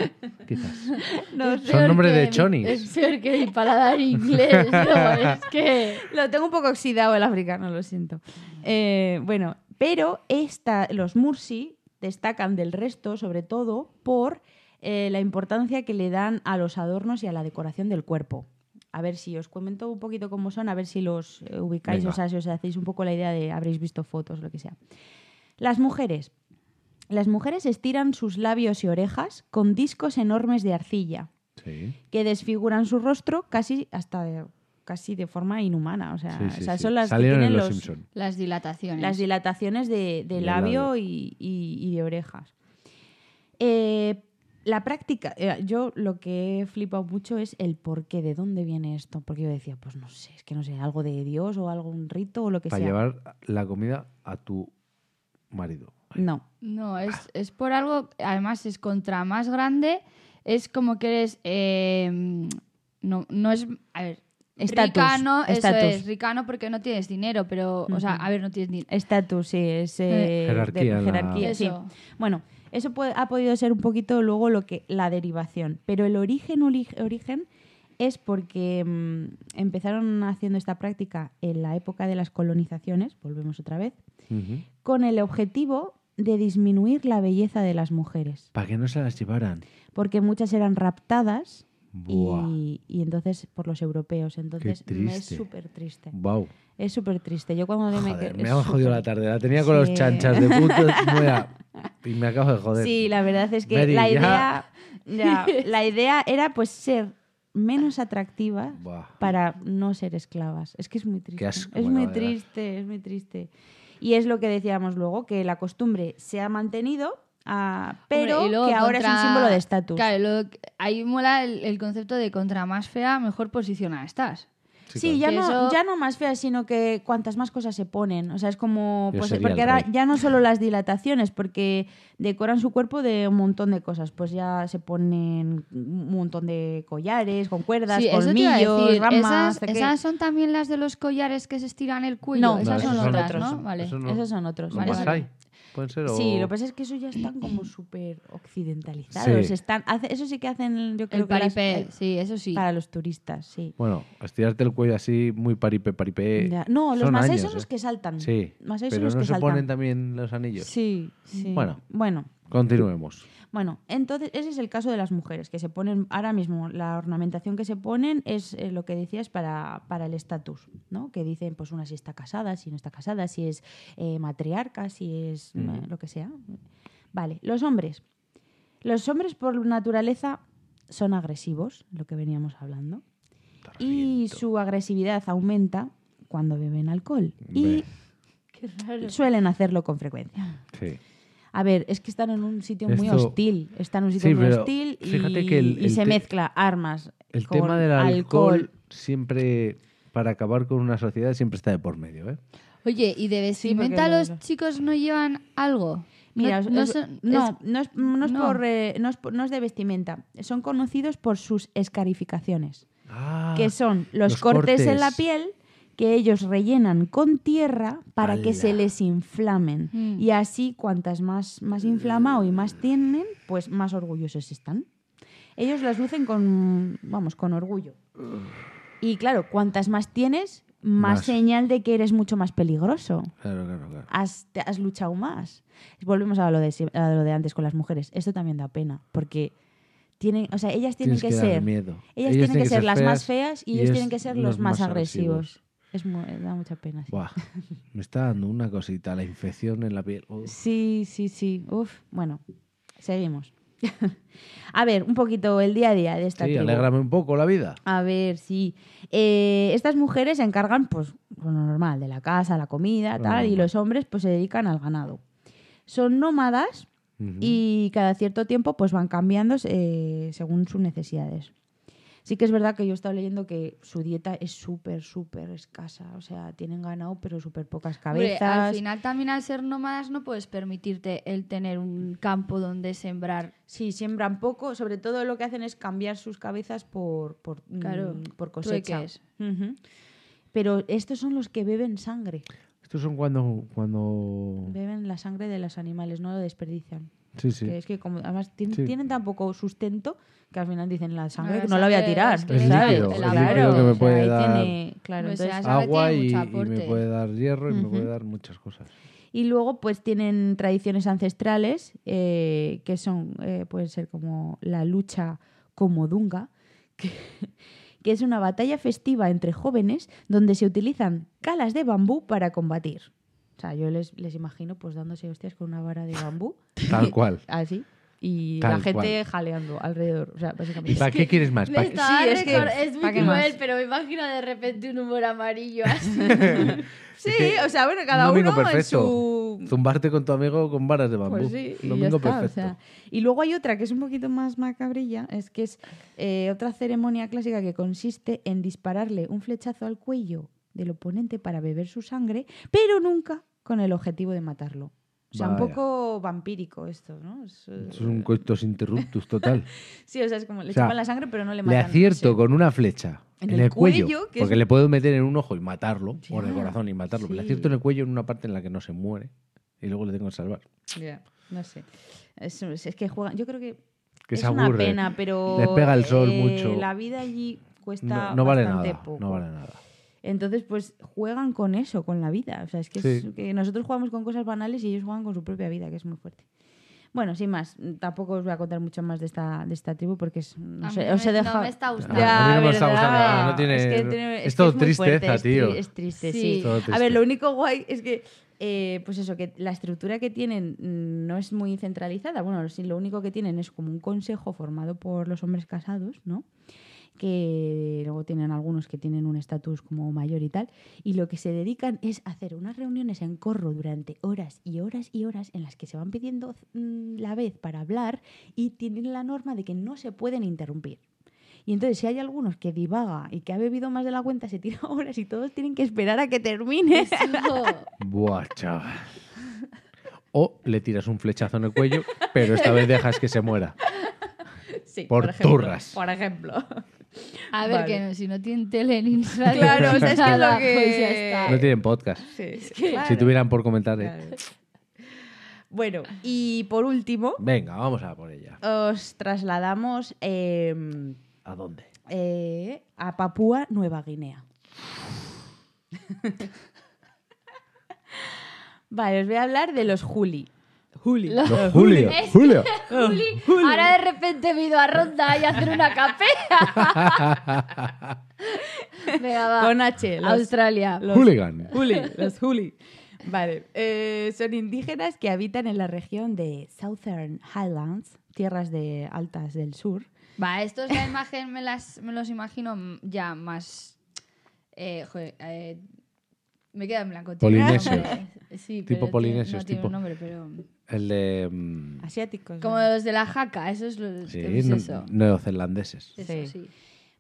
[SPEAKER 1] Quizás.
[SPEAKER 3] No
[SPEAKER 2] Es
[SPEAKER 3] sé,
[SPEAKER 1] Son
[SPEAKER 2] peor
[SPEAKER 1] nombres
[SPEAKER 2] que
[SPEAKER 1] de
[SPEAKER 2] mi-
[SPEAKER 1] chonis.
[SPEAKER 2] Es peor que mi paladar inglés. no, es que...
[SPEAKER 3] Lo tengo un poco oxidado el africano, lo siento. Eh, bueno, pero esta, los Mursi destacan del resto, sobre todo, por eh, la importancia que le dan a los adornos y a la decoración del cuerpo. A ver si os comento un poquito cómo son, a ver si los eh, ubicáis,
[SPEAKER 1] Venga.
[SPEAKER 3] o sea, si os hacéis un poco la idea de habréis visto fotos, lo que sea. Las mujeres. Las mujeres estiran sus labios y orejas con discos enormes de arcilla
[SPEAKER 1] Sí.
[SPEAKER 3] que desfiguran su rostro casi hasta de, casi de forma inhumana. O sea,
[SPEAKER 1] sí, sí,
[SPEAKER 3] o sea,
[SPEAKER 1] sí.
[SPEAKER 3] son las
[SPEAKER 1] Salieron
[SPEAKER 3] que
[SPEAKER 1] en
[SPEAKER 3] tienen
[SPEAKER 1] Los
[SPEAKER 3] los-
[SPEAKER 1] Simpson.
[SPEAKER 2] Las dilataciones.
[SPEAKER 3] las dilataciones de, de
[SPEAKER 1] Del
[SPEAKER 3] labio,
[SPEAKER 1] labio.
[SPEAKER 3] Y, y- y de orejas. Eh, la práctica, eh, yo lo que he flipado mucho es el porqué, de dónde viene esto. Porque yo decía, pues no sé, es que no sé, algo de Dios o algún rito o lo que
[SPEAKER 1] Para
[SPEAKER 3] sea.
[SPEAKER 1] llevar la comida a tu marido.
[SPEAKER 3] No,
[SPEAKER 2] No, es, es por algo, además es contra más grande, es como que eres, eh, no, no es, a ver,
[SPEAKER 3] Estatus,
[SPEAKER 2] ricano, eso
[SPEAKER 3] estatus.
[SPEAKER 2] es, ricano porque no tienes dinero, pero, o sea,
[SPEAKER 3] Ujú.
[SPEAKER 2] a ver, no tienes dinero.
[SPEAKER 3] estatus, sí, es
[SPEAKER 2] Eh.
[SPEAKER 3] eh,
[SPEAKER 1] Jerarquía,
[SPEAKER 3] de-
[SPEAKER 1] la-
[SPEAKER 3] jerarquía, sí.
[SPEAKER 2] Eso.
[SPEAKER 3] Bueno, eso puede- ha podido ser un poquito luego lo que la derivación, pero el origen oli- origen es porque mm, empezaron haciendo esta práctica en la época de las colonizaciones, volvemos otra vez,
[SPEAKER 1] Ujú.
[SPEAKER 3] con el objetivo de disminuir la belleza de las mujeres,
[SPEAKER 1] Para que no se las llevaran.
[SPEAKER 3] porque muchas eran raptadas
[SPEAKER 1] Buah.
[SPEAKER 3] y, y entonces por los europeos, entonces me es
[SPEAKER 1] triste.
[SPEAKER 3] súper triste.
[SPEAKER 1] Wow.
[SPEAKER 3] Es súper triste. Yo cuando me,
[SPEAKER 1] Joder,
[SPEAKER 3] que-
[SPEAKER 1] me
[SPEAKER 3] es
[SPEAKER 1] han jodido
[SPEAKER 3] súper-
[SPEAKER 1] la tarde. La tenía con
[SPEAKER 3] Sí.
[SPEAKER 1] los chanchas de puto. Mira, y me acabo de joder.
[SPEAKER 3] Sí, la verdad es que
[SPEAKER 1] Mary,
[SPEAKER 3] la
[SPEAKER 1] ya.
[SPEAKER 3] idea ya, la idea era pues ser menos atractiva
[SPEAKER 1] Buah.
[SPEAKER 3] para no ser esclavas. Es que es muy triste.
[SPEAKER 1] Qué asco,
[SPEAKER 3] es
[SPEAKER 1] me
[SPEAKER 3] muy
[SPEAKER 1] acabo de dar.
[SPEAKER 3] triste, es muy triste. Y es lo que decíamos luego, que la costumbre se ha mantenido, ah, pero
[SPEAKER 2] Hombre, y luego
[SPEAKER 3] que ahora es un
[SPEAKER 2] contra-
[SPEAKER 3] símbolo de estatus.
[SPEAKER 2] Claro, luego que- ahí mola el, el concepto de contra más fea, mejor posicionada estás.
[SPEAKER 1] claro.
[SPEAKER 3] Sí, ya no,
[SPEAKER 2] Que eso-
[SPEAKER 3] ya no más feas, sino que cuantas más cosas se ponen. O sea, es como.
[SPEAKER 1] Yo
[SPEAKER 3] Pues,
[SPEAKER 1] sería
[SPEAKER 3] porque
[SPEAKER 1] el
[SPEAKER 3] ahora
[SPEAKER 1] rey.
[SPEAKER 3] ya no solo las dilataciones, porque decoran su cuerpo de un montón de cosas. Pues ya se ponen un montón de collares, con cuerdas,
[SPEAKER 2] Sí, eso te iba a
[SPEAKER 3] colmillos,
[SPEAKER 2] decir,
[SPEAKER 3] ramas.
[SPEAKER 2] Esas,
[SPEAKER 3] no sé qué.
[SPEAKER 2] esas son también las de los collares que se estiran el cuello.
[SPEAKER 3] No,
[SPEAKER 2] esas
[SPEAKER 1] esos
[SPEAKER 2] son
[SPEAKER 1] son
[SPEAKER 2] otras,
[SPEAKER 3] otros.
[SPEAKER 2] ¿no? Vale.
[SPEAKER 1] Eso no.
[SPEAKER 3] Esos son otros.
[SPEAKER 1] ¿Son
[SPEAKER 2] Vale,
[SPEAKER 1] Masai?
[SPEAKER 2] vale.
[SPEAKER 1] Pueden ser o...
[SPEAKER 3] Sí, lo que pasa es que esos ya están como súper occidentalizados.
[SPEAKER 1] Sí.
[SPEAKER 3] Están, hace- eso sí que hacen, yo creo
[SPEAKER 2] El
[SPEAKER 3] que las- eh,
[SPEAKER 2] paripé, sí, eso sí.
[SPEAKER 3] para los turistas, sí.
[SPEAKER 1] Bueno, estirarte el cuello así, muy paripé, paripé.
[SPEAKER 3] Ya. No, los
[SPEAKER 1] Eh, son
[SPEAKER 3] masái
[SPEAKER 1] años,
[SPEAKER 3] son los
[SPEAKER 1] ¿eh?
[SPEAKER 3] que saltan.
[SPEAKER 1] Sí,
[SPEAKER 3] Masái son
[SPEAKER 1] pero
[SPEAKER 3] los
[SPEAKER 1] no
[SPEAKER 3] que
[SPEAKER 1] se
[SPEAKER 3] saltan.
[SPEAKER 1] ponen también los anillos.
[SPEAKER 3] Sí, sí.
[SPEAKER 1] Bueno.
[SPEAKER 3] Bueno,
[SPEAKER 1] Continuemos.
[SPEAKER 3] Bueno, entonces ese es el caso de las mujeres que se ponen ahora mismo la ornamentación que se ponen es eh, lo que decías para, para el estatus, ¿no? Que dicen pues una si está casada, si no está casada, si es eh, matriarca, si es eh,
[SPEAKER 1] Ujú.
[SPEAKER 3] lo que sea. Vale, los hombres. Los hombres por naturaleza son agresivos, lo que veníamos hablando, y
[SPEAKER 1] Tarriento.
[SPEAKER 3] su agresividad aumenta cuando beben alcohol y
[SPEAKER 1] Ve.
[SPEAKER 2] Qué raro.
[SPEAKER 3] suelen hacerlo con frecuencia.
[SPEAKER 1] Sí.
[SPEAKER 3] A ver, es que están en un sitio muy
[SPEAKER 1] Esto-
[SPEAKER 3] hostil. Están en un sitio
[SPEAKER 1] Sí,
[SPEAKER 3] muy
[SPEAKER 1] pero
[SPEAKER 3] hostil y,
[SPEAKER 1] fíjate que el-
[SPEAKER 3] y
[SPEAKER 1] el
[SPEAKER 3] se
[SPEAKER 1] te-
[SPEAKER 3] mezcla armas.
[SPEAKER 1] El
[SPEAKER 3] con
[SPEAKER 1] tema del alcohol, siempre, para acabar con una sociedad, siempre está de por medio. ¿eh?
[SPEAKER 2] Oye, ¿y de
[SPEAKER 3] Sí, porque
[SPEAKER 2] vestimenta
[SPEAKER 3] no-
[SPEAKER 2] los chicos no llevan algo?
[SPEAKER 3] Mira,
[SPEAKER 2] no,
[SPEAKER 3] es-
[SPEAKER 2] no
[SPEAKER 3] es-
[SPEAKER 2] son-
[SPEAKER 3] no,
[SPEAKER 2] es-
[SPEAKER 3] no es, no es
[SPEAKER 2] no.
[SPEAKER 3] por, eh, no es por- no es de vestimenta. Son conocidos por sus escarificaciones, que son
[SPEAKER 1] Ah,
[SPEAKER 3] los,
[SPEAKER 1] los
[SPEAKER 3] cortes, en
[SPEAKER 1] cortes.
[SPEAKER 3] la piel que ellos rellenan con tierra para que se
[SPEAKER 1] Ala.
[SPEAKER 3] les inflamen.
[SPEAKER 2] Mm.
[SPEAKER 3] Y así, cuantas más, más inflamado y más tienen, pues más orgullosos están. Ellos las lucen con, vamos, con orgullo. Y claro, cuantas más tienes, más,
[SPEAKER 1] Más.
[SPEAKER 3] señal de que eres mucho más peligroso.
[SPEAKER 1] Claro, claro, claro.
[SPEAKER 3] Has, te has luchado más. Volvemos a lo, de, si- a lo de antes con las mujeres. Esto también da pena, porque tienen, o sea, ellas tienen
[SPEAKER 1] Tienes
[SPEAKER 3] que,
[SPEAKER 1] dar
[SPEAKER 3] ser,
[SPEAKER 1] miedo.
[SPEAKER 3] ellas tienen que ser las más feas y, ellos tienen que ser los más, agresivos.
[SPEAKER 1] agresivos.
[SPEAKER 3] Es mu- eh, da mucha pena. sí.
[SPEAKER 1] Buah, me está dando una cosita, la infección en la piel. Oh,
[SPEAKER 3] Sí, sí, sí. Uf, bueno, seguimos. a ver, un poquito el día a día de esta
[SPEAKER 1] sí,
[SPEAKER 3] tribu.
[SPEAKER 1] alégrame un poco la vida.
[SPEAKER 3] A ver, sí. Eh, estas mujeres se encargan, pues, lo normal, de la casa, la comida,
[SPEAKER 1] Lo
[SPEAKER 3] tal, y
[SPEAKER 1] normal.
[SPEAKER 3] los hombres, pues, se dedican al ganado. Son nómadas
[SPEAKER 1] Ujú.
[SPEAKER 3] y cada cierto tiempo, pues, van cambiando eh, según sus necesidades. Sí que es verdad que yo he estado leyendo que su dieta es súper, súper escasa. O sea, tienen ganado, pero súper pocas
[SPEAKER 2] Hombre,
[SPEAKER 3] cabezas.
[SPEAKER 2] al final también al ser nómadas no puedes permitirte el tener un campo donde sembrar.
[SPEAKER 3] Sí, siembran poco, sobre todo lo que hacen es cambiar sus cabezas por, por, mm,
[SPEAKER 2] Claro,
[SPEAKER 3] por cosecha.
[SPEAKER 2] trueques.
[SPEAKER 3] Ujú. Pero estos son los que beben sangre,
[SPEAKER 1] Estos son cuando...
[SPEAKER 2] Mm.
[SPEAKER 1] cuando...
[SPEAKER 3] beben la sangre de los animales, no lo desperdician.
[SPEAKER 1] Sí, sí.
[SPEAKER 3] Que es que como, además tien-
[SPEAKER 1] Sí.
[SPEAKER 3] tienen tan poco sustento que al final dicen la sangre
[SPEAKER 2] la
[SPEAKER 3] no la voy a
[SPEAKER 2] sangre
[SPEAKER 3] tirar.
[SPEAKER 2] es que
[SPEAKER 1] Es
[SPEAKER 3] ¿sabes?
[SPEAKER 1] líquido,
[SPEAKER 2] es
[SPEAKER 3] Claro,
[SPEAKER 2] líquido que me
[SPEAKER 3] o sea,
[SPEAKER 1] puede
[SPEAKER 3] ahí
[SPEAKER 1] dar-
[SPEAKER 3] tiene- claro,
[SPEAKER 2] No es
[SPEAKER 3] entonces-
[SPEAKER 2] ácido. sangre
[SPEAKER 1] Agua
[SPEAKER 2] tiene
[SPEAKER 1] y,
[SPEAKER 2] mucho
[SPEAKER 1] y me
[SPEAKER 2] aporte.
[SPEAKER 1] puede dar hierro y me puede
[SPEAKER 3] Ujú.
[SPEAKER 1] dar muchas cosas.
[SPEAKER 3] Y luego, pues tienen tradiciones ancestrales eh, que son, eh, pueden ser como la lucha comodunga, que, que es una batalla festiva entre jóvenes donde se utilizan calas de bambú para combatir. O sea, yo les, les imagino pues dándose hostias con una vara de bambú,
[SPEAKER 1] Tal cual.
[SPEAKER 3] así, y
[SPEAKER 1] Tal
[SPEAKER 3] la gente
[SPEAKER 1] cual.
[SPEAKER 3] jaleando alrededor. O sea,
[SPEAKER 1] ¿Y
[SPEAKER 3] básicamente.
[SPEAKER 1] para qué quieres más?
[SPEAKER 2] Me
[SPEAKER 1] ¿Pa'
[SPEAKER 2] estaba
[SPEAKER 3] Sí, es que-
[SPEAKER 2] recor- es muy
[SPEAKER 3] ¿pa' qué
[SPEAKER 2] cruel,
[SPEAKER 3] más?
[SPEAKER 2] pero me imagino de repente un humor amarillo Ah, así.
[SPEAKER 3] Sí,
[SPEAKER 1] que
[SPEAKER 3] o sea, bueno,
[SPEAKER 1] un
[SPEAKER 3] cada
[SPEAKER 1] domingo
[SPEAKER 3] uno
[SPEAKER 1] perfecto.
[SPEAKER 3] en su...
[SPEAKER 1] Zumbarte con tu amigo con varas de bambú.
[SPEAKER 3] Pues sí, y ya
[SPEAKER 1] Domingo
[SPEAKER 3] está, o
[SPEAKER 1] perfecto.
[SPEAKER 3] sea. Y luego hay otra que es un poquito más macabrilla, es que es eh, otra ceremonia clásica que consiste en dispararle un flechazo al cuello del oponente para beber su sangre, pero nunca con el objetivo de matarlo. O sea, un
[SPEAKER 1] Vaya.
[SPEAKER 3] poco vampírico esto, ¿no? Es, eh,
[SPEAKER 1] Es un coitus interruptus total.
[SPEAKER 3] Sí, o sea, es como le
[SPEAKER 1] o sea,
[SPEAKER 3] chupan la sangre pero no le
[SPEAKER 1] Le
[SPEAKER 3] matan.
[SPEAKER 1] acierto
[SPEAKER 3] Sí.
[SPEAKER 1] con una flecha en, el, cuello,
[SPEAKER 3] que
[SPEAKER 1] porque
[SPEAKER 3] es-
[SPEAKER 1] le puedo meter en un ojo y matarlo, o en el
[SPEAKER 3] Ya,
[SPEAKER 1] corazón y matarlo. pero Le
[SPEAKER 3] sí.
[SPEAKER 1] acierto en el cuello en una parte en la que no se muere y luego le tengo que salvar.
[SPEAKER 3] Ya, no sé. Es, es que juegan... Yo creo que
[SPEAKER 1] Que
[SPEAKER 3] es
[SPEAKER 1] se
[SPEAKER 3] una
[SPEAKER 1] aburre.
[SPEAKER 3] pena, pero...
[SPEAKER 1] Les pega el sol
[SPEAKER 3] eh,
[SPEAKER 1] mucho.
[SPEAKER 3] La vida allí cuesta
[SPEAKER 1] No, no vale
[SPEAKER 3] bastante
[SPEAKER 1] nada.
[SPEAKER 3] poco.
[SPEAKER 1] No vale nada.
[SPEAKER 3] Entonces, pues juegan con eso, con la vida. O sea, es que, es-
[SPEAKER 1] Sí.
[SPEAKER 3] que nosotros jugamos con cosas banales y ellos juegan con su propia vida, que es muy fuerte. Bueno, sin más, mm, tampoco os voy a contar mucho más de esta, de esta tribu porque es, no
[SPEAKER 2] A
[SPEAKER 3] sé,
[SPEAKER 2] mí no
[SPEAKER 3] os he
[SPEAKER 2] me- no
[SPEAKER 3] dejado.
[SPEAKER 2] me está gustando.
[SPEAKER 1] A mí no me está
[SPEAKER 3] ¿verdad?
[SPEAKER 1] gustando nada, no tiene- es todo
[SPEAKER 3] muy fuerte,
[SPEAKER 1] tristeza,
[SPEAKER 3] es tri-
[SPEAKER 1] tío.
[SPEAKER 3] Es triste, sí.
[SPEAKER 2] Sí.
[SPEAKER 1] Todo
[SPEAKER 3] A ver,
[SPEAKER 1] triste.
[SPEAKER 3] lo único guay es que, eh, pues eso, que la estructura que tienen mm, no es muy centralizada. Bueno, sí, lo único que tienen es como un consejo formado por los hombres casados, ¿no? que luego tienen algunos que tienen un estatus como mayor y tal, y lo que se dedican es a hacer unas reuniones en corro durante horas y horas y horas en las que se van pidiendo mm, la vez para hablar y tienen la norma de que no se pueden interrumpir. Y entonces si hay algunos que divaga y que ha bebido más de la cuenta, se tira horas y todos tienen que esperar a que termine.
[SPEAKER 1] Buah, chaval. O le tiras un flechazo en el cuello, pero esta vez dejas que se muera.
[SPEAKER 3] Sí,
[SPEAKER 1] Por
[SPEAKER 3] ejemplo,
[SPEAKER 1] turras.
[SPEAKER 3] Por ejemplo.
[SPEAKER 2] A ver,
[SPEAKER 3] Vale.
[SPEAKER 2] que no, si no tienen tele ni radio,
[SPEAKER 3] Claro, o sea, es que
[SPEAKER 2] nada,
[SPEAKER 3] lo que-
[SPEAKER 2] pues ya está.
[SPEAKER 1] No tienen podcast.
[SPEAKER 3] Sí,
[SPEAKER 1] Si
[SPEAKER 3] claro,
[SPEAKER 1] tuvieran por comentar, eh,
[SPEAKER 3] claro. Bueno, y por último,
[SPEAKER 1] venga, vamos a por ella.
[SPEAKER 3] os trasladamos em,
[SPEAKER 1] ¿A dónde?
[SPEAKER 3] eh, a Papúa Nueva Guinea. vale, os voy a hablar de los Juli.
[SPEAKER 4] Juli.
[SPEAKER 2] Los
[SPEAKER 1] Los Julio.
[SPEAKER 2] Julios.
[SPEAKER 1] Julio.
[SPEAKER 2] Juli, ahora de repente me he ido a ronda y a hacer una capea. Venga, va.
[SPEAKER 3] Con H. los-
[SPEAKER 2] Australia.
[SPEAKER 3] los-
[SPEAKER 1] Hooligan.
[SPEAKER 3] Juli, los Juli. Vale, eh, son indígenas que habitan en la región de Southern Highlands, tierras de altas del sur.
[SPEAKER 2] Va, esto es la imagen, me, las, me los imagino m- ya más. Eh, joder, eh, me queda en blanco. tío.
[SPEAKER 1] Polinesios.
[SPEAKER 2] Sí,
[SPEAKER 1] Tipo
[SPEAKER 2] pero
[SPEAKER 1] polinesios,
[SPEAKER 2] tiene-
[SPEAKER 1] tipo-
[SPEAKER 2] no tiene un nombre, pero.
[SPEAKER 1] El de. mm,
[SPEAKER 3] Asiáticos.
[SPEAKER 2] Como
[SPEAKER 3] ¿no?
[SPEAKER 2] los de la jaca, eso es lo.
[SPEAKER 1] Sí,
[SPEAKER 2] es
[SPEAKER 1] no-
[SPEAKER 2] eso.
[SPEAKER 1] neozelandeses.
[SPEAKER 2] Eso,
[SPEAKER 3] Sí.
[SPEAKER 2] sí.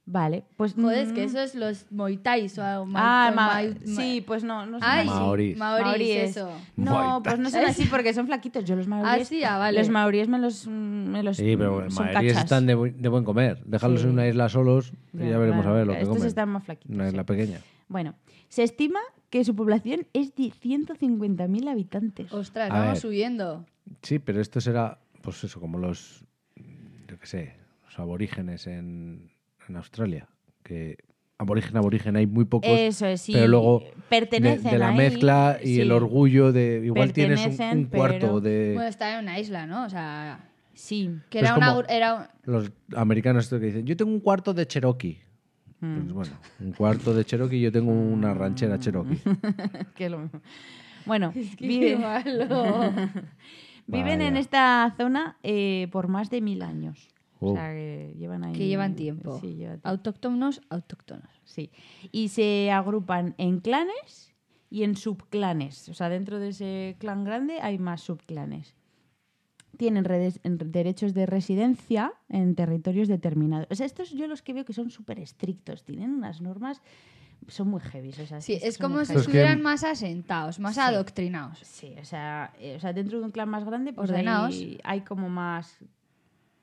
[SPEAKER 3] Vale, pues...
[SPEAKER 2] Joder, es que
[SPEAKER 3] mm,
[SPEAKER 2] eso es los moitais o algo.
[SPEAKER 3] Ah,
[SPEAKER 2] mai-
[SPEAKER 3] ma-
[SPEAKER 2] mai-
[SPEAKER 3] sí, pues no, no son
[SPEAKER 2] Ay,
[SPEAKER 3] así.
[SPEAKER 1] Maorís.
[SPEAKER 2] Maorís,
[SPEAKER 3] Maoríes.
[SPEAKER 2] eso.
[SPEAKER 3] No,
[SPEAKER 1] Muay
[SPEAKER 3] pues no son así porque son flaquitos. Yo los maoríes.
[SPEAKER 2] Ah, sí, ah, vale.
[SPEAKER 3] Los maoríes me los. Me los
[SPEAKER 1] Sí, pero en
[SPEAKER 3] son
[SPEAKER 1] Madrid
[SPEAKER 3] cachas.
[SPEAKER 1] están de, bu- de buen comer. Dejarlos
[SPEAKER 3] Sí.
[SPEAKER 1] en una isla solos y ya, veremos
[SPEAKER 3] claro.
[SPEAKER 1] a ver lo que
[SPEAKER 3] Estos
[SPEAKER 1] comen.
[SPEAKER 3] están más flaquitos.
[SPEAKER 1] Una
[SPEAKER 3] sí.
[SPEAKER 1] isla pequeña.
[SPEAKER 3] Bueno, se estima que su población es de 150.000 habitantes.
[SPEAKER 2] Ostras,
[SPEAKER 1] A
[SPEAKER 2] vamos
[SPEAKER 1] ver.
[SPEAKER 2] subiendo.
[SPEAKER 1] Sí, pero esto será, pues eso, como los, yo qué sé, los aborígenes en, en Australia. Que aborigen, aborigen, hay muy pocos.
[SPEAKER 3] Eso es, sí.
[SPEAKER 1] pero luego de,
[SPEAKER 3] pertenecen
[SPEAKER 1] de la
[SPEAKER 3] ahí,
[SPEAKER 1] mezcla y
[SPEAKER 3] sí.
[SPEAKER 1] el orgullo de. Igual tienes un- un,
[SPEAKER 3] Pertenecen, pero-
[SPEAKER 1] cuarto de.
[SPEAKER 2] Bueno, está en una isla, ¿no? O sea.
[SPEAKER 3] Sí.
[SPEAKER 2] Que
[SPEAKER 1] Pero es
[SPEAKER 2] era una.
[SPEAKER 1] Pues como-
[SPEAKER 2] ur- Era un-
[SPEAKER 1] Los americanos esto que dicen, yo tengo un cuarto de Cherokee.
[SPEAKER 3] Mm.
[SPEAKER 1] Pues bueno, un cuarto de Cherokee, yo tengo una ranchera Cherokee.
[SPEAKER 3] que lo mismo. Bueno,
[SPEAKER 2] Qué
[SPEAKER 3] viven,
[SPEAKER 2] malo.
[SPEAKER 3] viven en
[SPEAKER 1] Vaya.
[SPEAKER 3] esta zona eh, por más de mil años. O
[SPEAKER 1] Oh.
[SPEAKER 3] sea, que llevan ahí.
[SPEAKER 2] que llevan tiempo.
[SPEAKER 3] Sí, llevan tiempo.
[SPEAKER 2] Autóctonos, autóctonos.
[SPEAKER 3] Sí. Y se agrupan en clanes y en subclanes. O sea, dentro de ese clan grande hay más subclanes. Tienen redes- en- derechos de residencia en territorios determinados. O sea, estos yo los que veo que son súper estrictos. Tienen unas normas... Son muy heavy. O sea,
[SPEAKER 2] Sí,
[SPEAKER 3] es que
[SPEAKER 2] es
[SPEAKER 3] son
[SPEAKER 2] como
[SPEAKER 3] muy
[SPEAKER 2] si
[SPEAKER 1] Pero
[SPEAKER 3] heavy.
[SPEAKER 1] es que-
[SPEAKER 2] estuvieran más asentados, más
[SPEAKER 3] Sí.
[SPEAKER 2] adoctrinados.
[SPEAKER 3] Sí, o sea, eh, o sea, dentro de un clan más grande pues
[SPEAKER 2] Ordenaos.
[SPEAKER 3] hay, hay como más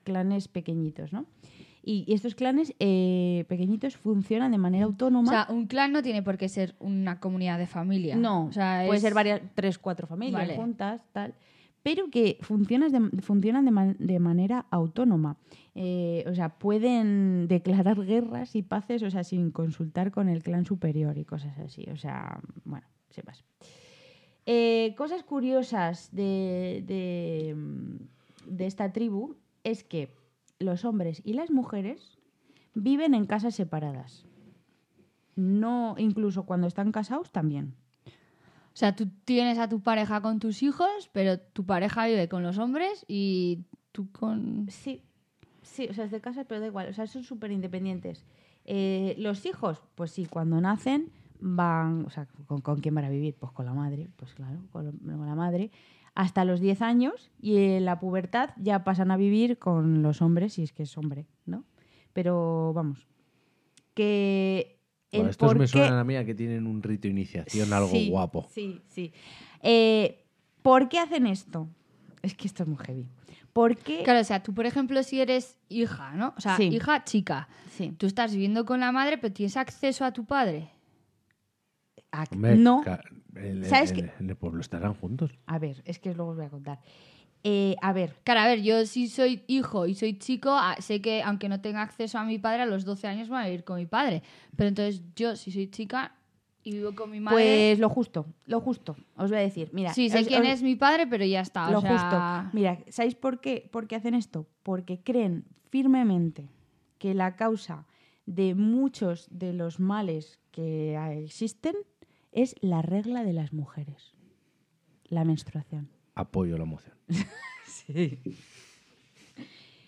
[SPEAKER 3] clanes pequeñitos, ¿no? Y, y estos clanes eh, pequeñitos funcionan de manera
[SPEAKER 2] O
[SPEAKER 3] autónoma.
[SPEAKER 2] sea, un clan no tiene por qué ser una comunidad de familia.
[SPEAKER 3] No,
[SPEAKER 2] O sea,
[SPEAKER 3] puede
[SPEAKER 2] es-
[SPEAKER 3] ser varias, tres, cuatro familias
[SPEAKER 2] Vale.
[SPEAKER 3] juntas, tal. Pero que funcionas de- funcionan de, man- de manera autónoma. Eh, o sea, pueden declarar guerras y paces, o sea, sin consultar con el clan superior y cosas así. O sea, bueno, sepas. Eh, cosas curiosas de, de, de esta tribu es que los hombres y las mujeres viven en casas separadas. No, incluso cuando están casados también.
[SPEAKER 2] O sea, tú tienes a tu pareja con tus hijos, pero tu pareja vive con los hombres y tú con...
[SPEAKER 3] Sí, sí, o sea, es de casa, pero da igual. O sea, son súper independientes. Eh, los hijos, pues sí, cuando nacen van, o sea, ¿con, con quién van a vivir? Pues con la madre, pues claro, con, la- con la madre, hasta los 10 años y en la pubertad ya pasan a vivir con los hombres, si es que es hombre, ¿no? Pero vamos, que... el
[SPEAKER 1] Bueno, Pues estos
[SPEAKER 3] por
[SPEAKER 1] me
[SPEAKER 3] qué-
[SPEAKER 1] suenan a mí a que tienen un rito de iniciación algo
[SPEAKER 3] Sí,
[SPEAKER 1] guapo.
[SPEAKER 3] Sí, sí. Eh, ¿Por qué hacen esto? Es que esto es muy heavy. ¿Por qué?
[SPEAKER 2] Claro, o sea, tú, por ejemplo, si eres hija, ¿no? O sea,
[SPEAKER 3] Sí.
[SPEAKER 2] hija chica.
[SPEAKER 3] Sí.
[SPEAKER 2] Tú estás viviendo con la madre, pero tienes acceso a tu padre.
[SPEAKER 3] Ah,
[SPEAKER 1] Hombre,
[SPEAKER 3] no.
[SPEAKER 1] ca- el-
[SPEAKER 3] ¿Sabes
[SPEAKER 1] el-
[SPEAKER 3] qué?
[SPEAKER 1] en el pueblo estarán juntos.
[SPEAKER 3] A ver, es que luego os voy a contar. Eh, a ver,
[SPEAKER 2] Claro, a ver, yo si soy hijo y soy chico, a- sé que aunque no tenga acceso a mi padre, a los 12 años voy a vivir con mi padre. Pero entonces yo, si soy chica y vivo con mi madre,
[SPEAKER 3] pues lo justo, lo justo. Os voy a decir, mira.
[SPEAKER 2] sí, sé
[SPEAKER 3] os-
[SPEAKER 2] quién
[SPEAKER 3] os-
[SPEAKER 2] es mi padre, pero ya está. o
[SPEAKER 3] Lo
[SPEAKER 2] sea,
[SPEAKER 3] justo. Mira, ¿sabéis por qué? por qué hacen esto? Porque creen firmemente que la causa de muchos de los males que ah, existen es la regla de las mujeres. La menstruación.
[SPEAKER 1] Apoyo la moción. sí.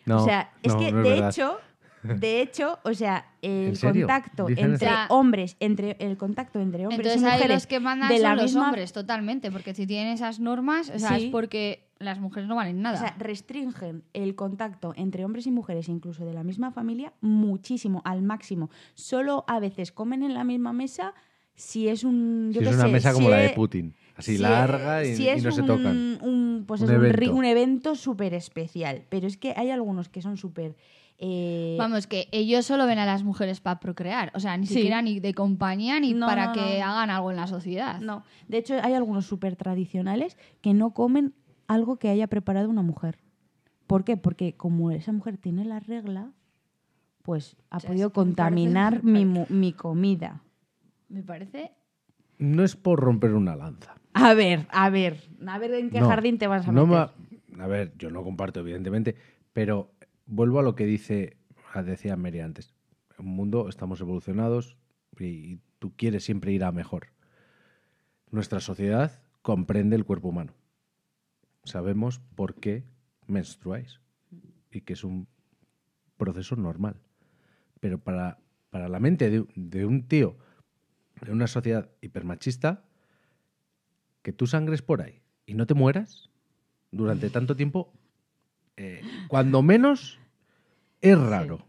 [SPEAKER 1] No,
[SPEAKER 3] o sea, es
[SPEAKER 1] no,
[SPEAKER 3] que
[SPEAKER 1] no
[SPEAKER 3] de
[SPEAKER 1] verdad.
[SPEAKER 3] hecho, de hecho, o sea, el
[SPEAKER 1] serio?
[SPEAKER 3] contacto
[SPEAKER 1] ¿Dicen
[SPEAKER 3] entre
[SPEAKER 2] eso?
[SPEAKER 3] hombres, entre el contacto entre hombres
[SPEAKER 2] entonces
[SPEAKER 3] y
[SPEAKER 2] hay
[SPEAKER 3] mujeres
[SPEAKER 2] los que mandan
[SPEAKER 3] de la
[SPEAKER 2] son los
[SPEAKER 3] misma
[SPEAKER 2] hombres, totalmente. Porque si tienen esas normas, o sea,
[SPEAKER 3] Sí.
[SPEAKER 2] es porque las mujeres no valen nada.
[SPEAKER 3] O sea, restringen el contacto entre hombres y mujeres, e incluso de la misma familia, muchísimo, al máximo. Solo a veces comen en la misma mesa si es un. yo
[SPEAKER 1] Si
[SPEAKER 3] qué
[SPEAKER 1] es una
[SPEAKER 3] sé,
[SPEAKER 1] mesa
[SPEAKER 3] si
[SPEAKER 1] como la de
[SPEAKER 3] es-
[SPEAKER 1] Putin, así
[SPEAKER 3] si
[SPEAKER 1] larga
[SPEAKER 3] es-
[SPEAKER 1] y,
[SPEAKER 3] si
[SPEAKER 1] y
[SPEAKER 3] es
[SPEAKER 1] no se
[SPEAKER 3] un-
[SPEAKER 1] tocan.
[SPEAKER 3] Un, pues
[SPEAKER 1] Un
[SPEAKER 3] es un ri-
[SPEAKER 1] evento.
[SPEAKER 3] un evento súper especial. Pero es que hay algunos que son súper. eh,
[SPEAKER 2] Vamos, que ellos solo ven a las mujeres para procrear. O sea, ni
[SPEAKER 3] Sí.
[SPEAKER 2] siquiera ni de compañía ni
[SPEAKER 3] No,
[SPEAKER 2] para
[SPEAKER 3] no,
[SPEAKER 2] que
[SPEAKER 3] no.
[SPEAKER 2] hagan algo en la sociedad.
[SPEAKER 3] No, de hecho hay algunos súper tradicionales que no comen algo que haya preparado una mujer. ¿Por qué? Porque como esa mujer tiene la regla, pues ha
[SPEAKER 2] sea, es
[SPEAKER 3] podido
[SPEAKER 2] que me parece
[SPEAKER 3] contaminar
[SPEAKER 2] muy
[SPEAKER 3] mi, mu- mi comida.
[SPEAKER 2] Me parece
[SPEAKER 1] No es por romper una lanza.
[SPEAKER 5] A ver, a ver, a ver en qué
[SPEAKER 1] No,
[SPEAKER 5] jardín te vas a
[SPEAKER 1] no
[SPEAKER 5] meter.
[SPEAKER 1] me ha- a ver, yo no comparto, evidentemente, pero vuelvo a lo que dice, a- decía Mary antes. En un mundo estamos evolucionados y, y tú quieres siempre ir a mejor. Nuestra sociedad comprende el cuerpo humano. Sabemos por qué menstruáis y que es un proceso normal. Pero para, para la mente de, de un tío en una sociedad hipermachista, que tú sangres por ahí y no te mueras durante tanto tiempo, eh, cuando menos, es raro.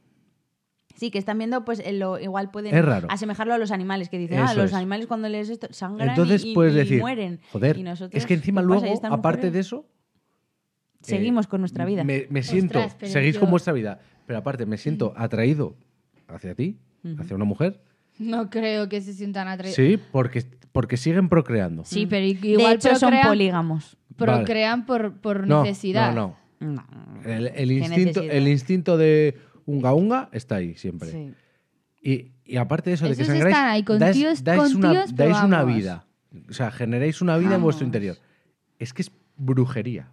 [SPEAKER 3] Sí, que están viendo, pues eh, lo, igual pueden
[SPEAKER 1] Es raro.
[SPEAKER 3] asemejarlo a los animales, que dicen, ah,
[SPEAKER 1] Eso
[SPEAKER 3] los
[SPEAKER 1] es.
[SPEAKER 3] animales cuando les esto sangran
[SPEAKER 1] Entonces
[SPEAKER 3] y, y-
[SPEAKER 1] puedes
[SPEAKER 3] y
[SPEAKER 1] decir,
[SPEAKER 3] mueren.
[SPEAKER 1] joder,
[SPEAKER 3] Y nosotros,
[SPEAKER 1] es que encima
[SPEAKER 3] ¿qué pasa?
[SPEAKER 1] luego,
[SPEAKER 3] ¿Y estas
[SPEAKER 1] aparte
[SPEAKER 3] mujeres?
[SPEAKER 1] de eso, eh,
[SPEAKER 3] Seguimos con nuestra vida.
[SPEAKER 1] Me, me siento,
[SPEAKER 2] Ostras, pero
[SPEAKER 1] seguís
[SPEAKER 2] yo-
[SPEAKER 1] con vuestra vida, pero aparte me siento atraído hacia ti, hacia una mujer.
[SPEAKER 2] No creo que se sientan atraídos.
[SPEAKER 1] Sí, porque, porque siguen procreando.
[SPEAKER 2] Sí, pero i-
[SPEAKER 3] Mm. De
[SPEAKER 2] igual
[SPEAKER 3] hecho, son
[SPEAKER 2] procrean,
[SPEAKER 3] polígamos.
[SPEAKER 1] Vale.
[SPEAKER 2] procrean por, por
[SPEAKER 1] No,
[SPEAKER 2] necesidad.
[SPEAKER 1] No, no.
[SPEAKER 3] No.
[SPEAKER 1] El, el
[SPEAKER 3] Qué
[SPEAKER 1] instinto,
[SPEAKER 3] necesidad.
[SPEAKER 1] el instinto de unga unga está ahí siempre.
[SPEAKER 3] Sí.
[SPEAKER 1] Y, y aparte de eso, de que
[SPEAKER 2] Esos
[SPEAKER 1] sangráis,
[SPEAKER 2] están ahí con tíos- con
[SPEAKER 1] una,
[SPEAKER 2] tíos, pero
[SPEAKER 1] dais una
[SPEAKER 2] vamos.
[SPEAKER 1] vida. O sea, generáis una vida en vuestro interior. Es que es brujería.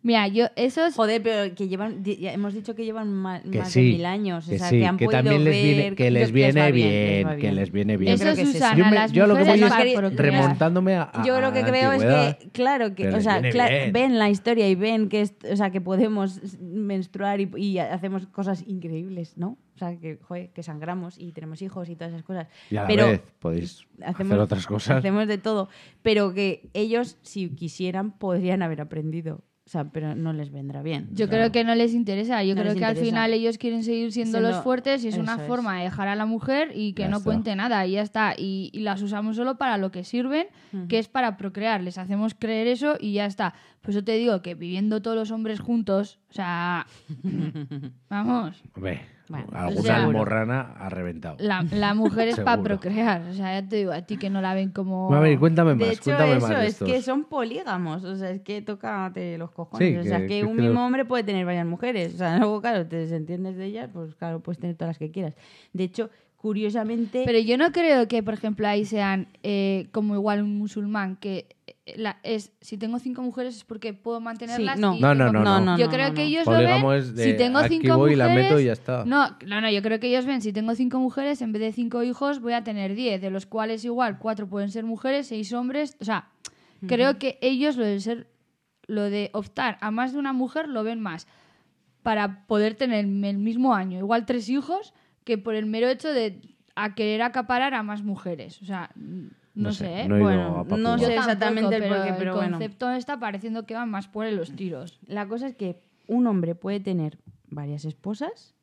[SPEAKER 2] Mira, yo esos
[SPEAKER 3] Joder, pero que llevan, di- ya hemos dicho que llevan ma- más,
[SPEAKER 1] Que
[SPEAKER 3] de
[SPEAKER 1] sí,
[SPEAKER 3] mil años. o
[SPEAKER 1] que
[SPEAKER 3] sea,
[SPEAKER 1] sí,
[SPEAKER 3] que han
[SPEAKER 1] que
[SPEAKER 3] podido
[SPEAKER 1] también les viene-
[SPEAKER 3] ver
[SPEAKER 1] que les
[SPEAKER 3] va
[SPEAKER 1] viene
[SPEAKER 3] va
[SPEAKER 1] bien, que les viene bien.
[SPEAKER 3] Yo creo
[SPEAKER 2] Eso
[SPEAKER 3] que es
[SPEAKER 2] Susana,
[SPEAKER 1] Yo me-
[SPEAKER 2] las
[SPEAKER 1] yo lo que
[SPEAKER 2] mujeres
[SPEAKER 3] voy es
[SPEAKER 2] para
[SPEAKER 3] que
[SPEAKER 2] procrear.
[SPEAKER 1] Remontándome a, a-
[SPEAKER 3] Yo lo que
[SPEAKER 1] a la
[SPEAKER 3] creo es
[SPEAKER 1] antigüedad,
[SPEAKER 3] que, claro, que,
[SPEAKER 1] pero
[SPEAKER 3] o
[SPEAKER 1] les
[SPEAKER 3] sea,
[SPEAKER 1] viene
[SPEAKER 3] claro,
[SPEAKER 1] bien.
[SPEAKER 3] ven la historia y ven que, es- o sea, que podemos menstruar y, y hacemos cosas increíbles, ¿no? O sea, que, joder, que sangramos y tenemos hijos y todas esas cosas.
[SPEAKER 1] Y a la
[SPEAKER 3] pero
[SPEAKER 1] vez podéis hacer otras cosas.
[SPEAKER 3] Hacemos de todo. Pero que ellos, si quisieran, podrían haber aprendido. O sea, pero no les vendrá bien.
[SPEAKER 2] Yo creo que no les interesa. Yo
[SPEAKER 3] No
[SPEAKER 2] creo
[SPEAKER 3] les
[SPEAKER 2] que al
[SPEAKER 3] interesa.
[SPEAKER 2] final ellos quieren seguir siendo,
[SPEAKER 3] Siendo-
[SPEAKER 2] los fuertes y es una
[SPEAKER 3] eso es.
[SPEAKER 2] forma de dejar a la mujer y que
[SPEAKER 1] Ya
[SPEAKER 2] no
[SPEAKER 1] está.
[SPEAKER 2] cuente nada y ya está. Y, y las usamos solo para lo que sirven, que es para procrear. Les hacemos creer eso y ya está. Pues yo te digo que viviendo todos los hombres juntos, o sea, vamos,
[SPEAKER 1] Hombre,
[SPEAKER 3] Bueno,
[SPEAKER 1] alguna
[SPEAKER 2] o sea-
[SPEAKER 1] almorrana ha reventado.
[SPEAKER 2] la, la mujer es para
[SPEAKER 1] Seguro.
[SPEAKER 2] procrear. O sea, ya te digo, a ti que no la ven como...
[SPEAKER 1] A ver, cuéntame más,
[SPEAKER 3] de hecho,
[SPEAKER 1] cuéntame
[SPEAKER 3] eso
[SPEAKER 1] más de
[SPEAKER 3] es
[SPEAKER 1] estos.
[SPEAKER 3] que son polígamos, o sea, es que tócate los cojones.
[SPEAKER 1] Sí,
[SPEAKER 3] o sea,
[SPEAKER 1] que-
[SPEAKER 3] es
[SPEAKER 1] que
[SPEAKER 3] que un
[SPEAKER 1] creo-
[SPEAKER 3] mismo hombre puede tener varias mujeres. O sea, luego, claro, te desentiendes de ellas, pues claro, puedes tener todas las que quieras. De hecho, curiosamente,
[SPEAKER 2] Pero yo no creo que, por ejemplo, ahí sean eh, como igual un musulmán, que eh, la- es si tengo cinco mujeres es porque puedo mantenerlas.
[SPEAKER 3] no.
[SPEAKER 2] y
[SPEAKER 1] No, no,
[SPEAKER 2] tengo-
[SPEAKER 1] no, no.
[SPEAKER 2] Yo creo que ellos
[SPEAKER 1] Polígamo
[SPEAKER 2] lo ven.
[SPEAKER 1] Pues es de
[SPEAKER 2] si tengo
[SPEAKER 1] aquí
[SPEAKER 2] cinco
[SPEAKER 1] voy y
[SPEAKER 2] mujeres,
[SPEAKER 1] la meto y ya está.
[SPEAKER 2] No, no, no, yo creo que ellos ven. Si tengo cinco mujeres, en vez de cinco hijos, voy a tener diez, de los cuales igual cuatro pueden ser mujeres, seis hombres. O sea, creo que ellos lo de ser, lo de optar a más de una mujer lo ven más para poder tener en el mismo año igual tres hijos que por el mero hecho de a querer acaparar a más mujeres. O sea, no,
[SPEAKER 1] No sé,
[SPEAKER 2] sé. ¿eh?
[SPEAKER 1] no he ido
[SPEAKER 3] Bueno,
[SPEAKER 1] a Papua.
[SPEAKER 3] no
[SPEAKER 2] Yo
[SPEAKER 3] sé. exactamente el porqué, pero
[SPEAKER 2] el
[SPEAKER 3] bueno.
[SPEAKER 2] concepto está pareciendo que van más por los tiros.
[SPEAKER 3] la cosa es que un hombre puede tener varias esposas,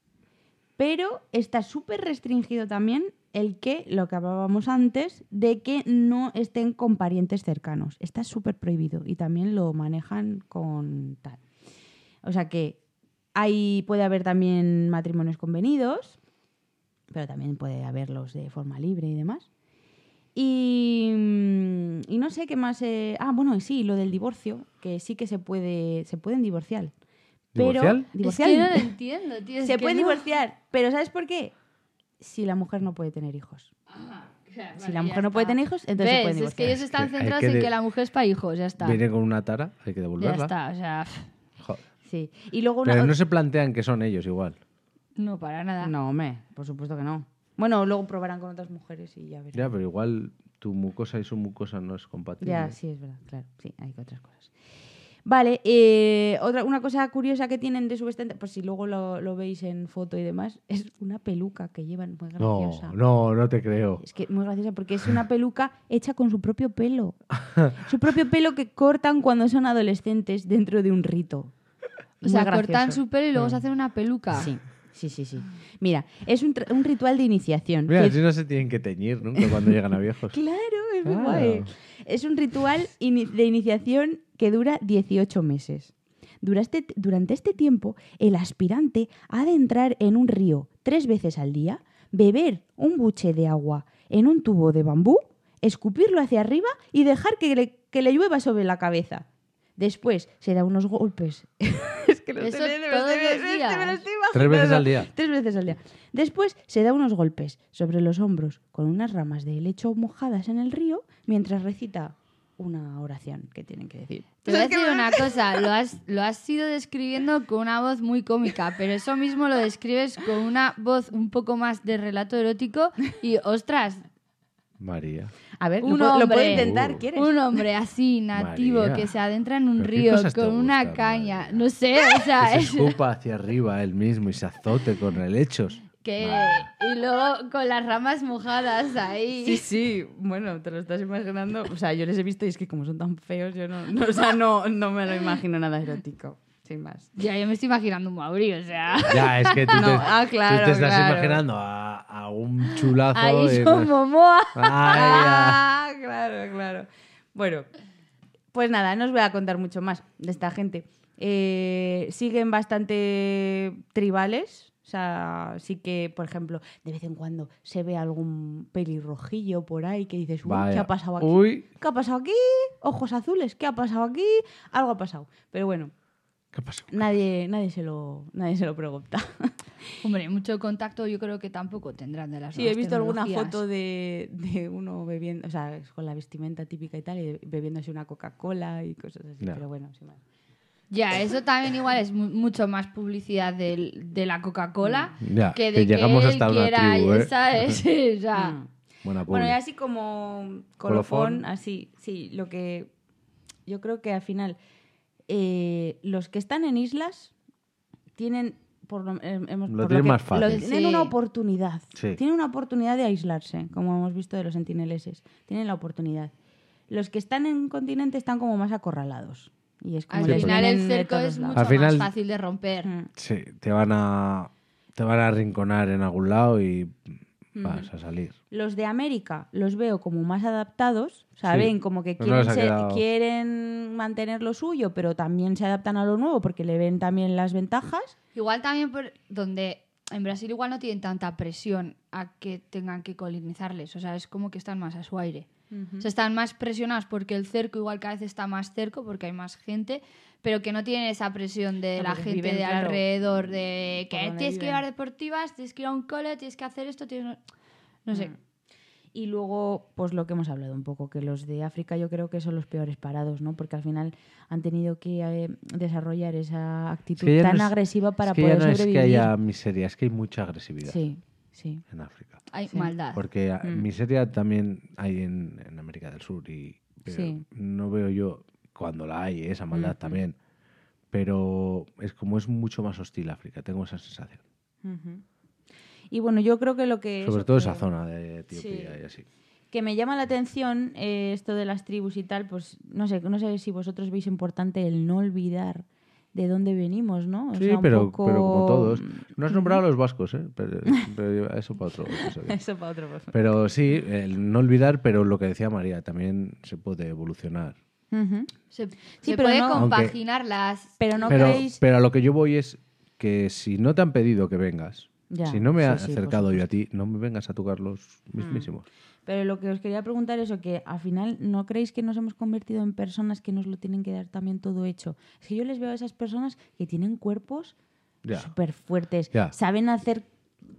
[SPEAKER 3] pero está súper restringido también el que, lo que hablábamos antes, de que no estén con parientes cercanos. Está súper prohibido y también lo manejan con tal. O sea que ahí puede haber también matrimonios convenidos, pero también puede haberlos de forma libre y demás. Y, mm, y no sé qué más. eh, ah, bueno, sí, lo del divorcio, que sí que se puede, se pueden divorciar. Pero,
[SPEAKER 1] ¿Divorciar?
[SPEAKER 3] divorciar.
[SPEAKER 2] Es que no lo entiendo, tío. es
[SPEAKER 3] se
[SPEAKER 2] que
[SPEAKER 3] puede
[SPEAKER 2] no.
[SPEAKER 3] divorciar, pero ¿sabes por qué? Si la mujer no puede tener hijos.
[SPEAKER 2] Ah, O sea,
[SPEAKER 3] Si
[SPEAKER 2] vale,
[SPEAKER 3] la
[SPEAKER 2] ya
[SPEAKER 3] mujer no puede
[SPEAKER 2] está.
[SPEAKER 3] tener hijos, entonces se
[SPEAKER 2] ¿Ves? Es
[SPEAKER 3] pueden
[SPEAKER 2] que
[SPEAKER 3] divorciar.
[SPEAKER 2] ellos están
[SPEAKER 1] Hay que
[SPEAKER 2] centrados en
[SPEAKER 1] de-
[SPEAKER 2] que la mujer es para hijos, ya está.
[SPEAKER 1] Viene con una tara, hay que
[SPEAKER 2] Ya
[SPEAKER 1] devolverla.
[SPEAKER 2] está, o sea,
[SPEAKER 1] Jo-
[SPEAKER 3] Sí. Y luego una...
[SPEAKER 1] Pero no se plantean que son ellos igual.
[SPEAKER 2] no para nada.
[SPEAKER 3] No, hombre, por supuesto que no. Bueno, luego probarán con otras mujeres y ya verán.
[SPEAKER 1] Ya, pero igual tu mucosa y su mucosa no es compatible.
[SPEAKER 3] Ya, sí, es verdad, claro. Sí, hay que otras cosas. Vale, eh, otra, una cosa curiosa que tienen de su vestimenta, por si luego lo, lo veis en foto y demás, es una peluca que llevan muy
[SPEAKER 1] No,
[SPEAKER 3] graciosa.
[SPEAKER 1] no, no te creo.
[SPEAKER 3] Es que muy graciosa porque es una peluca hecha con su propio pelo. Su propio pelo que cortan cuando son adolescentes dentro de un rito.
[SPEAKER 2] O
[SPEAKER 3] Muy
[SPEAKER 2] sea,
[SPEAKER 3] gracioso. Mm.
[SPEAKER 2] cortan su pelo y luego se hacen una peluca.
[SPEAKER 3] Sí, sí, sí, sí. Mira, es un, tra- un ritual de iniciación.
[SPEAKER 1] Mira,
[SPEAKER 3] que-
[SPEAKER 1] si no se tienen que teñir nunca cuando llegan a viejos.
[SPEAKER 3] Claro, es muy
[SPEAKER 1] Claro.
[SPEAKER 3] guay. Es un ritual ini- de iniciación que dura 18 meses. Durante, durante este tiempo, el aspirante ha de entrar en un río tres veces al día, beber un buche de agua en un tubo de bambú, escupirlo hacia arriba y dejar que le, que le llueva sobre la cabeza. Después se da unos golpes. es que
[SPEAKER 2] Eso
[SPEAKER 3] tenía- me
[SPEAKER 2] todos
[SPEAKER 3] tenía-
[SPEAKER 2] los
[SPEAKER 3] me lo
[SPEAKER 2] días.
[SPEAKER 3] estoy
[SPEAKER 1] Tres veces
[SPEAKER 3] imaginando.
[SPEAKER 1] al día.
[SPEAKER 3] Tres veces al día. Después se da unos golpes sobre los hombros con unas ramas de helecho mojadas en el río, mientras recita una oración que tienen que decir.
[SPEAKER 2] Te voy a decir una cosa, lo has, lo has ido describiendo con una voz muy cómica, pero eso mismo lo describes con una voz un poco más de relato erótico y, ostras,
[SPEAKER 1] María.
[SPEAKER 3] A ver,
[SPEAKER 2] Un
[SPEAKER 3] lo, puedo, lo puedo
[SPEAKER 2] hombre.
[SPEAKER 3] intentar,
[SPEAKER 1] Uh.
[SPEAKER 3] ¿quieres?
[SPEAKER 2] un hombre así, nativo,
[SPEAKER 1] María.
[SPEAKER 2] que se adentra en un
[SPEAKER 1] ¿Pero qué
[SPEAKER 2] río
[SPEAKER 1] cosas te
[SPEAKER 2] con una
[SPEAKER 1] gustan,
[SPEAKER 2] caña,
[SPEAKER 1] María?
[SPEAKER 2] no sé, o sea,
[SPEAKER 3] Ah,
[SPEAKER 1] Que
[SPEAKER 2] es
[SPEAKER 3] eh.
[SPEAKER 1] se escupa hacia arriba él mismo y se azote con helechos. Ah,
[SPEAKER 2] que...
[SPEAKER 1] Vale.
[SPEAKER 2] Y luego con las ramas mojadas ahí.
[SPEAKER 3] Sí, sí, bueno, te lo estás imaginando. O sea, yo les he visto y es que como son tan feos, yo no, no- o sea, no, no me lo imagino nada erótico, sin más.
[SPEAKER 2] Ya, yo me estoy imaginando un Mauri, o sea...
[SPEAKER 1] Ya, es que tú,
[SPEAKER 3] No,
[SPEAKER 1] te,
[SPEAKER 3] ah,
[SPEAKER 1] tú te
[SPEAKER 3] claro,
[SPEAKER 1] estás
[SPEAKER 3] claro.
[SPEAKER 1] imaginando a, a un chulazo.
[SPEAKER 2] Ahí
[SPEAKER 1] en-
[SPEAKER 2] son Momoa.
[SPEAKER 1] Ay,
[SPEAKER 3] Ah, claro, claro. Bueno, pues nada, no os voy a contar mucho más de esta gente. Eh, siguen bastante tribales. O sea, sí que, por ejemplo, de vez en cuando se ve algún pelirrojillo por ahí que dices, "Uy, ¿qué
[SPEAKER 1] Vaya.
[SPEAKER 3] ha pasado aquí?
[SPEAKER 1] Uy,
[SPEAKER 3] ¿Qué ha pasado aquí? Ojos azules, ¿qué ha pasado aquí? Algo ha pasado. Pero bueno,
[SPEAKER 1] ¿qué pasó?
[SPEAKER 3] nadie, nadie, se, lo, nadie se lo pregunta.
[SPEAKER 2] Hombre, mucho contacto yo creo que tampoco tendrán de las
[SPEAKER 3] Sí, he
[SPEAKER 2] nuevas
[SPEAKER 3] visto alguna
[SPEAKER 2] tecnologías.
[SPEAKER 3] foto de, de uno bebiendo, o sea, con la vestimenta típica y tal, y bebiéndose una Coca-Cola y cosas así,
[SPEAKER 1] Ya.
[SPEAKER 3] pero bueno, sin más.
[SPEAKER 2] Ya, eso también igual es mu- mucho más publicidad del- de la
[SPEAKER 3] Mm.
[SPEAKER 2] Coca-Cola
[SPEAKER 1] Ya,
[SPEAKER 2] que de
[SPEAKER 1] que
[SPEAKER 2] que,
[SPEAKER 1] llegamos
[SPEAKER 2] él
[SPEAKER 1] hasta una
[SPEAKER 2] quiera,
[SPEAKER 1] tribu, ¿eh?
[SPEAKER 2] ¿sabes? O sea,
[SPEAKER 3] Mm.
[SPEAKER 1] Buena
[SPEAKER 3] Bueno, y
[SPEAKER 1] publi.
[SPEAKER 3] así como colofón,
[SPEAKER 1] Colofón.
[SPEAKER 3] así, sí, lo que yo creo que al final eh, los que están en islas tienen, por lo, eh, hemos-
[SPEAKER 1] Lo
[SPEAKER 3] por
[SPEAKER 1] tienen
[SPEAKER 3] que-
[SPEAKER 1] más fácil.
[SPEAKER 3] lo- tienen
[SPEAKER 2] Sí.
[SPEAKER 3] una oportunidad,
[SPEAKER 1] Sí.
[SPEAKER 3] tienen una oportunidad de aislarse, como hemos visto de los sentineleses, tienen la oportunidad. Los que están en continente están como más acorralados. Y es como
[SPEAKER 2] al
[SPEAKER 1] Sí,
[SPEAKER 3] les
[SPEAKER 2] final el
[SPEAKER 3] vienen de
[SPEAKER 2] cerco
[SPEAKER 3] todos
[SPEAKER 2] es mucho
[SPEAKER 3] lados.
[SPEAKER 1] pues, Al final-
[SPEAKER 2] más fácil de romper.
[SPEAKER 3] Mm.
[SPEAKER 1] Sí, te van a te van a arrinconar en algún lado y vas a salir.
[SPEAKER 3] Los de América los veo como más adaptados, o sea,
[SPEAKER 1] Sí.
[SPEAKER 3] ven como que
[SPEAKER 1] No nos
[SPEAKER 3] quieren,
[SPEAKER 1] ha
[SPEAKER 3] ser-
[SPEAKER 1] quedado-
[SPEAKER 3] quieren mantener lo suyo, pero también se adaptan a lo nuevo porque le ven también las ventajas.
[SPEAKER 2] Igual también por donde en Brasil igual no tienen tanta presión a que tengan que colonizarles, o sea, es como que están más a su aire. O sea, están más presionados porque el cerco igual cada vez está más cerco porque hay más gente, pero que no tienen esa presión de
[SPEAKER 3] No,
[SPEAKER 2] la
[SPEAKER 3] Ah, porque
[SPEAKER 2] gente
[SPEAKER 3] viven,
[SPEAKER 2] de
[SPEAKER 3] claro, mm,
[SPEAKER 2] alrededor, de
[SPEAKER 3] por
[SPEAKER 2] que
[SPEAKER 3] donde
[SPEAKER 2] tienes que
[SPEAKER 3] viven.
[SPEAKER 2] llevar deportivas, tienes que ir a un cole, tienes que hacer esto, tienes... no- No
[SPEAKER 3] Mm,
[SPEAKER 2] sé.
[SPEAKER 3] Y luego, pues lo que hemos hablado un poco, que los de África yo creo que son los peores parados, ¿no? Porque al final han tenido que eh, desarrollar esa actitud
[SPEAKER 1] ya
[SPEAKER 3] tan
[SPEAKER 1] no es-
[SPEAKER 3] agresiva para
[SPEAKER 1] es que
[SPEAKER 3] poder
[SPEAKER 1] ya no
[SPEAKER 3] sobrevivir.
[SPEAKER 1] es que haya miseria, es que hay mucha agresividad
[SPEAKER 3] Sí, Mm. sí.
[SPEAKER 1] en África.
[SPEAKER 2] Hay maldad.
[SPEAKER 1] Porque a- miseria también hay en, en América del Sur y pero
[SPEAKER 3] Sí.
[SPEAKER 1] no veo yo cuando la hay, esa maldad también. Pero es como es mucho más hostil África, tengo esa sensación.
[SPEAKER 3] Y bueno, yo creo que lo que...
[SPEAKER 1] Sobre
[SPEAKER 3] eso
[SPEAKER 1] todo
[SPEAKER 3] que-
[SPEAKER 1] esa zona de Etiopía
[SPEAKER 3] Sí.
[SPEAKER 1] y así.
[SPEAKER 3] que me llama la atención eh, esto de las tribus y tal, pues no sé, no sé si vosotros veis importante el no olvidar de dónde venimos, ¿no? O
[SPEAKER 1] Sí,
[SPEAKER 3] sea, un
[SPEAKER 1] pero,
[SPEAKER 3] poco- mm,
[SPEAKER 1] pero como todos. No has nombrado a los vascos, ¿eh? Pero, pero eso para otro episodio.
[SPEAKER 3] Eso para otro. podcast.
[SPEAKER 1] Pero sí, el no olvidar, pero lo que decía María, también se puede evolucionar.
[SPEAKER 3] Ujú.
[SPEAKER 2] Se,
[SPEAKER 3] Sí,
[SPEAKER 2] se
[SPEAKER 3] pero
[SPEAKER 2] puede
[SPEAKER 3] no-
[SPEAKER 1] Aunque-
[SPEAKER 2] compaginar las...
[SPEAKER 3] Pero no
[SPEAKER 1] pero,
[SPEAKER 3] creéis...
[SPEAKER 1] pero a lo que yo voy es que si no te han pedido que vengas,
[SPEAKER 3] Ya,
[SPEAKER 1] si no me
[SPEAKER 3] sí,
[SPEAKER 1] he
[SPEAKER 3] sí, por
[SPEAKER 1] acercado yo a ti, no me vengas a tocar los
[SPEAKER 2] Mm.
[SPEAKER 1] mismísimos.
[SPEAKER 3] Pero lo que os quería preguntar es eso, que al final no creéis que nos hemos convertido en personas que nos lo tienen que dar también todo hecho. Es que yo les veo a esas personas que tienen cuerpos
[SPEAKER 1] Ya.
[SPEAKER 3] súper fuertes,
[SPEAKER 1] Ya.
[SPEAKER 3] saben hacer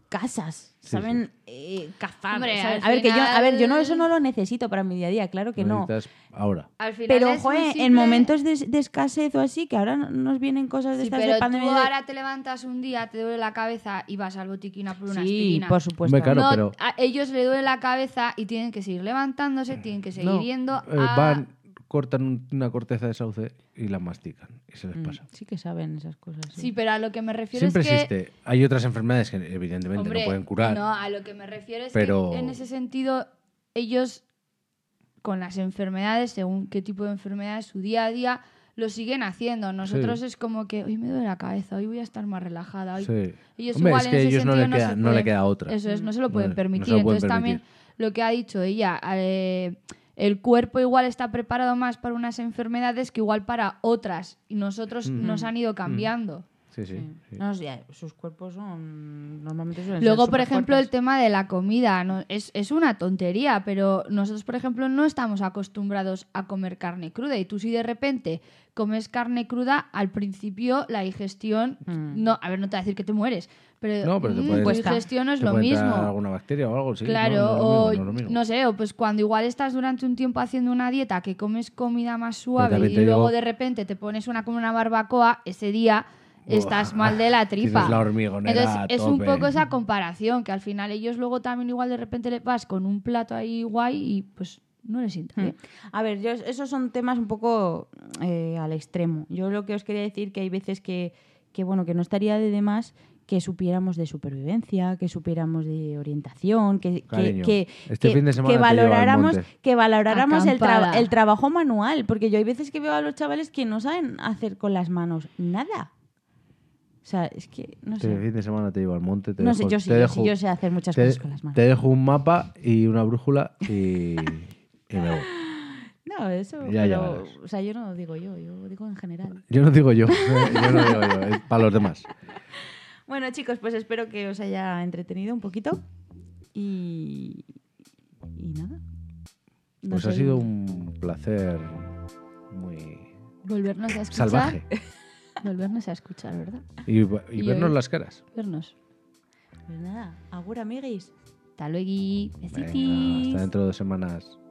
[SPEAKER 3] casas,
[SPEAKER 1] Sí,
[SPEAKER 3] saben eh, cazar.
[SPEAKER 2] Hombre,
[SPEAKER 3] saben-
[SPEAKER 2] al
[SPEAKER 3] A ver, que yo, a ver, yo no
[SPEAKER 2] final-
[SPEAKER 3] eso no lo necesito para mi día a día, claro que no.
[SPEAKER 1] Necesitas ahora.
[SPEAKER 2] Al final
[SPEAKER 3] Pero,
[SPEAKER 2] es muy
[SPEAKER 3] joe, en
[SPEAKER 2] simple-
[SPEAKER 3] momentos de, de escasez o así, que ahora no- nos vienen cosas de
[SPEAKER 2] Sí,
[SPEAKER 3] estas
[SPEAKER 2] pero
[SPEAKER 3] de pandemia.
[SPEAKER 2] tú
[SPEAKER 3] de-
[SPEAKER 2] ahora te levantas un día, te duele la cabeza y vas al botiquín a por una
[SPEAKER 3] sí,
[SPEAKER 2] aspirina.
[SPEAKER 3] por supuesto.
[SPEAKER 1] Hombre, claro.
[SPEAKER 2] no,
[SPEAKER 1] pero-
[SPEAKER 2] a ellos le duele la cabeza y tienen que seguir levantándose, tienen que seguir
[SPEAKER 1] No,
[SPEAKER 2] yendo
[SPEAKER 1] eh,
[SPEAKER 2] a...
[SPEAKER 1] Van, cortan un- una corteza de sauce y la mastican y se pues les
[SPEAKER 3] Mm,
[SPEAKER 1] pasa.
[SPEAKER 3] Sí que saben esas cosas. sí.
[SPEAKER 2] Sí, pero a lo que me refiero
[SPEAKER 1] Siempre
[SPEAKER 2] es que...
[SPEAKER 1] existe. Hay otras enfermedades que evidentemente
[SPEAKER 2] Hombre,
[SPEAKER 1] no pueden curar.
[SPEAKER 2] no, a lo que me refiero es
[SPEAKER 1] pero-
[SPEAKER 2] que en ese sentido ellos con las enfermedades, según qué tipo de enfermedades, su día a día lo siguen haciendo. Nosotros es como que hoy me duele la cabeza, hoy voy a estar más relajada, hoy
[SPEAKER 1] Sí.
[SPEAKER 2] Ellos
[SPEAKER 1] Hombre,
[SPEAKER 2] igual
[SPEAKER 1] es
[SPEAKER 2] en
[SPEAKER 1] que
[SPEAKER 2] ese
[SPEAKER 1] ellos no
[SPEAKER 2] sentido
[SPEAKER 1] le,
[SPEAKER 2] se
[SPEAKER 1] queda, no le
[SPEAKER 2] pueden-
[SPEAKER 1] queda otra.
[SPEAKER 2] Eso es, no se lo
[SPEAKER 1] No le-
[SPEAKER 2] pueden
[SPEAKER 1] no se lo
[SPEAKER 2] permitir.
[SPEAKER 1] pueden
[SPEAKER 2] Entonces
[SPEAKER 1] permitir.
[SPEAKER 2] también lo que ha dicho ella, eh, el cuerpo igual está preparado más para unas enfermedades que igual para otras y nosotros nos han ido cambiando.
[SPEAKER 1] Sí, sí. sí.
[SPEAKER 3] No, o sea, sus cuerpos son. Normalmente suelen
[SPEAKER 2] Luego,
[SPEAKER 3] ser
[SPEAKER 2] por ejemplo, el
[SPEAKER 3] superfuertes.
[SPEAKER 2] tema de la comida. no- es, es una tontería, pero nosotros, por ejemplo, no estamos acostumbrados a comer carne cruda. Y tú si de repente comes carne cruda, al principio la digestión...
[SPEAKER 3] Mm.
[SPEAKER 2] No, a ver, no te voy a decir que te mueres, pero
[SPEAKER 1] No, pero te
[SPEAKER 2] mm,
[SPEAKER 1] puede-
[SPEAKER 2] tu
[SPEAKER 3] pues
[SPEAKER 1] Cuesta.
[SPEAKER 2] digestión no es
[SPEAKER 1] Te
[SPEAKER 2] lo
[SPEAKER 1] puede entrar
[SPEAKER 2] mismo.
[SPEAKER 1] alguna bacteria o algo, sí.
[SPEAKER 2] Claro,
[SPEAKER 1] no, no
[SPEAKER 2] o
[SPEAKER 1] es lo mismo, no es lo mismo.
[SPEAKER 2] sé, o pues cuando igual estás durante un tiempo haciendo una dieta que comes comida más suave
[SPEAKER 1] Pues también
[SPEAKER 2] y
[SPEAKER 1] te digo-
[SPEAKER 2] luego de repente te pones una como una barbacoa, ese día estás
[SPEAKER 1] Buah,
[SPEAKER 2] mal de la
[SPEAKER 1] tienes
[SPEAKER 2] tripa.
[SPEAKER 1] la hormigonera
[SPEAKER 2] Entonces
[SPEAKER 1] a
[SPEAKER 2] es un
[SPEAKER 1] tope.
[SPEAKER 2] poco esa comparación, que al final ellos luego también igual de repente le vas con un plato ahí guay y pues no le sienta bien.
[SPEAKER 3] A ver, yo, esos son temas un poco eh, al extremo. Yo lo que os quería decir que hay veces que, que, bueno, que no estaría de demás que supiéramos de supervivencia, que supiéramos de orientación, que, que-
[SPEAKER 1] Cariño,
[SPEAKER 3] que,
[SPEAKER 1] este
[SPEAKER 3] que-
[SPEAKER 1] fin de
[SPEAKER 3] que
[SPEAKER 1] semana te llevo al
[SPEAKER 3] valoráramos,
[SPEAKER 1] monte.
[SPEAKER 3] que valoráramos el, tra-
[SPEAKER 2] Acampada.
[SPEAKER 3] el trabajo manual, porque yo hay veces que veo a los chavales que no saben hacer con las manos nada. O sea, es que no
[SPEAKER 1] Este
[SPEAKER 3] sé.
[SPEAKER 1] fin de semana te llevo al monte, te
[SPEAKER 3] No
[SPEAKER 1] dejo,
[SPEAKER 3] sé, yo sí,
[SPEAKER 1] te
[SPEAKER 3] yo
[SPEAKER 1] dejo-
[SPEAKER 3] sí, yo sé hacer muchas
[SPEAKER 1] te-
[SPEAKER 3] cosas con las manos.
[SPEAKER 1] Te dejo un mapa y una brújula y, y me voy.
[SPEAKER 3] No, eso,
[SPEAKER 1] Ya
[SPEAKER 3] pero,
[SPEAKER 1] llegarás.
[SPEAKER 3] o sea, yo no digo yo, yo digo en general.
[SPEAKER 1] Yo no digo yo, yo no digo yo, es para los demás.
[SPEAKER 3] Bueno, chicos, pues espero que os haya entretenido un poquito. Y. Y nada.
[SPEAKER 1] Pues ha sido un placer muy
[SPEAKER 2] Volvernos a escuchar.
[SPEAKER 1] salvaje.
[SPEAKER 2] Volvernos a escuchar, ¿verdad?
[SPEAKER 1] Y, y
[SPEAKER 2] Y
[SPEAKER 1] vernos
[SPEAKER 2] hoy-
[SPEAKER 1] las caras.
[SPEAKER 2] Vernos.
[SPEAKER 3] Pues nada, agur, amiguis.
[SPEAKER 2] Hasta luego.
[SPEAKER 1] Venga,
[SPEAKER 2] Besitis.
[SPEAKER 1] hasta dentro de dos semanas.